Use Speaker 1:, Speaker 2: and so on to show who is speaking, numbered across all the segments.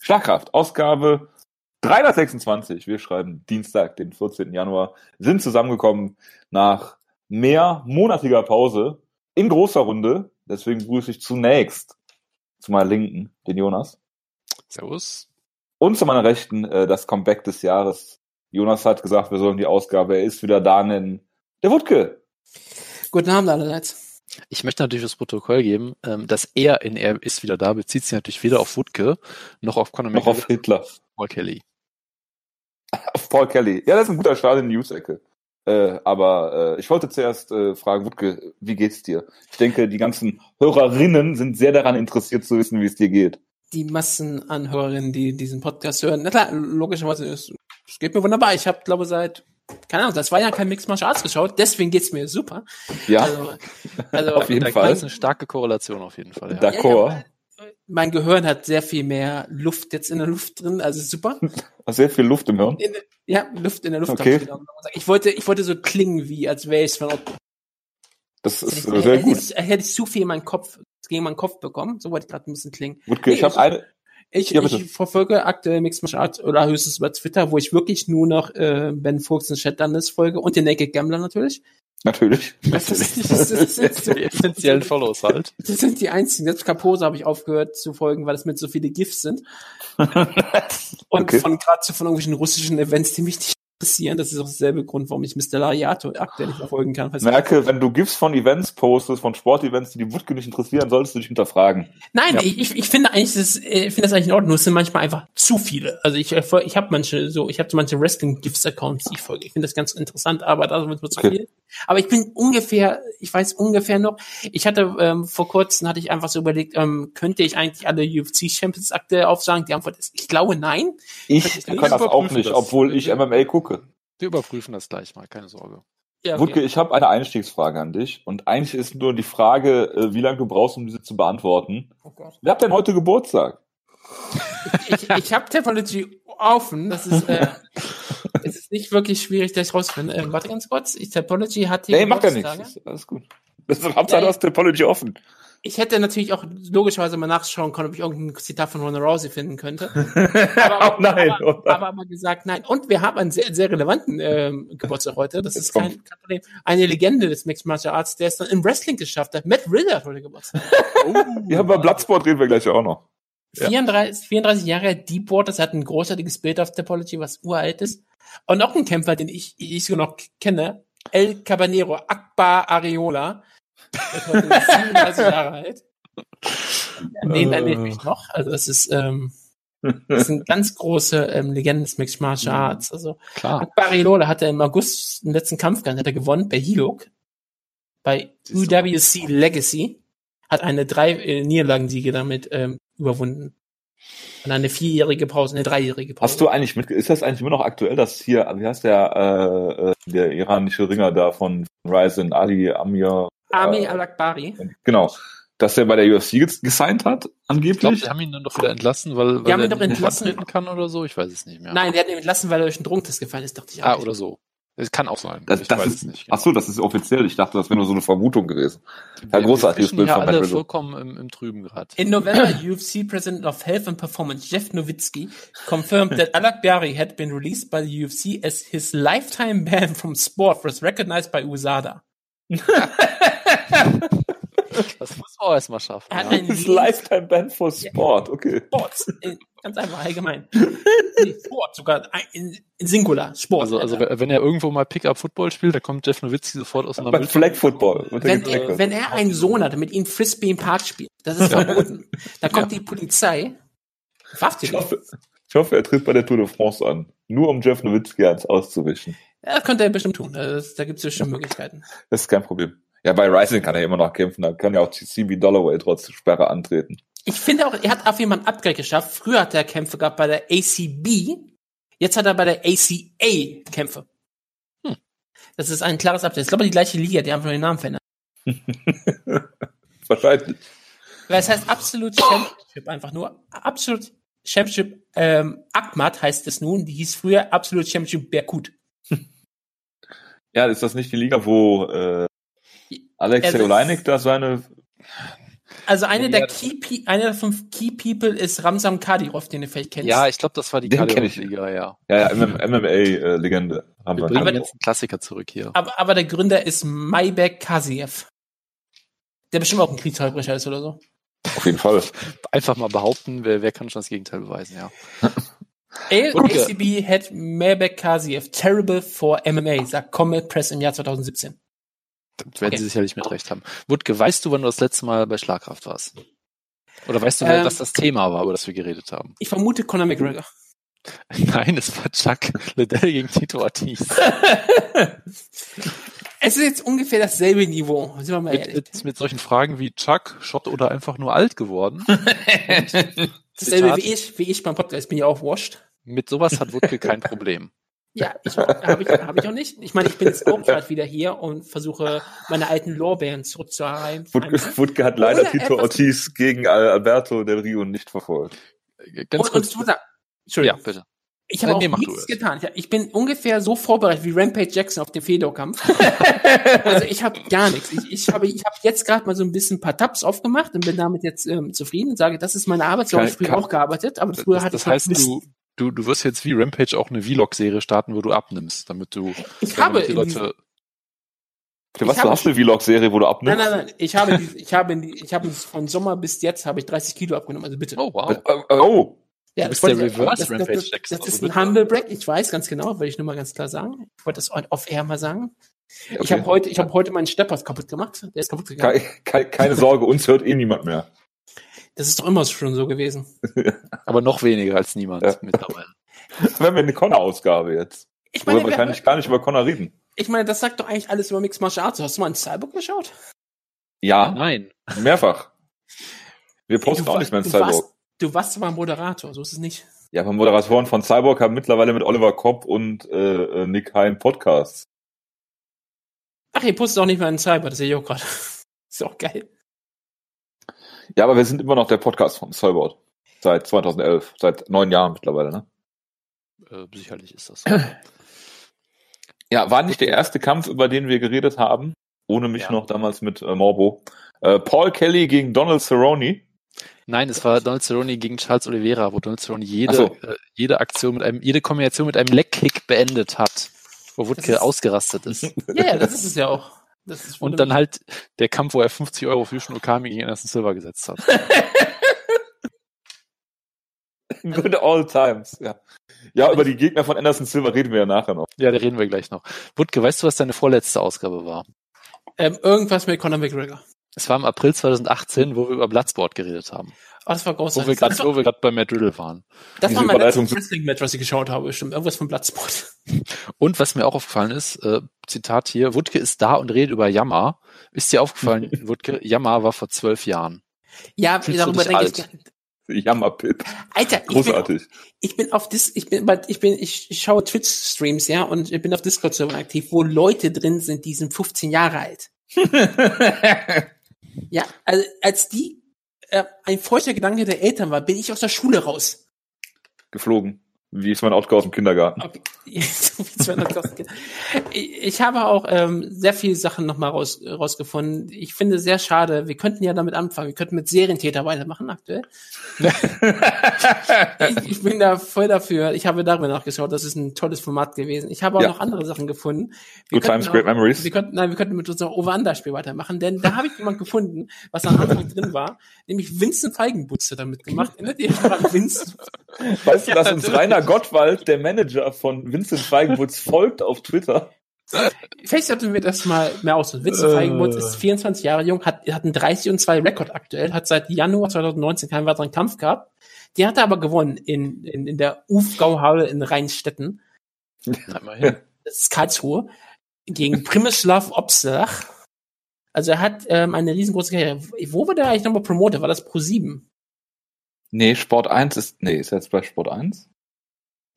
Speaker 1: Schlagkraft, Ausgabe 326. Wir schreiben Dienstag, den 14. Januar, sind zusammengekommen nach mehrmonatiger Pause in großer Runde. Deswegen grüße ich zunächst zu meiner Linken den Jonas.
Speaker 2: Servus.
Speaker 1: Und zu meiner Rechten äh, das Comeback des Jahres. Jonas hat gesagt, wir sollen die Ausgabe, er ist wieder da, nennen. Der Wutke.
Speaker 3: Guten Abend allerseits.
Speaker 2: Ich möchte natürlich das Protokoll geben, ähm, dass er in er ist wieder da, bezieht sich natürlich weder auf Wutke noch auf Conor
Speaker 1: Noch auf Hitler.
Speaker 2: Paul Kelly.
Speaker 1: Auf Paul Kelly. Ja, das ist ein guter Start in die News-Ecke. Äh, aber äh, ich wollte zuerst äh, fragen, Wutke, wie geht's dir? Ich denke, die ganzen Hörerinnen sind sehr daran interessiert zu wissen, wie es dir geht.
Speaker 3: Die Massen an Hörerinnen, die diesen Podcast hören. Na klar, logischerweise, es, es geht mir wunderbar. Ich habe, glaube seit, keine Ahnung, seit zwei Jahren kein Mixed Martial Arts geschaut. Deswegen geht's mir super.
Speaker 1: Ja,
Speaker 3: Also, also
Speaker 1: Auf jeden
Speaker 2: da
Speaker 1: Fall.
Speaker 2: Da ist eine starke Korrelation auf jeden Fall. Ja.
Speaker 1: Da- D'accord.
Speaker 3: Ja, ja, mein Gehirn hat sehr viel mehr Luft jetzt in der Luft drin, also super.
Speaker 1: hast sehr viel Luft im Hirn.
Speaker 3: In, der- ja, Luft in der Luft. hab
Speaker 1: Okay.
Speaker 3: ich genommen. Ich wollte, ich wollte so klingen wie, als wäre ich von
Speaker 1: Das ist
Speaker 3: als
Speaker 1: äh, sehr
Speaker 3: hätte
Speaker 1: gut.
Speaker 3: ich- als hätte ich zu viel in meinen Kopf, gegen meinen Kopf bekommen. So wollte ich gerade ein bisschen klingen.
Speaker 1: Wutke, ich habe eine.
Speaker 3: Ich,
Speaker 1: Ja, bitte.
Speaker 3: ich verfolge aktuell Mixed Martial Arts oder höchstens über Twitter, wo ich wirklich nur noch äh, Ben Fuchs und Chad Dundas folge und den Naked Gambler natürlich.
Speaker 1: Natürlich.
Speaker 3: Das, ist, das, ist, das,
Speaker 2: Die essentiellen
Speaker 3: sind,
Speaker 2: Follows halt.
Speaker 3: das sind die einzigen. Selbst Capose habe ich aufgehört zu folgen, weil es mit so viele GIFs sind. Und
Speaker 1: Okay.
Speaker 3: von gerade zu von irgendwelchen russischen Events, die mich nicht interessieren. Das ist auch derselbe Grund, warum ich Mr. Lariato aktuell nicht verfolgen kann. Falls-
Speaker 1: Merke, wenn du GIFs von Events postest, von Sportevents, die die Wutke nicht interessieren, solltest du dich hinterfragen.
Speaker 3: Nein,
Speaker 1: Ja.
Speaker 3: ich, ich- ich finde eigentlich, das, ist, äh, ich finde das eigentlich in Ordnung. Es sind manchmal einfach zu viele. Also ich, äh, fol- ich habe manche so, ich habe so manche Wrestling-Gifts-Accounts, die ich folge. Ich finde das ganz interessant, aber da wird mir zu
Speaker 1: Okay.
Speaker 3: viel. Aber ich bin ungefähr, ich weiß ungefähr noch, ich hatte ähm, vor kurzem, hatte ich einfach so überlegt, ähm, könnte ich eigentlich alle UFC-Champions aktuell aufsagen? Die Antwort ist, ich glaube nein.
Speaker 1: Ich
Speaker 3: Ich
Speaker 1: kann das auch
Speaker 2: überprüfe
Speaker 1: nicht,
Speaker 2: das.
Speaker 1: obwohl ich MMA gucke.
Speaker 2: Wir überprüfen das gleich mal, keine Sorge.
Speaker 3: Ja, okay.
Speaker 1: Wutke, ich habe eine Einstiegsfrage an dich. Und eigentlich ist nur die Frage, äh, wie lange du brauchst, um diese zu beantworten.
Speaker 3: Oh Gott.
Speaker 1: Wer hat denn heute Geburtstag?
Speaker 3: ich, ich habe Tapology offen. Das ist, äh, es ist nicht wirklich schwierig, dass ich rausfinde. Ähm, warte ganz kurz. Ich, Tapology hat die
Speaker 1: nee, macht ja nichts.
Speaker 3: Geburtstage.
Speaker 1: Ist Alles gut. Das ist Hauptsache,
Speaker 3: Ja,
Speaker 1: du hast Topology offen.
Speaker 3: Ich hätte natürlich auch logischerweise mal nachschauen können, ob ich irgendein Zitat von Ronda Rousey finden könnte. Aber,
Speaker 1: Oh nein,
Speaker 3: aber,
Speaker 1: oh nein.
Speaker 3: aber mal gesagt, nein. Und wir haben einen sehr, sehr relevanten ähm, Geburtstag heute. Das ist kein, kein Problem. Eine Legende des Mixed Martial Arts, der es dann im Wrestling geschafft hat. Matt Riddle hat heute Geburtstag.
Speaker 1: Ja, über Bloodsport reden wir gleich auch noch.
Speaker 3: 34, 34 Jahre alt, Deepwaters hat ein großartiges Bild auf Topology, was uralt ist. Und noch ein Kämpfer, den ich, ich sogar noch kenne. El Cabanero, Akbar Areola. Der ist heute 37 Jahre alt. An den erinnere ich mich noch. Also das ist, ähm, das sind ganz große ähm, Legenden des Mixed Martial Arts. Also
Speaker 2: Klar.
Speaker 3: Akbar Areola hatte im August den letzten Kampf gehabt, hat er gewonnen bei Hilok. Bei
Speaker 2: Siehst du.
Speaker 3: UWC Legacy hat eine drei äh, Niederlagensiege damit ähm, überwunden. Und eine vierjährige Pause, eine dreijährige Pause.
Speaker 2: äh,
Speaker 1: Hast du eigentlich mit, ist das eigentlich immer noch aktuell, dass hier, wie heißt der, äh, äh, der iranische Ringer da von Ryzen, Ali Amir,
Speaker 3: Ami
Speaker 1: äh,
Speaker 3: Al-Akbari?
Speaker 1: genau, dass der bei der UFC ges- gesigned hat,
Speaker 2: Ich glaube,
Speaker 1: angeblich?
Speaker 2: die haben ihn dann doch wieder entlassen, weil, weil
Speaker 3: haben
Speaker 2: er
Speaker 3: ihn doch
Speaker 2: nicht mehr
Speaker 3: entlassen.
Speaker 2: antreten kann oder so. Ich weiß es nicht mehr.
Speaker 3: Nein, der hat ihn entlassen, weil er durch einen Drogentest gefallen ist, dachte ich.
Speaker 2: Ah,
Speaker 3: auch.
Speaker 2: oder so. Es kann auch sein.
Speaker 1: das,
Speaker 2: ich
Speaker 1: das
Speaker 2: weiß
Speaker 1: ist,
Speaker 2: es nicht.
Speaker 1: Ach so, das ist offiziell. Ich dachte, das wäre nur so eine Vermutung gewesen.
Speaker 2: genau.
Speaker 1: Ja,
Speaker 2: Wir-
Speaker 1: großartiges
Speaker 2: Wir
Speaker 1: Bild
Speaker 2: Bild ja
Speaker 1: von Matt
Speaker 2: alle
Speaker 1: Riddle.
Speaker 2: vollkommen im, im Trüben gerade.
Speaker 3: In November, UFC President of Health and Performance Jeff Nowitzki confirmed that Al-Akbari had been released by the UFC as his lifetime ban from sport was recognized by USADA.
Speaker 2: Das muss man auch erstmal schaffen.
Speaker 3: Er hat
Speaker 2: ja.
Speaker 3: ein
Speaker 1: Das ist
Speaker 3: Leben-
Speaker 1: Lifetime Ban for Sport, okay.
Speaker 3: Sports, in, ganz einfach allgemein. Nee, Sport sogar, ein- in, in Singular, Sport.
Speaker 2: Also, also wenn wenn er irgendwo mal Pickup-Football spielt, dann kommt Jeff Nowitzki sofort aus einer
Speaker 1: Beim Flag Football. wird er
Speaker 3: wenn,
Speaker 1: getackelt.
Speaker 3: er, wenn er einen Sohn hatte, mit ihm Frisbee im Park spielt, das ist verboten. Da kommt die Polizei, verhaftet
Speaker 1: ich,
Speaker 3: ihn.
Speaker 1: hoffe, ich hoffe, er tritt bei der Tour de France an. Nur um Jeff Nowitzki eins auszuwischen.
Speaker 3: Ja, Das könnte er bestimmt tun, Also das, da gibt es bestimmt Möglichkeiten.
Speaker 1: Das ist kein Problem. Ja, bei Rising kann er immer noch kämpfen. Da kann ja auch CB Dollaway trotz Sperre antreten.
Speaker 3: Ich finde auch, er hat auf jeden Fall ein Upgrade geschafft. Früher hat er Kämpfe gehabt bei der ACB, jetzt hat er bei der ACA Kämpfe. Hm. Das ist ein klares Update. Ich glaube, die gleiche Liga, die haben nur den Namen verändert.
Speaker 1: Wahrscheinlich.
Speaker 3: Weil es heißt absolut Championship einfach nur. Absolut Championship ähm, Akmat heißt es nun. Die hieß früher Absolut Championship Berkut.
Speaker 1: Ja, ist das nicht die Liga, wo äh, Alex
Speaker 3: Er-
Speaker 1: Oleinik da seine
Speaker 3: Also eine
Speaker 2: Ja,
Speaker 3: der
Speaker 2: das-
Speaker 3: Key, Pe- einer der fünf Key People ist Ramsam Kadirov, den du vielleicht kennst.
Speaker 2: Ja, ich glaube, das war die
Speaker 1: Den kenn ich.
Speaker 2: Liga, ja.
Speaker 1: Ja, ja, MMA-Legende.
Speaker 2: Wir
Speaker 1: äh, haben wir.
Speaker 2: bringen den ganzen Klassiker zurück hier.
Speaker 3: aber, aber der Gründer ist Maybek Kasiev. Der bestimmt auch ein Kriegsverbrecher ist oder so.
Speaker 1: Auf jeden Fall.
Speaker 2: Einfach mal behaupten, wer, wer kann schon das Gegenteil beweisen, ja. Gut, ja.
Speaker 3: ACB Head Maybek Kasiev, terrible for MMA, sagt Comet Press im Jahr 2017.
Speaker 2: Damit werden
Speaker 3: Okay.
Speaker 2: sie sicherlich mit recht haben. Wutke, weißt du, wann du das letzte Mal bei Schlagkraft warst? Oder weißt du,
Speaker 3: Ähm.
Speaker 2: dass das Thema war, über das wir geredet haben?
Speaker 3: Ich vermute Conor McGregor.
Speaker 2: Nein, es war Chuck Liddell gegen Tito Ortiz.
Speaker 3: es ist jetzt ungefähr dasselbe Niveau, sind wir mal
Speaker 2: mit,
Speaker 3: ehrlich.
Speaker 2: mit, mit solchen Fragen wie Chuck, Schott oder einfach nur alt geworden.
Speaker 3: Dasselbe
Speaker 2: Zitat.
Speaker 3: wie ich, wie ich beim Podcast, bin ja auch washed.
Speaker 2: Mit sowas hat Wutke kein Problem.
Speaker 3: Ja, ich, habe ich, hab ich auch nicht. Ich meine, ich bin jetzt auch gerade wieder hier und versuche, meine alten Lorbeeren zurückzuerreimen.
Speaker 1: Wutke, Wutke hat leider
Speaker 3: Oder
Speaker 1: Tito
Speaker 3: etwas-
Speaker 1: Ortiz gegen äh, Alberto Del Rio nicht verfolgt.
Speaker 2: Äh, Ganz
Speaker 3: und, und
Speaker 2: kurz.
Speaker 3: ich muss sagen,
Speaker 2: ja,
Speaker 3: Entschuldigung,
Speaker 2: bitte.
Speaker 3: ich habe
Speaker 2: nee,
Speaker 3: auch
Speaker 2: mach du
Speaker 3: nichts
Speaker 2: es.
Speaker 3: getan. Ich- Ich bin ungefähr so vorbereitet wie Rampage Jackson auf den Fedor-Kampf. also ich habe gar nichts. Ich, ich habe ich habe jetzt gerade mal so ein bisschen ein paar Tabs aufgemacht und bin damit jetzt ähm, zufrieden und sage, das ist meine Arbeit. So habe ich
Speaker 1: Kann-
Speaker 3: früher
Speaker 1: kann-
Speaker 3: auch gearbeitet, aber früher
Speaker 2: Das,
Speaker 3: hatte
Speaker 2: das
Speaker 3: ich noch
Speaker 2: heißt,
Speaker 3: nichts.
Speaker 2: du, du, du wirst jetzt wie Rampage auch eine Vlog-Serie starten, wo du abnimmst, damit du
Speaker 3: ich habe
Speaker 2: die
Speaker 3: in diesem-
Speaker 2: Leute. ne?
Speaker 1: Du was,
Speaker 3: hab-
Speaker 1: du hast eine Vlog-Serie, wo du
Speaker 3: Nein,
Speaker 1: abnimmst?
Speaker 3: nein, nein. Ich habe, die- ich habe, die- ich habe von Sommer bis jetzt habe ich 30 Kilo abgenommen. Also bitte.
Speaker 2: Oh, wow.
Speaker 1: Äh, äh, Oh,
Speaker 3: ja,
Speaker 2: bist
Speaker 3: wollte
Speaker 2: der
Speaker 3: ich-
Speaker 2: Reverse
Speaker 3: das, das,
Speaker 2: Rampage
Speaker 3: das,
Speaker 2: Jackson,
Speaker 3: das ist
Speaker 2: also
Speaker 3: ein
Speaker 2: bitte.
Speaker 3: Humble Break. Ich weiß ganz genau, wollte ich nur mal ganz klar sagen. Ich wollte das on- off air mal sagen. Ich
Speaker 1: Okay.
Speaker 3: habe heute, ich habe heute meinen Steppers kaputt gemacht. Der ist kaputt gegangen.
Speaker 1: Kei- kei- keine Sorge, uns hört eh niemand mehr.
Speaker 3: Das ist doch immer schon so gewesen.
Speaker 2: Aber noch weniger als niemand
Speaker 1: Ja.
Speaker 2: mittlerweile.
Speaker 1: Wir haben ja eine Connor-Ausgabe jetzt.
Speaker 3: Ich
Speaker 1: Wo wir
Speaker 3: meine, wer,
Speaker 1: wahrscheinlich gar nicht über Connor reden.
Speaker 3: ich meine, das sagt doch eigentlich alles über Mixed Martial Arts. Hast du mal in Cyborg geschaut?
Speaker 1: Ja,
Speaker 2: Nein.
Speaker 1: mehrfach. Wir posten
Speaker 3: Du
Speaker 1: auch
Speaker 3: wa-
Speaker 1: nichts mehr in
Speaker 3: du
Speaker 1: Cyborg.
Speaker 3: warst- Du warst mal Moderator, so ist es nicht.
Speaker 1: Ja, aber Moderatoren von Cyborg haben mittlerweile mit Oliver Kopp und äh, äh, Nick Heim Podcasts.
Speaker 3: Ach, ihr postet auch nicht mehr in Cyborg, das sehe ich auch gerade. Ist auch geil.
Speaker 1: Ja, aber wir sind immer noch der Podcast von Cyborg. Seit 2011, seit neun Jahren mittlerweile, ne?
Speaker 2: Äh, sicherlich ist das so.
Speaker 1: Ja, war nicht der erste Kampf, über den wir geredet haben, ohne mich
Speaker 2: Ja.
Speaker 1: noch damals mit äh, Morbo. Äh, Paul Kelly gegen Donald Cerrone.
Speaker 2: Nein, es war Donald Cerrone gegen Charles Oliveira, wo Donald Cerrone jede,
Speaker 1: Ach so.
Speaker 2: äh, jede Aktion mit einem, jede Kombination mit einem Leckkick beendet hat, wo Wutke
Speaker 3: ist-
Speaker 2: ausgerastet ist.
Speaker 3: Ja, ja, das ist es ja auch. Das ist
Speaker 2: Und dann halt der Kampf, wo er 50 Euro für Shin Okami gegen Anderson Silver gesetzt hat.
Speaker 1: Good old times, ja. Ja, über die Gegner von Anderson Silva reden wir ja nachher noch.
Speaker 2: ja, da reden wir gleich noch. Wutke, weißt du, was deine vorletzte Ausgabe war?
Speaker 3: ähm, irgendwas mit Conor McGregor. Oh,
Speaker 2: Es war im April 2018, wo wir über Bloodsport geredet haben.
Speaker 3: Oh, das war
Speaker 2: Wo wir
Speaker 3: großartig.
Speaker 2: gerade
Speaker 3: das war,
Speaker 2: wo wir gerade bei Matt Riddle waren.
Speaker 3: das war
Speaker 1: diese
Speaker 3: mein
Speaker 1: Überleitung
Speaker 3: letztes Wrestling-Match, was ich geschaut habe, bestimmt. Irgendwas von Bloodsport.
Speaker 2: Und was mir auch aufgefallen ist, äh, Zitat hier, Wutke ist da und redet über Yammer. Ist dir aufgefallen, Wutke, Yammer war vor zwölf Jahren.
Speaker 3: Ja,
Speaker 2: Fühlst du
Speaker 3: darüber
Speaker 2: dich
Speaker 3: denke ich.
Speaker 1: Jammerpit.
Speaker 3: Alter, ich bin,
Speaker 1: Großartig.
Speaker 3: ich bin auf Dis, ich bin, bei- ich bin, ich schaue Twitch-Streams, ja, und ich bin auf Discord-Servern aktiv, wo Leute drin sind, die sind 15 Jahre alt. ja, also als die äh, ein feuchter Gedanke der Eltern war, bin ich aus der Schule raus.
Speaker 1: Geflogen. Wie ist mein Outgo aus dem Kindergarten?
Speaker 3: Ob- so wie 200.000 Kinder. ich, ich habe auch ähm, sehr viele Sachen nochmal raus, rausgefunden. Ich finde es sehr schade, wir könnten ja damit anfangen, wir könnten mit Serientäter weitermachen aktuell. ich, ich bin da voll dafür. Ich habe darüber nachgeschaut, das ist ein tolles Format gewesen. Ich habe auch
Speaker 1: Ja.
Speaker 3: noch andere Sachen gefunden.
Speaker 1: Good times,
Speaker 3: könnten
Speaker 1: great
Speaker 3: auch-
Speaker 1: memories.
Speaker 3: Wir könnten, nein, wir könnten mit unserem Over-Under-Spiel weitermachen, denn da habe ich jemand gefunden, was am Anfang drin war, nämlich Vincent Feigenbutze damit gemacht. Erinnert ihr euch daran, Vincent?
Speaker 1: Weißt du, dass uns Rainer Gottwald, der Manager von Vincent Feigenputz, folgt auf Twitter?
Speaker 3: Vielleicht sollten wir das mal mehr ausführen. Vincent
Speaker 2: Äh.
Speaker 3: Feigenbutz ist 24 Jahre jung, hat, hat einen 30 und 2 Rekord aktuell, hat seit Januar 2019 keinen weiteren Kampf gehabt. Den hat er aber gewonnen in, in, in der Ufgauhalle in Rheinstetten.
Speaker 2: Na, immerhin.
Speaker 3: Das ist Karlsruhe. Gegen Primislav Obslach. Also er hat ähm, eine riesengroße Karriere. Wo war der eigentlich nochmal Promoter? War das Pro 7?
Speaker 1: Nee, Sport 1 ist. Nee, ist jetzt bei Sport 1?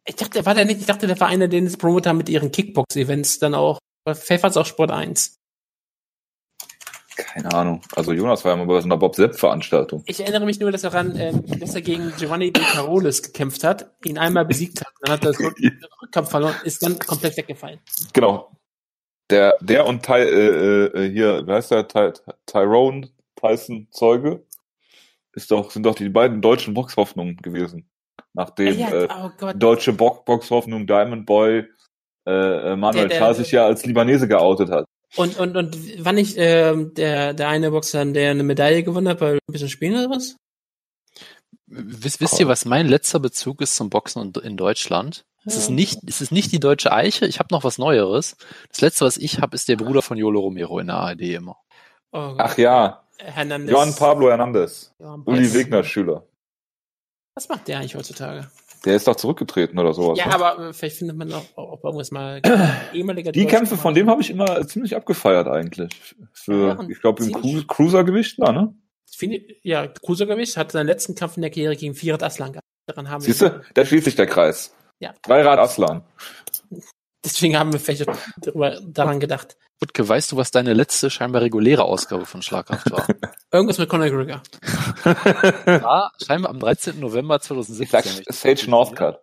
Speaker 3: Ich dachte, war der nicht, ich dachte, der war einer, den das Promoter mit ihren Kickbox-Events dann auch. Pfeffers auch Sport 1.
Speaker 1: Keine Ahnung. Also Jonas war ja mal bei so einer Bob Sepp-Veranstaltung.
Speaker 3: Ich erinnere mich nur daran, ähm, dass er gegen Giovanni De Carolis gekämpft hat, ihn einmal besiegt hat, dann hat er das Rück- Rückkampf verloren, ist dann komplett weggefallen.
Speaker 1: äh, Genau. Der, der und Ty, äh, äh, hier, wer heißt der? Ty, Tyrone Tyson Zeuge, ist doch, sind doch die beiden deutschen Boxhoffnungen gewesen. Nachdem
Speaker 3: ja,
Speaker 1: äh,
Speaker 3: oh Gott.
Speaker 1: deutsche Bo Boxhoffnung Diamond Boy äh, äh,
Speaker 3: Der-
Speaker 1: Manuel
Speaker 3: der-
Speaker 1: Char sich ja als Libanese geoutet hat.
Speaker 3: Und, und, und wann ich ähm, der, der eine Boxer, der eine Medaille gewonnen hat bei Olympischen Spielen oder was?
Speaker 2: Wisst, wisst ihr, was mein letzter Bezug ist zum Boxen und- in Deutschland? Es ist
Speaker 3: Ja.
Speaker 2: nicht, es ist nicht die deutsche Eiche. Ich habe noch was Neueres. Das letzte, was ich habe, ist der Bruder von Jolo Romero in der ARD immer.
Speaker 3: Oh,
Speaker 1: Ach ja,
Speaker 3: Hernandez.
Speaker 1: Juan Pablo Hernandez,
Speaker 3: Johann
Speaker 1: Uli
Speaker 3: Pabst.
Speaker 1: Wegner Schüler.
Speaker 3: Was macht der eigentlich heutzutage?
Speaker 1: Der ist doch zurückgetreten oder sowas.
Speaker 3: ja,
Speaker 1: ne?
Speaker 3: aber äh, vielleicht findet man auch, ob irgendwas mal ehemaliger
Speaker 1: Die
Speaker 3: deutscher
Speaker 1: Kämpfe von dem habe ich immer ziemlich abgefeiert eigentlich.
Speaker 3: Ja,
Speaker 1: Für,
Speaker 3: und
Speaker 1: ich glaube, im
Speaker 3: ziemlich-
Speaker 1: Cru Cruisergewicht da, ne?
Speaker 3: Viele, ja, Cruisergewicht hat seinen letzten Kampf in der Karriere gegen Firat Aslan gehabt. Daran haben
Speaker 1: Siehst
Speaker 3: wir,
Speaker 1: du, da schließt sich der Kreis.
Speaker 3: Ja.
Speaker 1: Dreirad Aslan.
Speaker 3: deswegen haben wir vielleicht auch darüber, daran gedacht.
Speaker 2: Wutke, weißt du, was deine letzte scheinbar reguläre Ausgabe von Schlagkraft war?
Speaker 3: Irgendwas mit Conor Gregor.
Speaker 2: war scheinbar am 13. November
Speaker 1: Ich sag
Speaker 2: 2017.
Speaker 1: Sage Northcutt.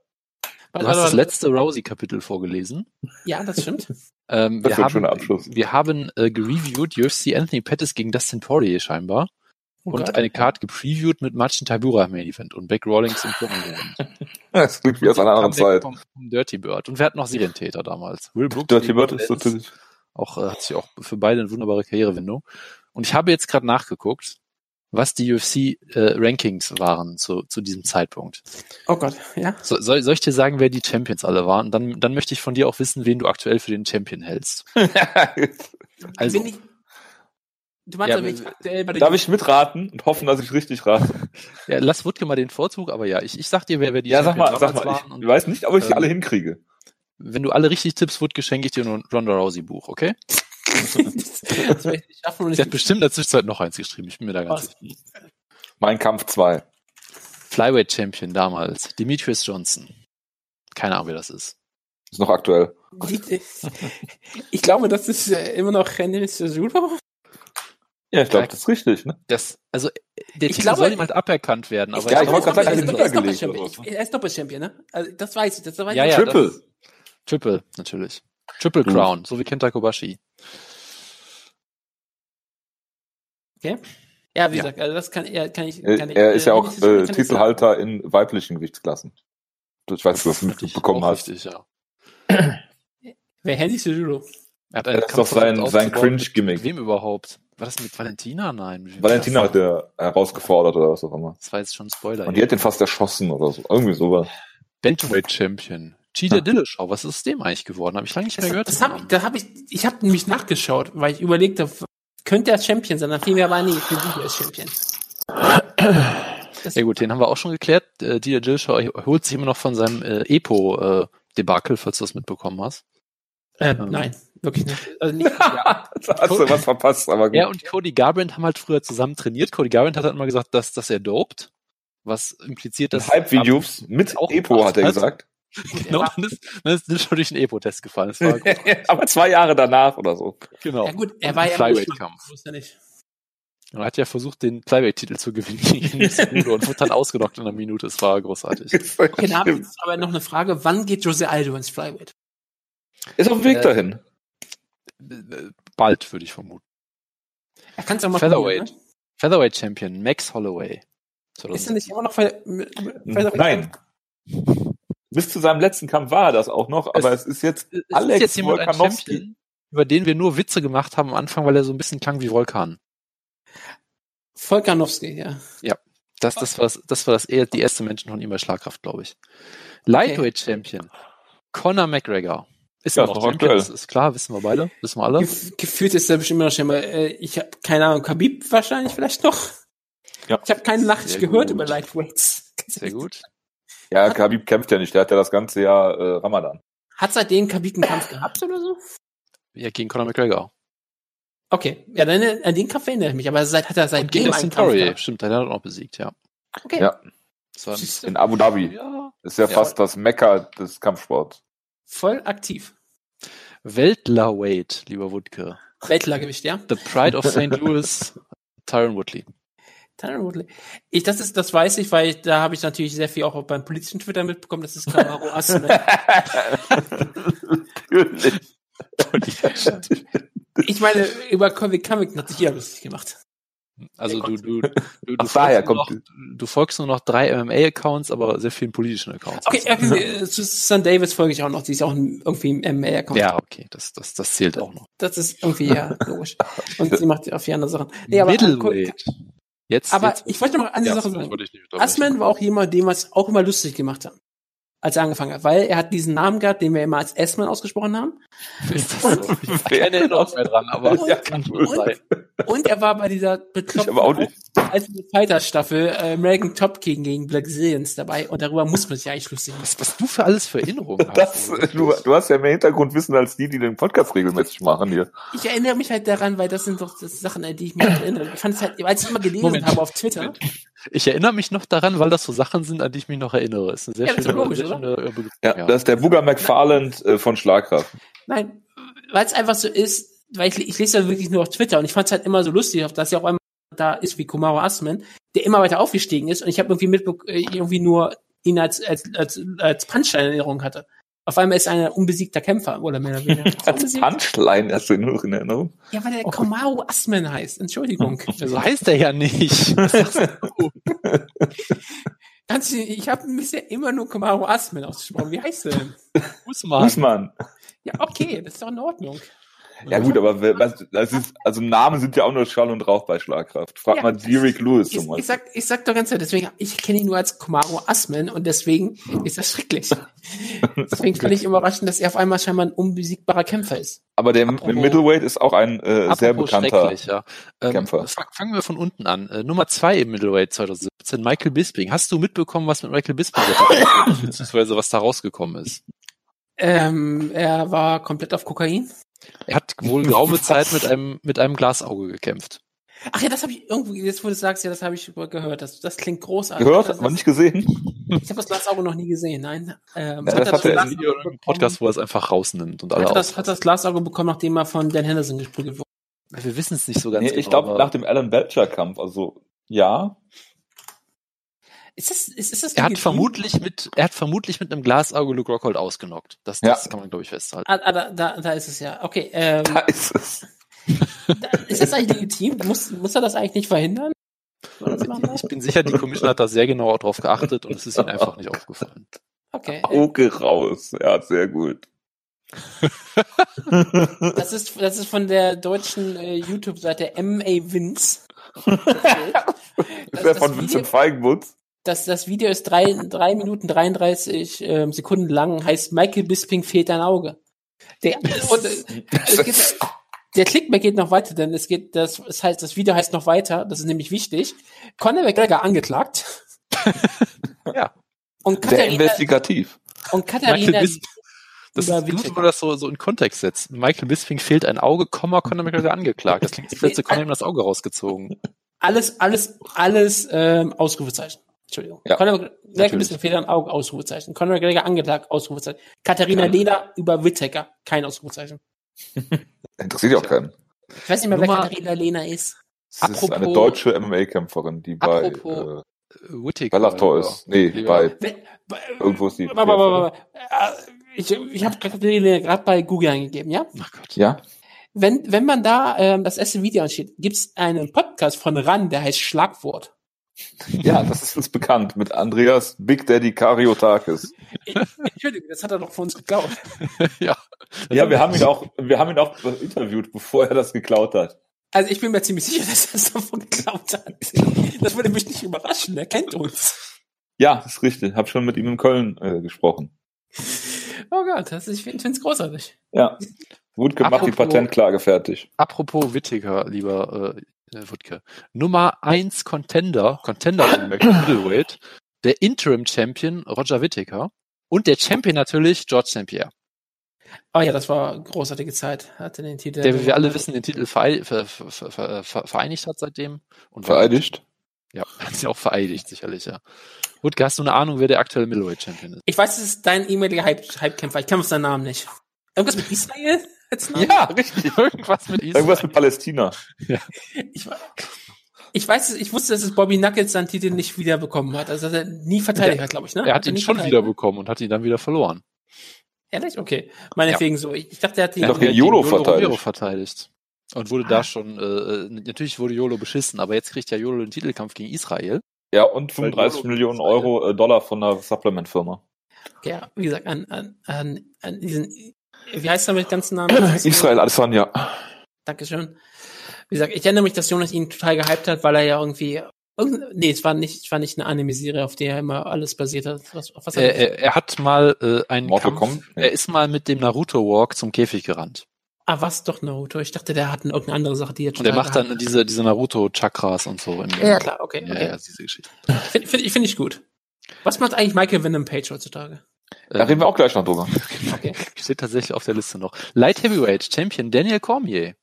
Speaker 2: Du hast das letzte Rousey-Kapitel vorgelesen.
Speaker 3: Ja, das stimmt.
Speaker 2: Ähm,
Speaker 1: Das
Speaker 2: wir,
Speaker 1: wird ein
Speaker 2: haben,
Speaker 1: schöner Abschluss.
Speaker 2: wir haben äh, gereviewt UFC Anthony Pettis gegen Dustin Poirier scheinbar
Speaker 3: Oh
Speaker 2: und
Speaker 3: Gott.
Speaker 2: eine Card gepreviewt mit Marcin Tabura im Main Event und Beck Rawlings im Vordergrund.
Speaker 1: Das klingt wie aus einer anderen Zeit.
Speaker 2: Vom, vom Dirty Bird. Und wir hatten noch Serientäter damals. Will Brooks.
Speaker 1: Dirty
Speaker 2: gegen
Speaker 1: Bird ist
Speaker 2: Lenz.
Speaker 1: natürlich.
Speaker 2: Auch, äh, hat sich auch für beide eine wunderbare Karrierewendung. Und ich habe jetzt gerade nachgeguckt, was die UFC-Rankings äh, waren zu, zu diesem Zeitpunkt.
Speaker 3: Oh Gott, ja.
Speaker 2: So, soll, soll ich dir sagen, wer die Champions alle waren? Dann, dann möchte ich von dir auch wissen, wen du aktuell für den Champion hältst. Also,
Speaker 3: Bin ich, du meinst
Speaker 2: Ja,
Speaker 3: aber ich
Speaker 2: aber-
Speaker 3: aktuell bei der
Speaker 1: Darf ich mitraten und hoffen, dass ich richtig rate?
Speaker 2: ja, lass Wutke mal den Vorzug, aber ja, ich, ich sag dir, wer, wer die
Speaker 1: Ja, sag mal,
Speaker 2: Champions
Speaker 1: sag
Speaker 2: damals
Speaker 1: mal.
Speaker 2: waren.
Speaker 1: Ich
Speaker 2: Und
Speaker 1: weiß nicht, ob ich sie
Speaker 2: Ähm,
Speaker 1: alle hinkriege.
Speaker 2: wenn du alle richtig tippst, Wutke, schenke ich dir ein Ronda Rousey-Buch, okay?
Speaker 3: das, das werde ich nicht schaffen und
Speaker 2: Sie
Speaker 3: ich
Speaker 2: hat bestimmt in der Zwischenzeit noch eins geschrieben, ich bin mir da ganz
Speaker 3: Was?
Speaker 2: sicher.
Speaker 1: Mein Kampf 2.
Speaker 2: Flyweight-Champion damals, Demetrius Johnson. Keine Ahnung, wer das ist.
Speaker 1: Ist noch aktuell.
Speaker 3: Die- Ich glaube, das ist äh, immer noch Henry Cejudo.
Speaker 1: Ja, ich glaube, das ist richtig, ne?
Speaker 2: Das, also, äh, der
Speaker 3: Ich
Speaker 2: Titel
Speaker 3: glaube-
Speaker 2: soll ihm halt aberkannt werden, aber
Speaker 1: Ich glaube,
Speaker 2: ich
Speaker 1: ich wollte gerade
Speaker 3: er
Speaker 1: sagen,
Speaker 3: ist
Speaker 1: er
Speaker 3: Doppel- er ist
Speaker 1: hat ihn
Speaker 3: Doppel-Champion.
Speaker 1: runtergelegt
Speaker 3: Ich- Er ist Doppel-Champion, ne? Also, das weiß ich, das weiß
Speaker 2: Ja,
Speaker 3: ich.
Speaker 2: ja,
Speaker 1: Triple.
Speaker 2: das- Triple, natürlich. Triple
Speaker 1: Mhm.
Speaker 2: Crown, so wie Kenta Kobashi.
Speaker 3: Ja, wie
Speaker 2: Ja.
Speaker 3: gesagt, also das kann, er, kann ich, kann
Speaker 1: Er,
Speaker 3: ich.
Speaker 1: er ist ja
Speaker 3: äh,
Speaker 1: auch
Speaker 3: Henry
Speaker 1: äh,
Speaker 3: Cejudo-
Speaker 1: Titelhalter in weiblichen Gewichtsklassen. Ich weiß, dass du das
Speaker 2: Natürlich
Speaker 1: mitbekommen
Speaker 2: auch
Speaker 1: hast.
Speaker 2: Richtig, ja.
Speaker 3: Wer Henry Cejudo?
Speaker 2: Er hat
Speaker 1: Das ist doch sein-
Speaker 2: versucht
Speaker 1: sein
Speaker 2: aufzubauen. Mit
Speaker 1: Cringe-Gimmick.
Speaker 2: Wem überhaupt? War das mit Valentina? Nein. mit wem
Speaker 1: Valentina
Speaker 2: war
Speaker 1: hat
Speaker 2: das?
Speaker 1: er herausgefordert oder was auch immer.
Speaker 2: Das war jetzt schon ein Spoiler.
Speaker 1: Und die hat den fast erschossen oder so. Irgendwie sowas.
Speaker 2: Bantamweight Champion. Cheetah
Speaker 1: Ja.
Speaker 2: Dillashaw. Was ist aus dem eigentlich geworden? Habe ich lange nicht mehr
Speaker 3: Hm. Das,
Speaker 2: gehört.
Speaker 3: das
Speaker 2: den
Speaker 3: hab, ich-
Speaker 2: Namen.
Speaker 3: da hab ich, ich habe nämlich nachgeschaut, weil ich überlegte, f- könnte er Champion sein, dann fiel mir aber nee, Cejudo ist Champion.
Speaker 2: ja gut, den haben wir auch schon geklärt. Äh, Cheetah Dillashaw holt sich immer noch von seinem äh, Epo-Debakel, falls du das mitbekommen hast.
Speaker 3: Äh,
Speaker 2: Ähm.
Speaker 3: nein, wirklich nicht. Also nicht
Speaker 1: Da hast du was verpasst, aber gut.
Speaker 2: Er und Cody Garbrandt haben halt früher zusammen trainiert. Cody Garbrandt hat halt immer gesagt, dass, dass er dopt. Was impliziert, dass...
Speaker 1: das Hype-Videos mit
Speaker 2: auch
Speaker 1: Epo, hat er
Speaker 2: gemacht
Speaker 1: gesagt.
Speaker 2: Genau, dann ist, dann ist Dillashaw durch den Epo-Test gefallen. Das war
Speaker 1: aber zwei Jahre danach oder so.
Speaker 2: genau.
Speaker 3: ja gut, er war ja
Speaker 2: Flyweight-Kampf.
Speaker 3: Ich wusste nicht.
Speaker 2: Er hat ja versucht, den Flyweight-Titel zu gewinnen gegen Cejudo und wurde dann ausgenockt in einer Minute. Es war großartig.
Speaker 3: Okay, da habe ich
Speaker 1: Stimmt.
Speaker 3: jetzt aber noch eine Frage. Wann geht Jose Aldo ins Flyweight?
Speaker 1: Ist auf dem Weg
Speaker 2: Äh,
Speaker 1: dahin.
Speaker 2: Bald, würde ich vermuten.
Speaker 3: Er kann es auch mal
Speaker 2: Featherweight.
Speaker 3: probieren,
Speaker 2: Featherweight-Champion Max Holloway.
Speaker 3: ne? Ist er nicht immer noch Fe-
Speaker 2: Hm.
Speaker 3: m- m- Featherweight?
Speaker 1: Nein. Bis zu seinem letzten Kampf war er das auch noch, aber es, ist jetzt
Speaker 2: Es
Speaker 1: Alex
Speaker 2: ist jetzt jemand ein
Speaker 1: Volkanovski.
Speaker 2: Champion, über den wir nur Witze gemacht haben am Anfang, weil er so ein bisschen klang wie Vulkan.
Speaker 3: Volkanowski, ja.
Speaker 2: Hm? Das, das war, das, das war das, eher- die erste Menschen von ihm bei Schlagkraft, glaube ich. Lightweight-Champion Conor McGregor. Ist
Speaker 1: Ja,
Speaker 2: immer
Speaker 1: ist
Speaker 2: noch
Speaker 1: noch
Speaker 2: Champion,
Speaker 1: aktuell.
Speaker 2: das ist klar, wissen wir beide, wissen wir alle.
Speaker 3: Gef gefühlt ist er bestimmt immer noch schlimmer. Äh, ich habe keine Ahnung, Khabib wahrscheinlich vielleicht noch.
Speaker 1: Ja.
Speaker 3: Ich habe keine Nachricht
Speaker 2: Sehr
Speaker 3: gehört
Speaker 2: gut.
Speaker 3: über Lightweights.
Speaker 2: Sehr gut.
Speaker 1: Ja, Khabib kämpft ja nicht, der hat ja das ganze Jahr äh, Ramadan.
Speaker 3: Hat seitdem Khabib einen Kampf gehabt oder so?
Speaker 2: Ja, gegen Conor McGregor.
Speaker 3: Okay, ja, dann äh, an den Kampf erinnere ich mich, aber seit hat er
Speaker 2: Und gegen
Speaker 3: seitdem
Speaker 2: Dustin
Speaker 3: einen Kampf
Speaker 2: Poirier.
Speaker 3: gehabt.
Speaker 2: Stimmt, den hat er auch besiegt, ja. ähm,
Speaker 3: Okay.
Speaker 1: Ja.
Speaker 2: Das war
Speaker 3: Siehst du,
Speaker 1: In Abu Dhabi.
Speaker 2: ja.
Speaker 1: Ist ja,
Speaker 2: Ja.
Speaker 1: fast das Mekka des Kampfsports.
Speaker 3: Voll aktiv.
Speaker 2: Weltlerweight, lieber Woodke.
Speaker 3: Weltlergewicht, ja.
Speaker 2: The Pride of St. Louis, Tyron Woodley.
Speaker 3: Tyron Woodley. Ich, das ist, das weiß ich, weil ich, da habe ich natürlich sehr viel auch beim politischen Twitter mitbekommen, das ist Camaro Assen.
Speaker 1: Natürlich.
Speaker 2: Holy shit.
Speaker 3: Ich meine, über Comic Comic hat sich jeder lustig gemacht.
Speaker 2: Also
Speaker 3: Der
Speaker 2: du,
Speaker 3: kommt-
Speaker 2: du, du,
Speaker 1: Ach,
Speaker 2: du,
Speaker 1: daher
Speaker 2: folgst nur noch,
Speaker 1: kommt
Speaker 2: du folgst nur noch drei MMA-Accounts, aber sehr vielen politischen Accounts.
Speaker 3: Okay, äh, zu Susan Davis folge ich auch noch. Die ist auch ein- irgendwie im ML-Account.
Speaker 2: ja, okay, das, das, das zählt auch noch.
Speaker 3: Das ist irgendwie ja logisch. Und sie macht auch viele andere Sachen. Nee, aber, äh,
Speaker 2: Middleweight. Jetzt,
Speaker 3: aber
Speaker 2: jetzt,
Speaker 3: ich wollte noch mal eine
Speaker 2: ja,
Speaker 3: Sache
Speaker 2: das
Speaker 3: sagen.
Speaker 2: wollte ich nicht unterbrechen.
Speaker 3: Asman war auch jemand, den wir es auch immer lustig gemacht haben, als er angefangen hat, weil er hat diesen Namen gehabt, den wir immer als Asman ausgesprochen haben.
Speaker 2: Ist das so? Ich hab keine Erinnerung mehr dran, aber
Speaker 1: Ja,
Speaker 2: kann schon
Speaker 1: cool.
Speaker 2: sein.
Speaker 3: Und er war bei dieser
Speaker 1: Ich aber auch
Speaker 3: bekloppten
Speaker 1: nicht.
Speaker 3: Ultimate Fighter Staffel äh, American Top King gegen Black Zillions dabei und darüber muss man sich eigentlich lustig machen.
Speaker 2: Was, was du für alles für Erinnerungen
Speaker 1: Das,
Speaker 2: hast. Also,
Speaker 1: du, du hast ja mehr Hintergrundwissen als die, die den Podcast regelmäßig machen hier.
Speaker 3: Ich erinnere mich halt daran, weil das sind doch das Sachen, an die ich mich erinnere. Ich fand es halt, als ich immer gelesen
Speaker 2: Moment.
Speaker 3: habe auf Twitter,
Speaker 2: Ich erinnere mich noch daran, weil das so Sachen sind, an die ich mich noch erinnere. Ist eine sehr
Speaker 3: Ja, das ist
Speaker 2: schöne,
Speaker 3: logisch,
Speaker 2: sehr
Speaker 3: oder?
Speaker 2: schöne äh, Begründung,
Speaker 1: Ja,
Speaker 2: ja.
Speaker 1: das ist der Booger McFarland äh, von Schlagkraft.
Speaker 3: nein, weil es einfach so ist, weil ich, ich lese ja wirklich nur auf Twitter und ich fand es halt immer so lustig, dass ja auch einmal da ist wie Kumaro Asman, der immer weiter aufgestiegen ist und ich habe irgendwie mitbe äh, irgendwie nur ihn als, als, als, als Punchline in Erinnerung hatte. Auf einmal ist er ein unbesiegter Kämpfer, oder mehr oder weniger. Oh
Speaker 1: Als
Speaker 3: Unbesiegt?
Speaker 1: Punchline hast du ihn noch in Erinnerung.
Speaker 3: Ja, weil der Komaro Asman heißt. Entschuldigung.
Speaker 2: So heißt er ja nicht. Was sagst du?
Speaker 3: Ganz, ich habe bisher immer nur Komaro Asman ausgesprochen. Wie heißt er denn?
Speaker 2: Usman.
Speaker 1: Usman.
Speaker 3: Ja, okay, das ist doch in Ordnung.
Speaker 1: Ja gut, aber wer- was, das ist, also Namen sind ja auch nur Schall und Rauch bei Schlagkraft. Frag
Speaker 3: Ja,
Speaker 1: mal Derek Lewis
Speaker 3: Ich,
Speaker 1: zum
Speaker 3: ich,
Speaker 1: Beispiel.
Speaker 3: sag, ich sag doch ganz ehrlich, deswegen, ich kenne ihn nur als Komaro Asman und deswegen ist das schrecklich. Deswegen fand ich überraschend, dass er auf einmal scheinbar ein unbesiegbarer Kämpfer ist.
Speaker 1: Aber der
Speaker 2: Apropos-
Speaker 1: Middleweight ist auch ein äh, sehr
Speaker 2: Apropos
Speaker 1: bekannter.
Speaker 2: schrecklich, ja. ähm,
Speaker 1: Kämpfer.
Speaker 2: fang- Fangen wir von unten an. Äh, Nummer zwei im Middleweight 2017, Michael Bisping. Hast du mitbekommen, was mit Michael Bisping passiert ist? Beziehungsweise was da rausgekommen ist?
Speaker 3: Ähm, er war komplett auf Kokain.
Speaker 2: Er hat wohl geraume Zeit mit einem, mit einem Glasauge gekämpft.
Speaker 3: Ach ja, das habe ich irgendwo, jetzt wo du sagst, ja, das habe ich gehört. Das, das klingt großartig.
Speaker 1: Gehört,
Speaker 3: das,
Speaker 1: aber nicht gesehen.
Speaker 3: Ich habe das Glasauge noch nie gesehen, nein. Ähm,
Speaker 1: Ja,
Speaker 3: hat
Speaker 1: das
Speaker 3: er
Speaker 1: hat er
Speaker 3: Glasauge
Speaker 1: im
Speaker 2: Video oder
Speaker 3: bekommen?
Speaker 2: im Podcast, wo er es einfach rausnimmt und alle
Speaker 3: Hat er
Speaker 2: aus.
Speaker 3: das, hat das Glasauge bekommen, nachdem er von Dan Henderson geprügelt wurde?
Speaker 2: Wir wissen es nicht so ganz
Speaker 1: Nee,
Speaker 2: genau.
Speaker 1: ich glaube
Speaker 2: aber-
Speaker 1: nach dem Alan Belcher Kampf, also ja.
Speaker 3: Ist das, ist, ist das
Speaker 2: er hat
Speaker 3: legitim?
Speaker 2: vermutlich mit, er hat vermutlich mit einem Glasauge Luke Rockhold ausgenockt. Das, das
Speaker 1: Ja.
Speaker 2: kann man, glaube ich, festhalten.
Speaker 3: Ah, ah, da, da, da ist es ja. Okay, ähm,
Speaker 1: Da ist es.
Speaker 3: da, ist das eigentlich legitim? Muss, muss er das eigentlich nicht verhindern? Soll er das machen?
Speaker 2: Ich bin sicher, die Commission hat da sehr genau drauf geachtet und es ist ihnen einfach nicht aufgefallen.
Speaker 3: Okay.
Speaker 1: Auge raus. Ja, sehr gut.
Speaker 3: Das ist, das ist von der deutschen äh, YouTube-Seite MA Vince.
Speaker 1: Das
Speaker 3: Das,
Speaker 1: ist ja
Speaker 3: das,
Speaker 1: von
Speaker 3: Video,
Speaker 1: Vincent Feigenbutz.
Speaker 3: das, das Video ist drei, drei Minuten 33 ähm, Sekunden lang, heißt Michael Bisping fehlt ein Auge. Der, und, äh, es geht, der Clickback geht noch weiter, denn es geht, das, das heißt, das Video heißt noch weiter, das ist nämlich wichtig. Conor McGregor angeklagt.
Speaker 2: Ja.
Speaker 3: Und
Speaker 1: Sehr
Speaker 3: Katharina,
Speaker 1: investigativ.
Speaker 3: und Katharina,
Speaker 2: Michael Bis- Das ist
Speaker 3: Überwinter.
Speaker 2: gut, wenn man das so, so in Kontext setzt. Michael Bisping fehlt ein Auge, Komma, Conor McGregor angeklagt. Das klingt, als hätte Conor ihm das Auge rausgezogen. Äh,
Speaker 3: alles, alles, alles ähm, Ausrufezeichen. Entschuldigung.
Speaker 1: Ja,
Speaker 3: Conor McGregor ein
Speaker 2: natürlich.
Speaker 3: bisschen Federn, Augen, Ausrufezeichen. Conor McGregor angeklagt, Ausrufezeichen. Katharina
Speaker 1: Ja.
Speaker 3: Lehner über Whittaker, kein Ausrufezeichen.
Speaker 1: Interessiert ja auch keinen.
Speaker 3: Ich weiß nicht mehr, wer
Speaker 2: Nummer-
Speaker 3: Katharina Lehner ist.
Speaker 1: Das ist eine
Speaker 2: Apropos-
Speaker 1: deutsche MMA-Kämpferin, die bei äh,
Speaker 2: Apropos- Whittaker.
Speaker 1: Bellator ist. Nee,
Speaker 2: Ja.
Speaker 1: bei
Speaker 3: Wer-
Speaker 1: irgendwo ist die.
Speaker 3: Warte, warte, warte, warte. Äh, Ich, ich habe Katharina Lehner gerade bei Google eingegeben, ja?
Speaker 2: Ach Gott.
Speaker 1: Ja?
Speaker 3: Wenn, wenn man da ähm, das erste Video anschaut, gibt's einen Podcast von RAN, der heißt Schlagwort.
Speaker 1: ja, das ist uns bekannt mit Andreas Big Daddy Kariotakis.
Speaker 3: Entschuldigung, das hat er doch von uns geklaut.
Speaker 2: ja. Also,
Speaker 1: Ja, wir haben ihn auch, wir haben ihn auch interviewt, bevor er das geklaut hat.
Speaker 3: Also ich bin mir ziemlich sicher, dass er es davon geklaut hat. Das würde mich nicht überraschen, er kennt uns.
Speaker 1: Ja, das ist richtig. Hab schon mit ihm in Köln äh, gesprochen.
Speaker 3: Oh Gott, das ist, ich finde es großartig.
Speaker 1: Ja. Gut gemacht, die
Speaker 2: Apropos-
Speaker 1: Patentklage fertig.
Speaker 2: Apropos Whittaker, lieber äh, äh, Wutke. Nummer eins Contender, Contender im Middleweight, der Interim Champion Roger Whittaker und der Champion natürlich George St. Pierre.
Speaker 3: Oh ja, das war eine großartige Zeit. Hatte den Titel.
Speaker 2: der, wie wir alle wissen, den Titel verei ver ver ver ver vereinigt hat seitdem. Und
Speaker 1: Vereidigt?
Speaker 2: Ja, hat sie auch vereidigt, sicherlich, ja. Wutke, hast du eine Ahnung, wer der aktuelle Middleweight Champion ist?
Speaker 3: Ich weiß, es ist dein ehemaliger Hype- Hypekämpfer. Ich kann auf seinen Namen nicht. Irgendwas mit Israel? Als Name?
Speaker 2: richtig. Irgendwas mit Israel.
Speaker 1: Irgendwas mit Palästina.
Speaker 3: Ich, wa- ich weiß, es- ich wusste, dass es Bobby Nuggets seinen Titel nicht wiederbekommen hat. Also dass er nie verteidigt hat, glaube ich. Ne?
Speaker 2: Er hat ihn
Speaker 3: nie
Speaker 2: schon
Speaker 3: verteidigt.
Speaker 2: wiederbekommen und hat ihn dann wieder verloren.
Speaker 3: Ehrlich? Okay. Meinetwegen so. Ich ich dachte, er hat ihn.
Speaker 1: Doch,
Speaker 2: Er hat
Speaker 1: Yolo
Speaker 2: gegen
Speaker 1: verteidigt.
Speaker 2: Romero verteidigt. Und wurde da schon, äh, natürlich wurde YOLO beschissen, aber jetzt kriegt ja YOLO den Titelkampf gegen Israel.
Speaker 1: Ja, und 35 Millionen Euro, äh, Dollar von der Supplement-Firma.
Speaker 3: Ja, wie gesagt, an, an, an, an diesen, wie heißt er mit ganzen Namen?
Speaker 1: Israel Adesanya.
Speaker 3: Dankeschön. Wie gesagt, ich erinnere mich, dass Jonas ihn total gehypt hat, weil er ja irgendwie, irgend- nee, es war nicht, es war nicht eine Anime-Serie, auf der er immer alles basiert hat. Was, auf was
Speaker 2: Er, er, er hat mal äh, einen
Speaker 1: Mortal Kombat?
Speaker 2: Kampf, er ist mal mit dem Naruto Walk zum Käfig gerannt.
Speaker 3: ah, was doch Naruto? Ich dachte, der hat irgendeine andere Sache, die jetzt
Speaker 2: Und er
Speaker 3: total
Speaker 2: macht dann
Speaker 3: gehypt-
Speaker 2: diese, diese Naruto-Chakras und so. Im
Speaker 3: Ja, klar, okay.
Speaker 2: Ja,
Speaker 3: okay.
Speaker 2: ja, diese Geschichte.
Speaker 3: Finde find, find ich gut. Was macht eigentlich Michael Venom Page heutzutage?
Speaker 1: Da reden wir auch gleich noch drüber.
Speaker 3: Okay.
Speaker 2: Ähm, Steht tatsächlich auf der Liste noch. Light Heavyweight Champion Daniel Cormier.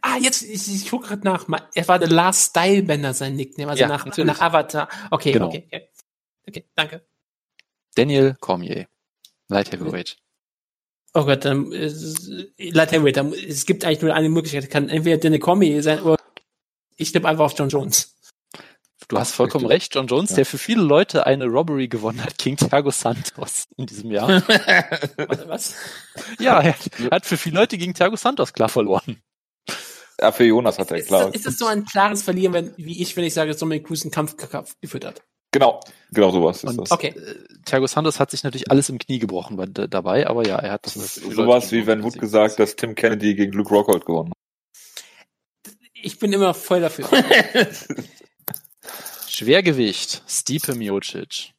Speaker 3: Ah, jetzt, ich, ich gucke gerade nach. Ma- Er war The Last Stylebender, sein Nickname, also
Speaker 2: Ja,
Speaker 3: nach,
Speaker 2: natürlich.
Speaker 3: nach Avatar. Okay,
Speaker 2: Genau.
Speaker 3: okay, okay. Okay, danke.
Speaker 2: Daniel Cormier. Light Heavyweight.
Speaker 3: Oh Gott, dann, äh, Light Heavyweight, dann, es gibt eigentlich nur eine Möglichkeit. Kann entweder Danny Cormier sein oder ich tippe einfach auf John Jones.
Speaker 2: Du hast vollkommen recht, John Jones,
Speaker 1: Ja.
Speaker 2: der für viele Leute eine Robbery gewonnen hat gegen Thiago Santos in diesem Jahr.
Speaker 3: Warte, was?
Speaker 2: ja, er hat für viele Leute gegen Thiago Santos klar verloren.
Speaker 1: Ja, Ah, für Jonas hat er
Speaker 3: Ist das,
Speaker 1: klar.
Speaker 3: ist das so ein klares Verlieren, wenn, wie ich, wenn ich sage, dass Dominic Cruz einen Kampfkampf geführt hat?
Speaker 1: Genau, genau sowas ist
Speaker 2: Und-
Speaker 1: das.
Speaker 3: Okay.
Speaker 2: Äh, Thiago Santos hat sich natürlich alles im Knie gebrochen bei, d- dabei, aber ja, er hat
Speaker 1: Das ist
Speaker 2: für viele
Speaker 1: sowas
Speaker 2: Leute
Speaker 1: wie
Speaker 2: gewonnen.
Speaker 1: wenn Wood gesagt, dass Tim Kennedy gegen Luke Rockhold gewonnen
Speaker 3: Ich bin immer voll dafür.
Speaker 1: hat.
Speaker 2: Schwergewicht, Stipe Miocic.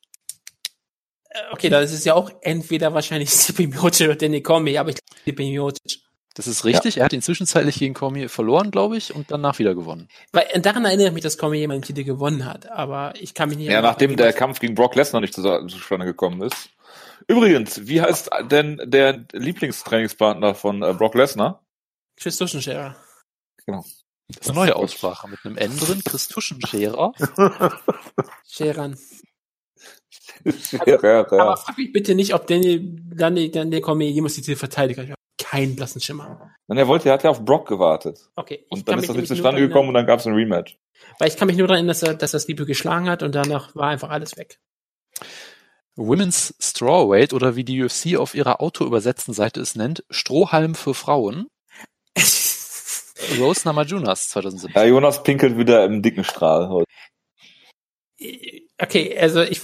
Speaker 3: Äh, okay, dann ist es ja auch entweder wahrscheinlich Stipe Miocic oder Danny Cormier, aber ich glaube Stipe Miocic.
Speaker 2: Das ist richtig. Er hat ihn zwischenzeitlich gegen Cormier verloren, glaube ich, und danach wieder gewonnen.
Speaker 3: Weil äh, daran erinnere ich mich, dass Cormier jemanden Titel gewonnen hat, aber ich kann mich nicht
Speaker 1: Ja,
Speaker 3: erinnern,
Speaker 1: nachdem
Speaker 3: ob
Speaker 1: der
Speaker 3: jemand-
Speaker 1: Kampf gegen Brock Lesnar nicht zu- zustande gekommen ist. Übrigens, wie heißt denn der Lieblingstrainingspartner von äh, Brock Lesnar?
Speaker 3: Chris Duschenscherer.
Speaker 2: Das ist eine neue Aussprache mit einem N drin. Chris Tuschenscherer.
Speaker 3: Scheran.
Speaker 1: ja, ja,
Speaker 3: Also, Aber
Speaker 1: ja.
Speaker 3: frag mich bitte nicht, ob Daniel, Daniel, Daniel Cormier jemals die Titel verteidigt hat. Ich habe keinen blassen Schimmer.
Speaker 1: Und er wollte, er hat ja auf Brock gewartet.
Speaker 3: Okay.
Speaker 1: Und dann ist das nicht
Speaker 3: nämlich nur
Speaker 1: zustande
Speaker 3: dran
Speaker 1: gekommen und dann gab es ein Rematch.
Speaker 3: erinnern- Weil ich kann mich nur daran erinnern, dass er, dass er Stipe geschlagen hat und danach war einfach alles weg.
Speaker 2: Women's Strawweight oder wie die UFC auf ihrer autoübersetzten Seite es nennt, Strohhalm für Frauen. Rose Namajunas 2017.
Speaker 1: Ja, Jonas pinkelt wieder im dicken Strahl heute.
Speaker 3: okay, also ich,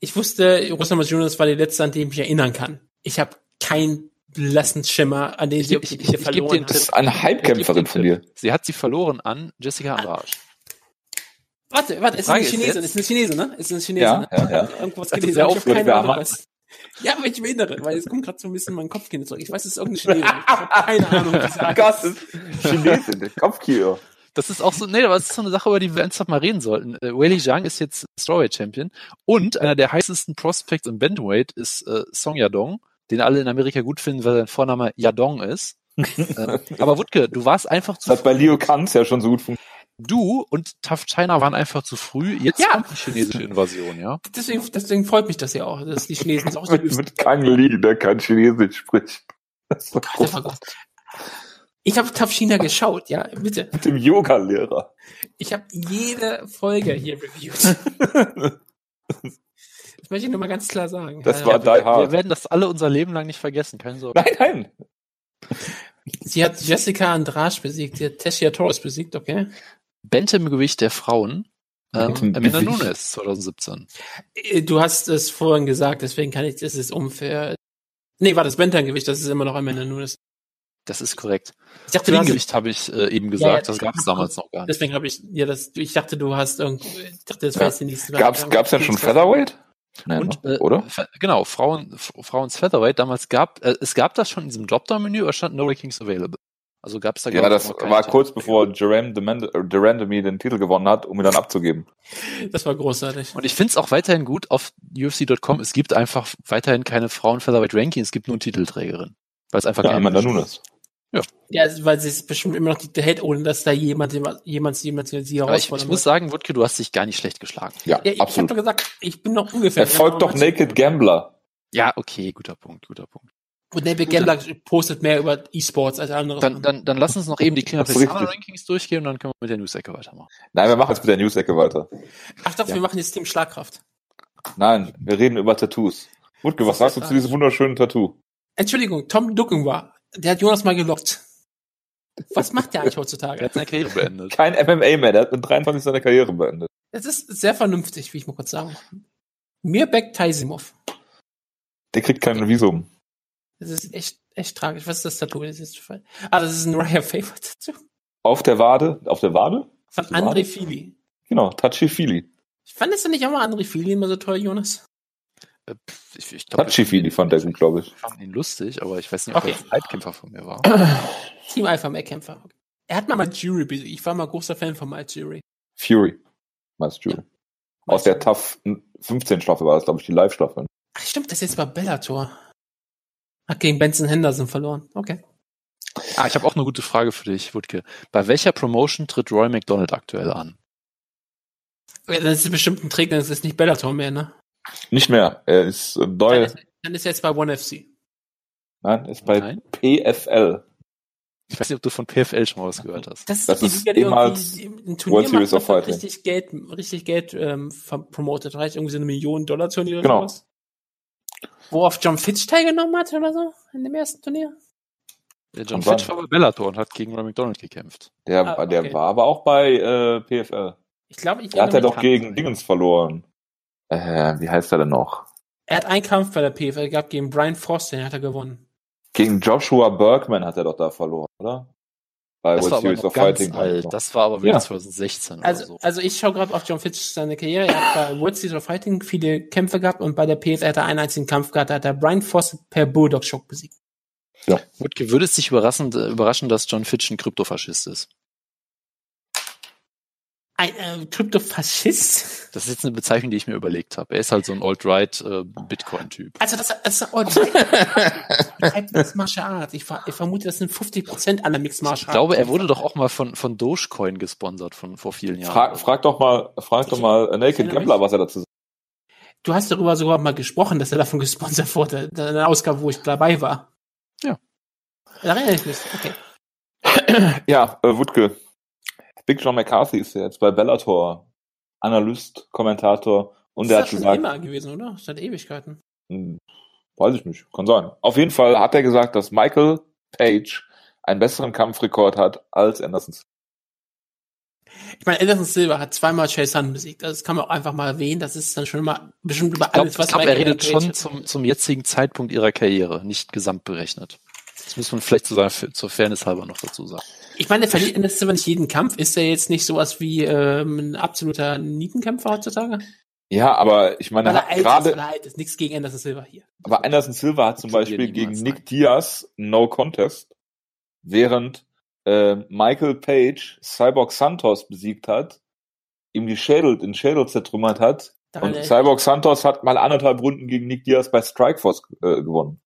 Speaker 3: ich wusste, Russland Jonas war die letzte, an die ich mich erinnern kann. Ich habe keinen blassen Schimmer, an den sie
Speaker 2: Ich- ich-
Speaker 3: hier
Speaker 2: ich geb
Speaker 3: verloren
Speaker 2: den
Speaker 3: hat.
Speaker 1: Das ist eine Hypekämpferin von dir.
Speaker 2: Sie hat sie verloren an Jessica Andrage.
Speaker 3: Warte, warte, ist das
Speaker 2: Frage
Speaker 3: eine
Speaker 2: ist
Speaker 3: Chinesin?
Speaker 2: jetzt-
Speaker 3: Ist eine Chinesin, ne? Ist eine Chinesin?
Speaker 1: Ja,
Speaker 3: Ne?
Speaker 1: ja, ja.
Speaker 3: Irgendwas
Speaker 2: Das ist
Speaker 3: gelesen,
Speaker 2: sehr
Speaker 3: aber ich hab
Speaker 1: aufregend,
Speaker 3: keine Ahnung
Speaker 1: Hammer.
Speaker 3: was. Ja, aber ich mich erinnere, weil es kommt gerade so ein bisschen in meinen Kopf zurück. Ich weiß, es ist irgendeine Chinesin. Ich hab keine Ahnung, was das
Speaker 1: Gott, das ist Chinesin, der Kopfkino.
Speaker 2: Das ist auch so, nee, aber das ist so eine Sache, über die wir ernsthaft mal reden sollten. Äh, Weili Zhang ist jetzt Strawweight Champion und einer der heißesten Prospects im Bantamweight ist äh, Song Yadong, den alle in Amerika gut finden, weil sein Vorname Yadong ist. äh, aber Wutke, du warst einfach zu
Speaker 1: Das hat bei Leo Kanz ja schon so gut funktioniert.
Speaker 2: Du und Tough China waren einfach zu früh. Jetzt
Speaker 3: Ja.
Speaker 2: kommt die chinesische Invasion, ja?
Speaker 3: deswegen, deswegen freut mich das ja auch, dass die Chinesen es auch so
Speaker 1: Mit, mit Kang Lee, der kein Chinesisch spricht. Das war
Speaker 3: Das war gut. Ich habe Tough China geschaut, ja, bitte.
Speaker 1: Mit dem Yoga-Lehrer.
Speaker 3: Ich habe jede Folge hier reviewt. das möchte ich nur mal ganz klar sagen. Äh,
Speaker 1: Das
Speaker 3: Ja,
Speaker 1: war
Speaker 3: ja.
Speaker 1: Die Hard.
Speaker 2: Wir werden das alle unser Leben lang nicht vergessen, keine Sorge.
Speaker 1: Nein, nein.
Speaker 3: Sie hat Jessica Andrasch besiegt, sie hat Tessia Torres besiegt, okay.
Speaker 2: Bantamgewicht der Frauen, ähm,
Speaker 1: Bantamgewicht.
Speaker 2: Amanda Nunes 2017.
Speaker 3: Äh, Du hast es vorhin gesagt, deswegen kann ich, das ist unfair. Nee, war das Bentangewicht, das ist immer noch am Ende nur das.
Speaker 2: Das ist korrekt.
Speaker 3: Ich dachte, du hast,
Speaker 2: Fliegengewicht habe ich äh, eben
Speaker 3: Ja, ja,
Speaker 2: gesagt,
Speaker 3: das
Speaker 2: das gab es
Speaker 3: kann-
Speaker 2: damals noch gar nicht.
Speaker 3: deswegen habe ich, ja, das, ich dachte, du hast irgendwie, ich dachte, das war
Speaker 1: Ja.
Speaker 3: jetzt die nächste
Speaker 1: Gab's, gab's denn schon Featherweight? Nein,
Speaker 2: Und,
Speaker 1: ne?
Speaker 2: äh,
Speaker 1: oder?
Speaker 2: Fe- Genau, Frauen, F- Frauen's Featherweight, damals gab, äh, es gab das schon in diesem Dropdown-Menü, aber stand No Rankings Available. Also gab es da
Speaker 1: Ja,
Speaker 2: glaub ich,
Speaker 1: das
Speaker 2: noch keinen
Speaker 1: war
Speaker 2: Titel.
Speaker 1: kurz bevor Jerem Durandamy äh, den Titel gewonnen hat, um ihn dann abzugeben.
Speaker 3: Das war großartig.
Speaker 2: Und ich finde es auch weiterhin gut auf UFC.com, es gibt einfach weiterhin keine Frauen-Featherweight-Ranking, es gibt nur Titelträgerin. Weil es einfach
Speaker 1: Ja,
Speaker 2: keine
Speaker 1: Amanda
Speaker 2: Menschen
Speaker 1: Nunes.
Speaker 3: Ja, weil sie es bestimmt immer noch die hält, ohne dass da jemand, jemand, jemand, jemand sie
Speaker 2: Aber ich,
Speaker 3: herausfordert.
Speaker 2: ich muss sagen, Wutke, du hast dich gar nicht schlecht geschlagen.
Speaker 1: Ja,
Speaker 3: ja, ich, ich habe
Speaker 1: absolut.
Speaker 3: doch gesagt, ich bin noch ungefähr.
Speaker 1: Er folgt doch Naked Gambler.
Speaker 2: Ja, okay, guter Punkt, guter Punkt.
Speaker 3: Und David Gambler postet mehr über E-Sports als andere.
Speaker 2: Dann, dann, dann lass uns noch eben die
Speaker 1: Das ist
Speaker 2: Klimapesaner-Rankings durchgehen und dann können wir mit der News-Ecke weitermachen.
Speaker 1: Nein, wir machen jetzt mit der News-Ecke weiter.
Speaker 3: Ach doch,
Speaker 2: Ja.
Speaker 3: wir machen jetzt Team Schlagkraft.
Speaker 1: Nein, wir reden über Tattoos. Wutke, was sagst du zu diesem wunderschönen Tattoo?
Speaker 3: Entschuldigung, Tom Ducken war. Der hat Jonas mal gelockt. Was macht der eigentlich heutzutage?
Speaker 2: Er hat seine Karriere beendet.
Speaker 1: Kein MMA mehr, der hat mit 23 seine Karriere beendet.
Speaker 3: Das ist sehr vernünftig, wie ich mal kurz sagen. Mirbek Taisimov.
Speaker 1: Der kriegt kein Visum.
Speaker 3: Das ist echt, echt tragisch. Was ist das Tattoo? Das ist, ah, das ist ein Raya Favorite Tattoo.
Speaker 1: Auf der Wade, auf der Wade?
Speaker 3: Von
Speaker 1: Warte.
Speaker 3: André Fili.
Speaker 1: Genau, Tachi Fili.
Speaker 3: Ich fand es denn nicht auch mal André Fili immer so toll, Jonas?
Speaker 2: Äh, pff, Ich, ich glaub,
Speaker 1: Tachi Fili fand der gut, glaube ich.
Speaker 2: Ich fand ihn lustig, aber ich weiß nicht, ob
Speaker 3: Okay.
Speaker 2: er ein Leitkämpfer von mir war.
Speaker 1: Hm.
Speaker 3: Team Alpha Male Kämpfer. Er hat mal mal Jury. besiegt. Ich war mal großer Fan von Mal Jury.
Speaker 1: Fury. Meinst du? Aus der Tough 15 Staffel war das, glaube ich, die Live-Staffel.
Speaker 3: Ach, stimmt, das ist jetzt mal Bellator. Hat gegen Benson Henderson verloren. Okay.
Speaker 2: Ah, ich habe auch eine gute Frage für dich, Wutke. Bei welcher Promotion tritt Roy McDonald aktuell an?
Speaker 3: Ja, Dann ist es bestimmt ein Träger, das ist nicht Bellator mehr, ne?
Speaker 1: Nicht mehr. Er ist äh,
Speaker 3: Dann
Speaker 1: Doyle.
Speaker 3: ist, dann ist er jetzt bei One FC.
Speaker 1: Nein, ist bei
Speaker 2: Nein.
Speaker 1: PFL.
Speaker 2: Ich weiß nicht, ob du von PFL schon mal was gehört hast.
Speaker 3: Das ist
Speaker 1: Das
Speaker 3: die
Speaker 1: ist
Speaker 3: Liga, die
Speaker 1: ehemals
Speaker 3: irgendwie ein
Speaker 1: World
Speaker 3: Turnier
Speaker 1: Series
Speaker 3: macht,
Speaker 1: of
Speaker 3: was halt
Speaker 1: Fighting.
Speaker 3: richtig Geld, richtig Geld ähm, ver- promotet. Reicht irgendwie so eine Million Dollar Turnier oder
Speaker 1: Genau.
Speaker 3: sowas. Wo auf John Fitch teilgenommen hat oder so in dem ersten Turnier.
Speaker 2: Der John
Speaker 1: Und wann?
Speaker 2: Fitch war bei Bellator und hat gegen Roy McDonald gekämpft.
Speaker 1: Der,
Speaker 3: Ah,
Speaker 1: der
Speaker 3: okay.
Speaker 1: war aber auch bei äh, PFL.
Speaker 3: Ich glaube, ich
Speaker 1: Da hat er
Speaker 3: erinnere
Speaker 1: doch
Speaker 3: mich-
Speaker 1: gegen Dingens verloren. Äh, wie heißt er denn noch?
Speaker 3: er hat einen Kampf bei der PFL gehabt gegen Brian Frost, den hat er gewonnen.
Speaker 1: Gegen Joshua Bergman hat er doch da verloren, oder? Bei
Speaker 2: Das war
Speaker 1: World
Speaker 2: aber
Speaker 1: Series
Speaker 2: noch
Speaker 1: of
Speaker 2: ganz
Speaker 1: Fighting.
Speaker 2: alt. Das war aber wieder
Speaker 1: Ja.
Speaker 2: 2016
Speaker 3: Also,
Speaker 2: oder so.
Speaker 3: also ich schaue gerade auf John Fitch seine Karriere. Er hat bei World Series of Fighting viele Kämpfe gehabt und bei der PFL hat er einen einzigen Kampf gehabt. Da hat er Brian Frost per Bulldog Shock besiegt.
Speaker 2: Wutke, würde es dich überraschend, äh, überraschen, dass John Fitch ein Kryptofaschist ist?
Speaker 3: Ein äh, Kryptofaschist?
Speaker 2: Das ist jetzt eine Bezeichnung, die ich mir überlegt habe. Er ist halt so ein Alt-Right-Bitcoin-Typ.
Speaker 3: Also das, das, oh, das betreibt Mixed Martial Art. Ich, ver, ich vermute, das sind 50% aller Mixed
Speaker 2: ich
Speaker 3: Martial Art.
Speaker 2: glaube, er wurde doch auch mal von, von Dogecoin gesponsert von vor vielen Jahren.
Speaker 1: frag, frag doch mal, frag doch mal äh, Naked
Speaker 3: erinnere mich.
Speaker 1: Gambler, was er dazu sagt.
Speaker 3: Du hast darüber sogar mal gesprochen, dass er davon gesponsert wurde. in einer Ausgabe, wo ich dabei war.
Speaker 2: Ja.
Speaker 3: Da erinnere ich mich. Okay.
Speaker 1: Ja, äh, Wutke. Big John McCarthy ist ja jetzt bei Bellator Analyst, Kommentator und
Speaker 3: das
Speaker 1: er
Speaker 3: ist
Speaker 1: hat
Speaker 3: schon
Speaker 1: gesagt,
Speaker 3: immer gewesen, oder? Seit Ewigkeiten.
Speaker 1: Hm, Weiß ich nicht, kann sein. Auf jeden Fall hat er gesagt, dass Michael Page einen besseren Kampfrekord hat als Anderson. Silva.
Speaker 3: Ich meine, Anderson Silva hat zweimal Chase Sun besiegt. Also das kann man auch einfach mal erwähnen. Das ist dann schon mal bestimmt über
Speaker 2: Ich glaub,
Speaker 3: alles,
Speaker 2: ich glaube, er
Speaker 3: Michael
Speaker 2: redet
Speaker 3: Page-
Speaker 2: schon zum, zum jetzigen Zeitpunkt ihrer Karriere, nicht gesamt berechnet. Das muss man vielleicht zu seiner, zur Fairness halber noch dazu sagen.
Speaker 3: Ich meine, er verliert Anderson Silva nicht jeden Kampf. Ist er jetzt nicht sowas wie ähm, ein absoluter Nietenkämpfer heutzutage?
Speaker 1: Ja, aber ich meine,
Speaker 3: Weil
Speaker 1: er
Speaker 3: er
Speaker 1: hat
Speaker 3: alt ist, weil
Speaker 1: gerade,
Speaker 3: er alt ist. Nichts gegen Anderson Silva hier.
Speaker 1: aber Anderson Silva hat zum
Speaker 2: Das wird
Speaker 1: Beispiel
Speaker 2: dir
Speaker 1: gegen
Speaker 2: niemals
Speaker 1: Nick
Speaker 2: sein.
Speaker 1: Diaz No Contest, während äh, Michael Page Cyborg Santos besiegt hat, ihm die Schädel, den Schädel zertrümmert hat
Speaker 3: Da
Speaker 1: und
Speaker 3: hat er-
Speaker 1: Cyborg Santos hat mal anderthalb Runden gegen Nick Diaz bei Strikeforce äh, gewonnen.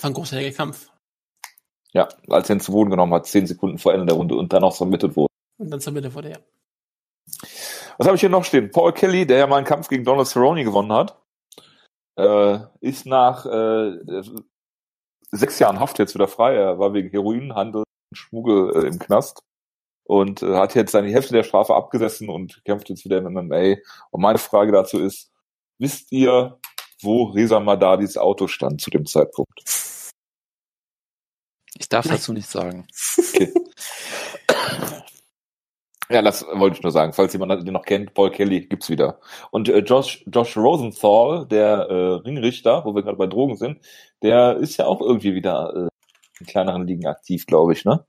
Speaker 3: War ein großartiger Kampf.
Speaker 1: Ja, als er ihn zu Boden genommen hat, zehn Sekunden vor Ende der Runde und dann auch submitted wurde.
Speaker 3: Und dann zur Mitte wurde er.
Speaker 1: Was habe ich hier noch stehen? Paul Kelly, der ja mal einen Kampf gegen Donald Cerrone gewonnen hat, äh, ist nach äh, sechs Jahren Haft jetzt wieder frei. Er war wegen Heroinhandel und Schmuggel äh, im Knast und äh, hat jetzt seine Hälfte der Strafe abgesessen und kämpft jetzt wieder im MMA. Und meine Frage dazu ist, wisst ihr, wo Reza Madadis Auto stand zu dem Zeitpunkt?
Speaker 2: Ich darf dazu nichts sagen.
Speaker 1: Ja, das wollte ich nur sagen. Falls jemand den noch kennt, Paul Kelly gibt's wieder. Und äh, Josh, Josh Rosenthal, der äh, Ringrichter, wo wir gerade bei Drogen sind, der ist ja auch irgendwie wieder äh, in kleineren Ligen aktiv, glaube ich, ne?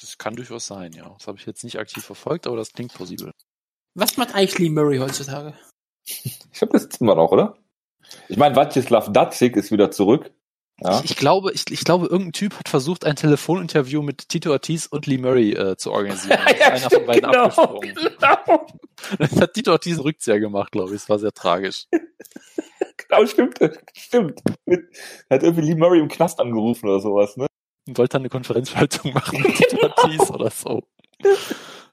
Speaker 2: Das kann durchaus sein, ja. Das habe ich jetzt nicht aktiv verfolgt, aber das klingt plausibel.
Speaker 3: Was macht eigentlich Lee Murray heutzutage?
Speaker 1: Ich glaube, das ist immer noch, oder? Ich meine, Vatislav Datsik ist wieder zurück. Ja.
Speaker 2: Ich, ich glaube, ich, ich glaube, irgendein Typ hat versucht, ein Telefoninterview mit Tito Ortiz und Lee Murray äh, zu organisieren. Da ist einer von beiden abgesprungen.
Speaker 1: genau,
Speaker 2: Das hat Tito Ortiz einen Rückzieher gemacht, glaube ich. Das war sehr tragisch.
Speaker 1: genau, stimmt, stimmt. Hat irgendwie Lee Murray im Knast angerufen oder sowas, ne?
Speaker 2: Und wollte dann eine Konferenzschaltung machen mit Tito
Speaker 3: Genau.
Speaker 2: Ortiz oder so.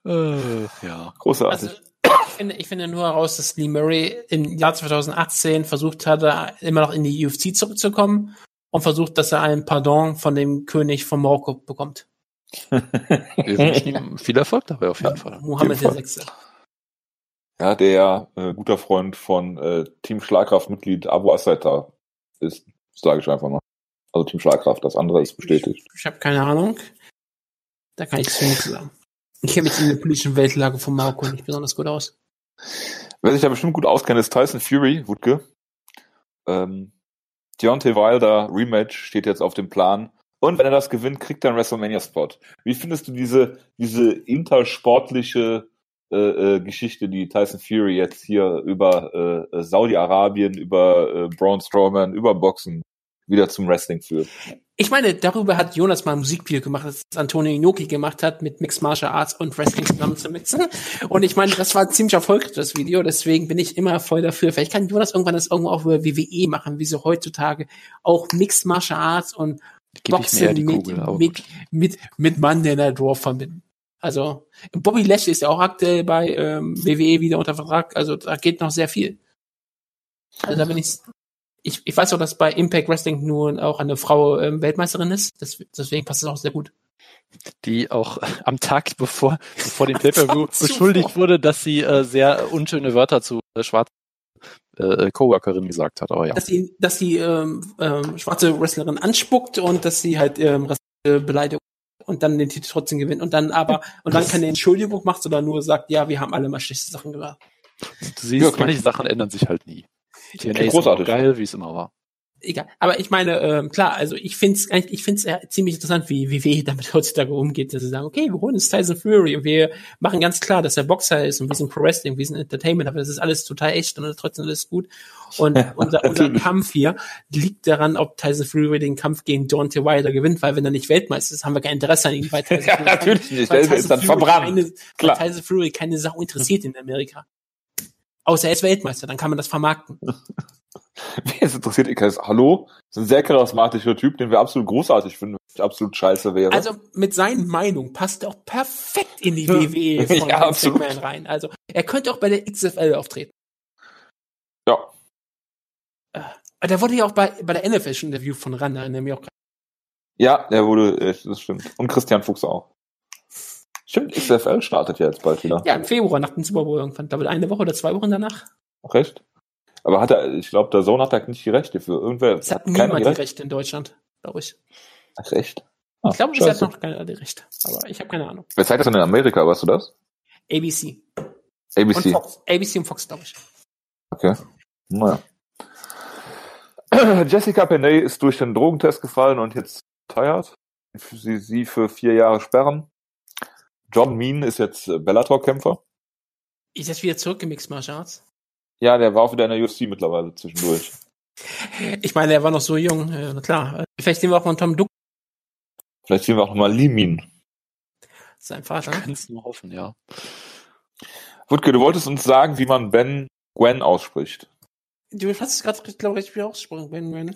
Speaker 2: Äh, ja.
Speaker 1: Großartig.
Speaker 3: Also, ich finde, ich finde nur heraus, dass Lee Murray im Jahr 2018 versucht hatte, immer noch in die UFC zurückzukommen und versucht, dass er einen Pardon von dem König von Marokko bekommt.
Speaker 2: Wir wünschen ihm viel Erfolg dabei auf jeden Fall.
Speaker 3: Mohammed
Speaker 1: Auf jeden
Speaker 3: VI.
Speaker 1: Ja, der äh, guter Freund von äh, Team Schlagkraft-Mitglied Abu Asaita ist, sage ich einfach mal. Also Team Schlagkraft, das andere ist bestätigt.
Speaker 3: Ich, ich habe keine Ahnung. Da kann ich zu nichts sagen. Ich kenne mich in der politischen Weltlage von Marokko nicht besonders gut aus.
Speaker 1: Wer sich da bestimmt gut auskennt, ist Tyson Fury, Wutke. Ähm, Deontay Wilder Rematch steht jetzt auf dem Plan. Und wenn er das gewinnt, kriegt er einen WrestleMania-Spot. Wie findest du diese, diese intersportliche äh, äh, Geschichte, die Tyson Fury jetzt hier über äh, Saudi-Arabien, über äh, Braun Strowman, über Boxen wieder zum Wrestling führt?
Speaker 3: Ich meine, darüber hat Jonas mal ein Musikvideo gemacht, das Antonio Inoki gemacht hat, mit Mixed Martial Arts und Wrestling zusammen zu mixen. Und ich meine, das war ziemlich erfolgreich, das Video, deswegen bin ich immer voll dafür. Vielleicht kann Jonas irgendwann das irgendwo auch über WWE machen, wie sie heutzutage auch Mixed Martial Arts und
Speaker 2: Gib ich mir ja
Speaker 3: Boxen
Speaker 2: die
Speaker 3: mit,
Speaker 2: Kugel. aber
Speaker 3: mit,
Speaker 2: gut.
Speaker 3: mit, mit Monday Night Raw verbinden. Also, Bobby Lashley ist ja auch aktuell bei ähm, WWE wieder unter Vertrag, also da geht noch sehr viel. Also da bin ich, ich, ich weiß auch, dass bei Impact Wrestling nun auch eine Frau ähm, Weltmeisterin ist, das, deswegen passt das auch sehr gut.
Speaker 2: die auch am Tag bevor, bevor dem Pay-Per-View beschuldigt wurde, dass sie äh, sehr unschöne Wörter zu äh, schwarzen äh, Coworkerin gesagt hat. Aber ja.
Speaker 3: Dass sie, dass sie ähm, ähm, schwarze Wrestlerin anspuckt und dass sie halt ähm, rassistische Beleidigung und dann den Titel trotzdem gewinnt und dann aber, und dann keine Entschuldigung macht, sondern nur sagt, ja, wir haben alle mal schlechte Sachen gemacht.
Speaker 2: Du siehst,
Speaker 1: Ja, klar.
Speaker 2: manche Sachen ändern sich halt nie. TNA ist immer
Speaker 1: Großartig.
Speaker 2: noch geil, wie es immer war.
Speaker 3: egal. Aber ich meine, ähm, klar, also ich find's eigentlich, ich find's äh, ziemlich interessant, wie wie WWE damit heutzutage umgeht, dass sie sagen, okay, wir holen uns Tyson Fury und wir machen ganz klar, dass er Boxer ist und wir sind Pro Wrestling, wir sind Entertainment, aber das ist alles total echt und trotzdem alles gut. Und unser, unser
Speaker 1: natürlich.
Speaker 3: Kampf hier liegt daran, ob Tyson Fury den Kampf gegen Deontay Wilder gewinnt, weil wenn er nicht Weltmeister ist, haben wir kein Interesse an ihm. Weil Tyson
Speaker 1: Ja,
Speaker 3: Fury-
Speaker 1: natürlich nicht.
Speaker 3: weil
Speaker 1: Der ist
Speaker 3: Tyson
Speaker 1: dann
Speaker 3: Fury
Speaker 1: verbrannt.
Speaker 3: Keine,
Speaker 1: Klar.
Speaker 3: Weil Tyson Fury keine Sau interessiert in Amerika. Außer er ist Weltmeister, dann kann man das vermarkten.
Speaker 1: Wer es interessiert, ich heißt Hallo, ist ein sehr charismatischer Typ, den wir absolut großartig finden, was absolut scheiße wäre.
Speaker 3: Also mit seinen Meinungen passt er auch perfekt in die
Speaker 1: Ja.
Speaker 3: WWE von
Speaker 1: Ja,
Speaker 3: Vince
Speaker 1: absolut.
Speaker 3: McMahon rein. Also er könnte auch bei der XFL auftreten.
Speaker 1: ja.
Speaker 3: Aber der Äh, wurde ja auch bei, bei der NFL schon interviewt von Randa, nämlich auch
Speaker 1: ja, der wurde, äh, das stimmt. Und Christian Fuchs auch. Stimmt, XFL startet ja jetzt bald wieder.
Speaker 3: ja, im Februar nach dem Super Bowl irgendwann, glaube ich, eine Woche oder zwei Wochen danach.
Speaker 1: Auch recht. Aber hat er, ich glaube, der Sohn hat da nicht die Rechte für. Irgendwer
Speaker 3: Es hat
Speaker 1: keiner
Speaker 3: niemand die Rechte in Deutschland, glaube ich.
Speaker 1: Ach, echt? Ah,
Speaker 3: Ich glaube, es hat
Speaker 1: scheiße.
Speaker 3: noch keiner die Rechte. Aber ich habe keine Ahnung.
Speaker 1: Wer zeigt das denn in Amerika, weißt du das?
Speaker 3: ABC. Und
Speaker 1: ABC.
Speaker 3: Fox. ABC und Fox, glaube ich.
Speaker 1: Okay. Naja. Jessica Penney ist durch den Drogentest gefallen und jetzt tired. Sie, sie für vier Jahre sperren. John Mean ist jetzt äh, Bellator-Kämpfer.
Speaker 3: Ist jetzt wieder zurück im Mixed Martial Arts?
Speaker 1: Ja, der war auch wieder in der UFC mittlerweile zwischendurch.
Speaker 3: Ich meine, er war noch so jung, äh, na klar. Vielleicht sehen wir auch mal Tom Duck,
Speaker 1: Vielleicht sehen wir auch nochmal Lee Mean.
Speaker 3: sein Vater.
Speaker 2: Kannst nur hoffen, ja.
Speaker 1: Wutke, du wolltest uns sagen, wie man Ben Gwen ausspricht.
Speaker 3: Du hast es gerade, glaube ich, wieder ausgesprochen, Ben, Ben.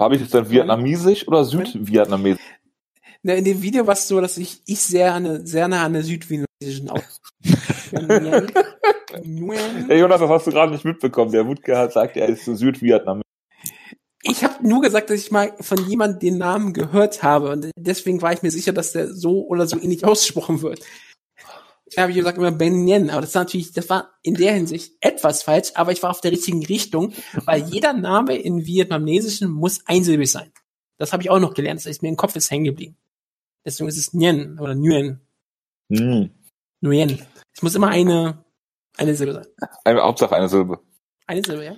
Speaker 1: Habe ich es dann vietnamesisch oder südvietnamesisch?
Speaker 3: Na, in dem Video war es so, dass ich, ich sehr, an, sehr nah an der südvietnamesischen Au- Nguyen. Nguyen.
Speaker 1: Ey Jonas, das hast du gerade nicht mitbekommen. Der Wutke hat sagt, er ist Südvietnamesisch.
Speaker 3: Ich habe nur gesagt, dass ich mal von jemandem den Namen gehört habe und deswegen war ich mir sicher, dass der so oder so ähnlich ausgesprochen wird. Da habe ich gesagt immer Ben Nguyen, aber das war natürlich, das war in der Hinsicht etwas falsch, aber ich war auf der richtigen Richtung, weil jeder Name in Vietnamesischen muss einsilbig sein. Das habe ich auch noch gelernt, das ist mir im Kopf ist hängen geblieben. Deswegen ist es Nguyen oder Nguyen.
Speaker 1: Hm.
Speaker 3: Nguyen. Es muss immer eine, eine Silbe sein.
Speaker 1: Eine, Hauptsache eine Silbe.
Speaker 3: Eine Silbe, ja?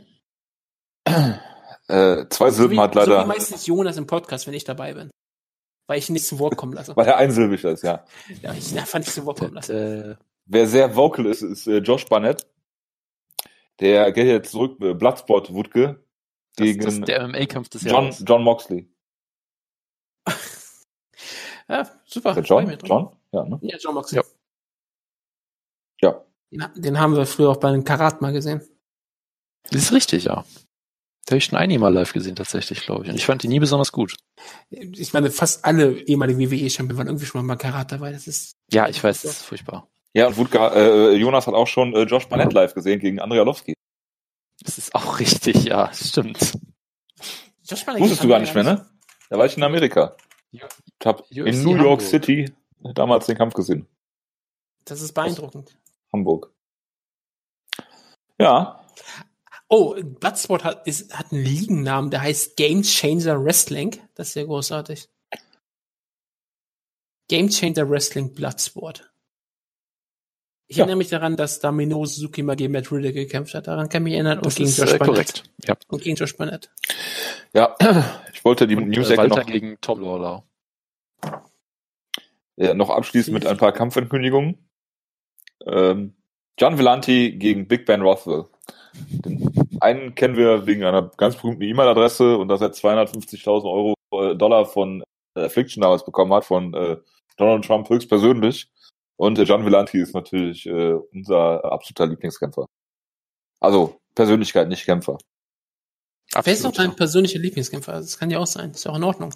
Speaker 1: Äh, zwei Silben
Speaker 3: Also wie,
Speaker 1: hat leider,
Speaker 3: So wie meistens Jonas im Podcast, wenn ich dabei bin. Weil ich ihn nicht zum Wort kommen lasse.
Speaker 1: weil er einsilbig ist, ja.
Speaker 3: Ja, ich ihn einfach nicht zum Wort kommen
Speaker 2: Und,
Speaker 3: lasse.
Speaker 2: äh,
Speaker 1: Wer sehr vocal ist, ist äh, Josh Barnett. Der geht jetzt zurück, äh, Bloodsport Wutke,
Speaker 2: das,
Speaker 1: gegen
Speaker 2: das ist der MMA-Kampf des
Speaker 1: John,
Speaker 2: Jahres.
Speaker 1: John Moxley.
Speaker 3: Ja, super.
Speaker 1: Der
Speaker 3: Freu
Speaker 1: John?
Speaker 3: mich drauf.
Speaker 1: John? Ja, ne?
Speaker 3: Ja, John Moxley.
Speaker 2: Ja.
Speaker 1: Ja.
Speaker 3: Den, ha- den haben wir früher auch bei einem Karat mal gesehen.
Speaker 2: Das ist richtig, ja. Da habe ich schon einige Mal live gesehen, tatsächlich, glaube ich. Und ich fand die nie besonders gut.
Speaker 3: Ich meine, fast alle ehemaligen WWE-Champions waren irgendwie schon mal beim Karat dabei. Das ist,
Speaker 2: Ja, ich weiß, das ist furchtbar.
Speaker 1: Ja, und Wutke, äh, Jonas hat auch schon äh, Josh Barnett live gesehen gegen Andrialowski.
Speaker 2: Das ist auch richtig, ja, stimmt.
Speaker 3: Josh Barnett
Speaker 1: Wusstest du gar nicht mehr, ne? Da war ich in Amerika.
Speaker 2: Ja.
Speaker 1: Ich hab
Speaker 2: UFC
Speaker 1: in New York
Speaker 2: Hamburg.
Speaker 1: City damals den Kampf gesehen.
Speaker 3: Das ist beeindruckend.
Speaker 1: Hamburg. Ja,
Speaker 3: Oh, Bloodsport hat, ist, hat einen Ligennamen, der heißt Game Changer Wrestling. Das ist ja großartig. Gamechanger Wrestling Bloodsport. Ich
Speaker 1: Ja.
Speaker 3: erinnere mich daran, dass da Minoru Suzuki mal gegen Matt Riddle gekämpft hat. Daran kann ich mich erinnern. Und
Speaker 2: Das
Speaker 3: gegen
Speaker 2: ist
Speaker 3: Josh
Speaker 2: äh,
Speaker 3: Barnett.
Speaker 2: korrekt. Ja.
Speaker 3: Und gegen Josh Barnett.
Speaker 1: Ja, ich wollte die
Speaker 2: Und, äh,
Speaker 1: News-Ecke
Speaker 2: Walter
Speaker 1: noch,
Speaker 2: gegen Tom Lawler.
Speaker 1: äh, noch abschließen mit ein paar Kampfankündigungen. Ähm, John Villanti gegen Big Ben Rothwell. Den einen kennen wir wegen einer ganz berühmten E-Mail-Adresse und dass er 250.000 Euro äh, Dollar von äh, Affliction damals bekommen hat, von äh, Donald Trump höchstpersönlich. Und äh, John Villanti ist natürlich äh, unser absoluter Lieblingskämpfer. Also Persönlichkeit, nicht Kämpfer.
Speaker 3: Wer ist noch
Speaker 2: Absolut.
Speaker 3: dein persönlicher Lieblingskämpfer? Das kann ja auch sein. Ist ja auch in Ordnung.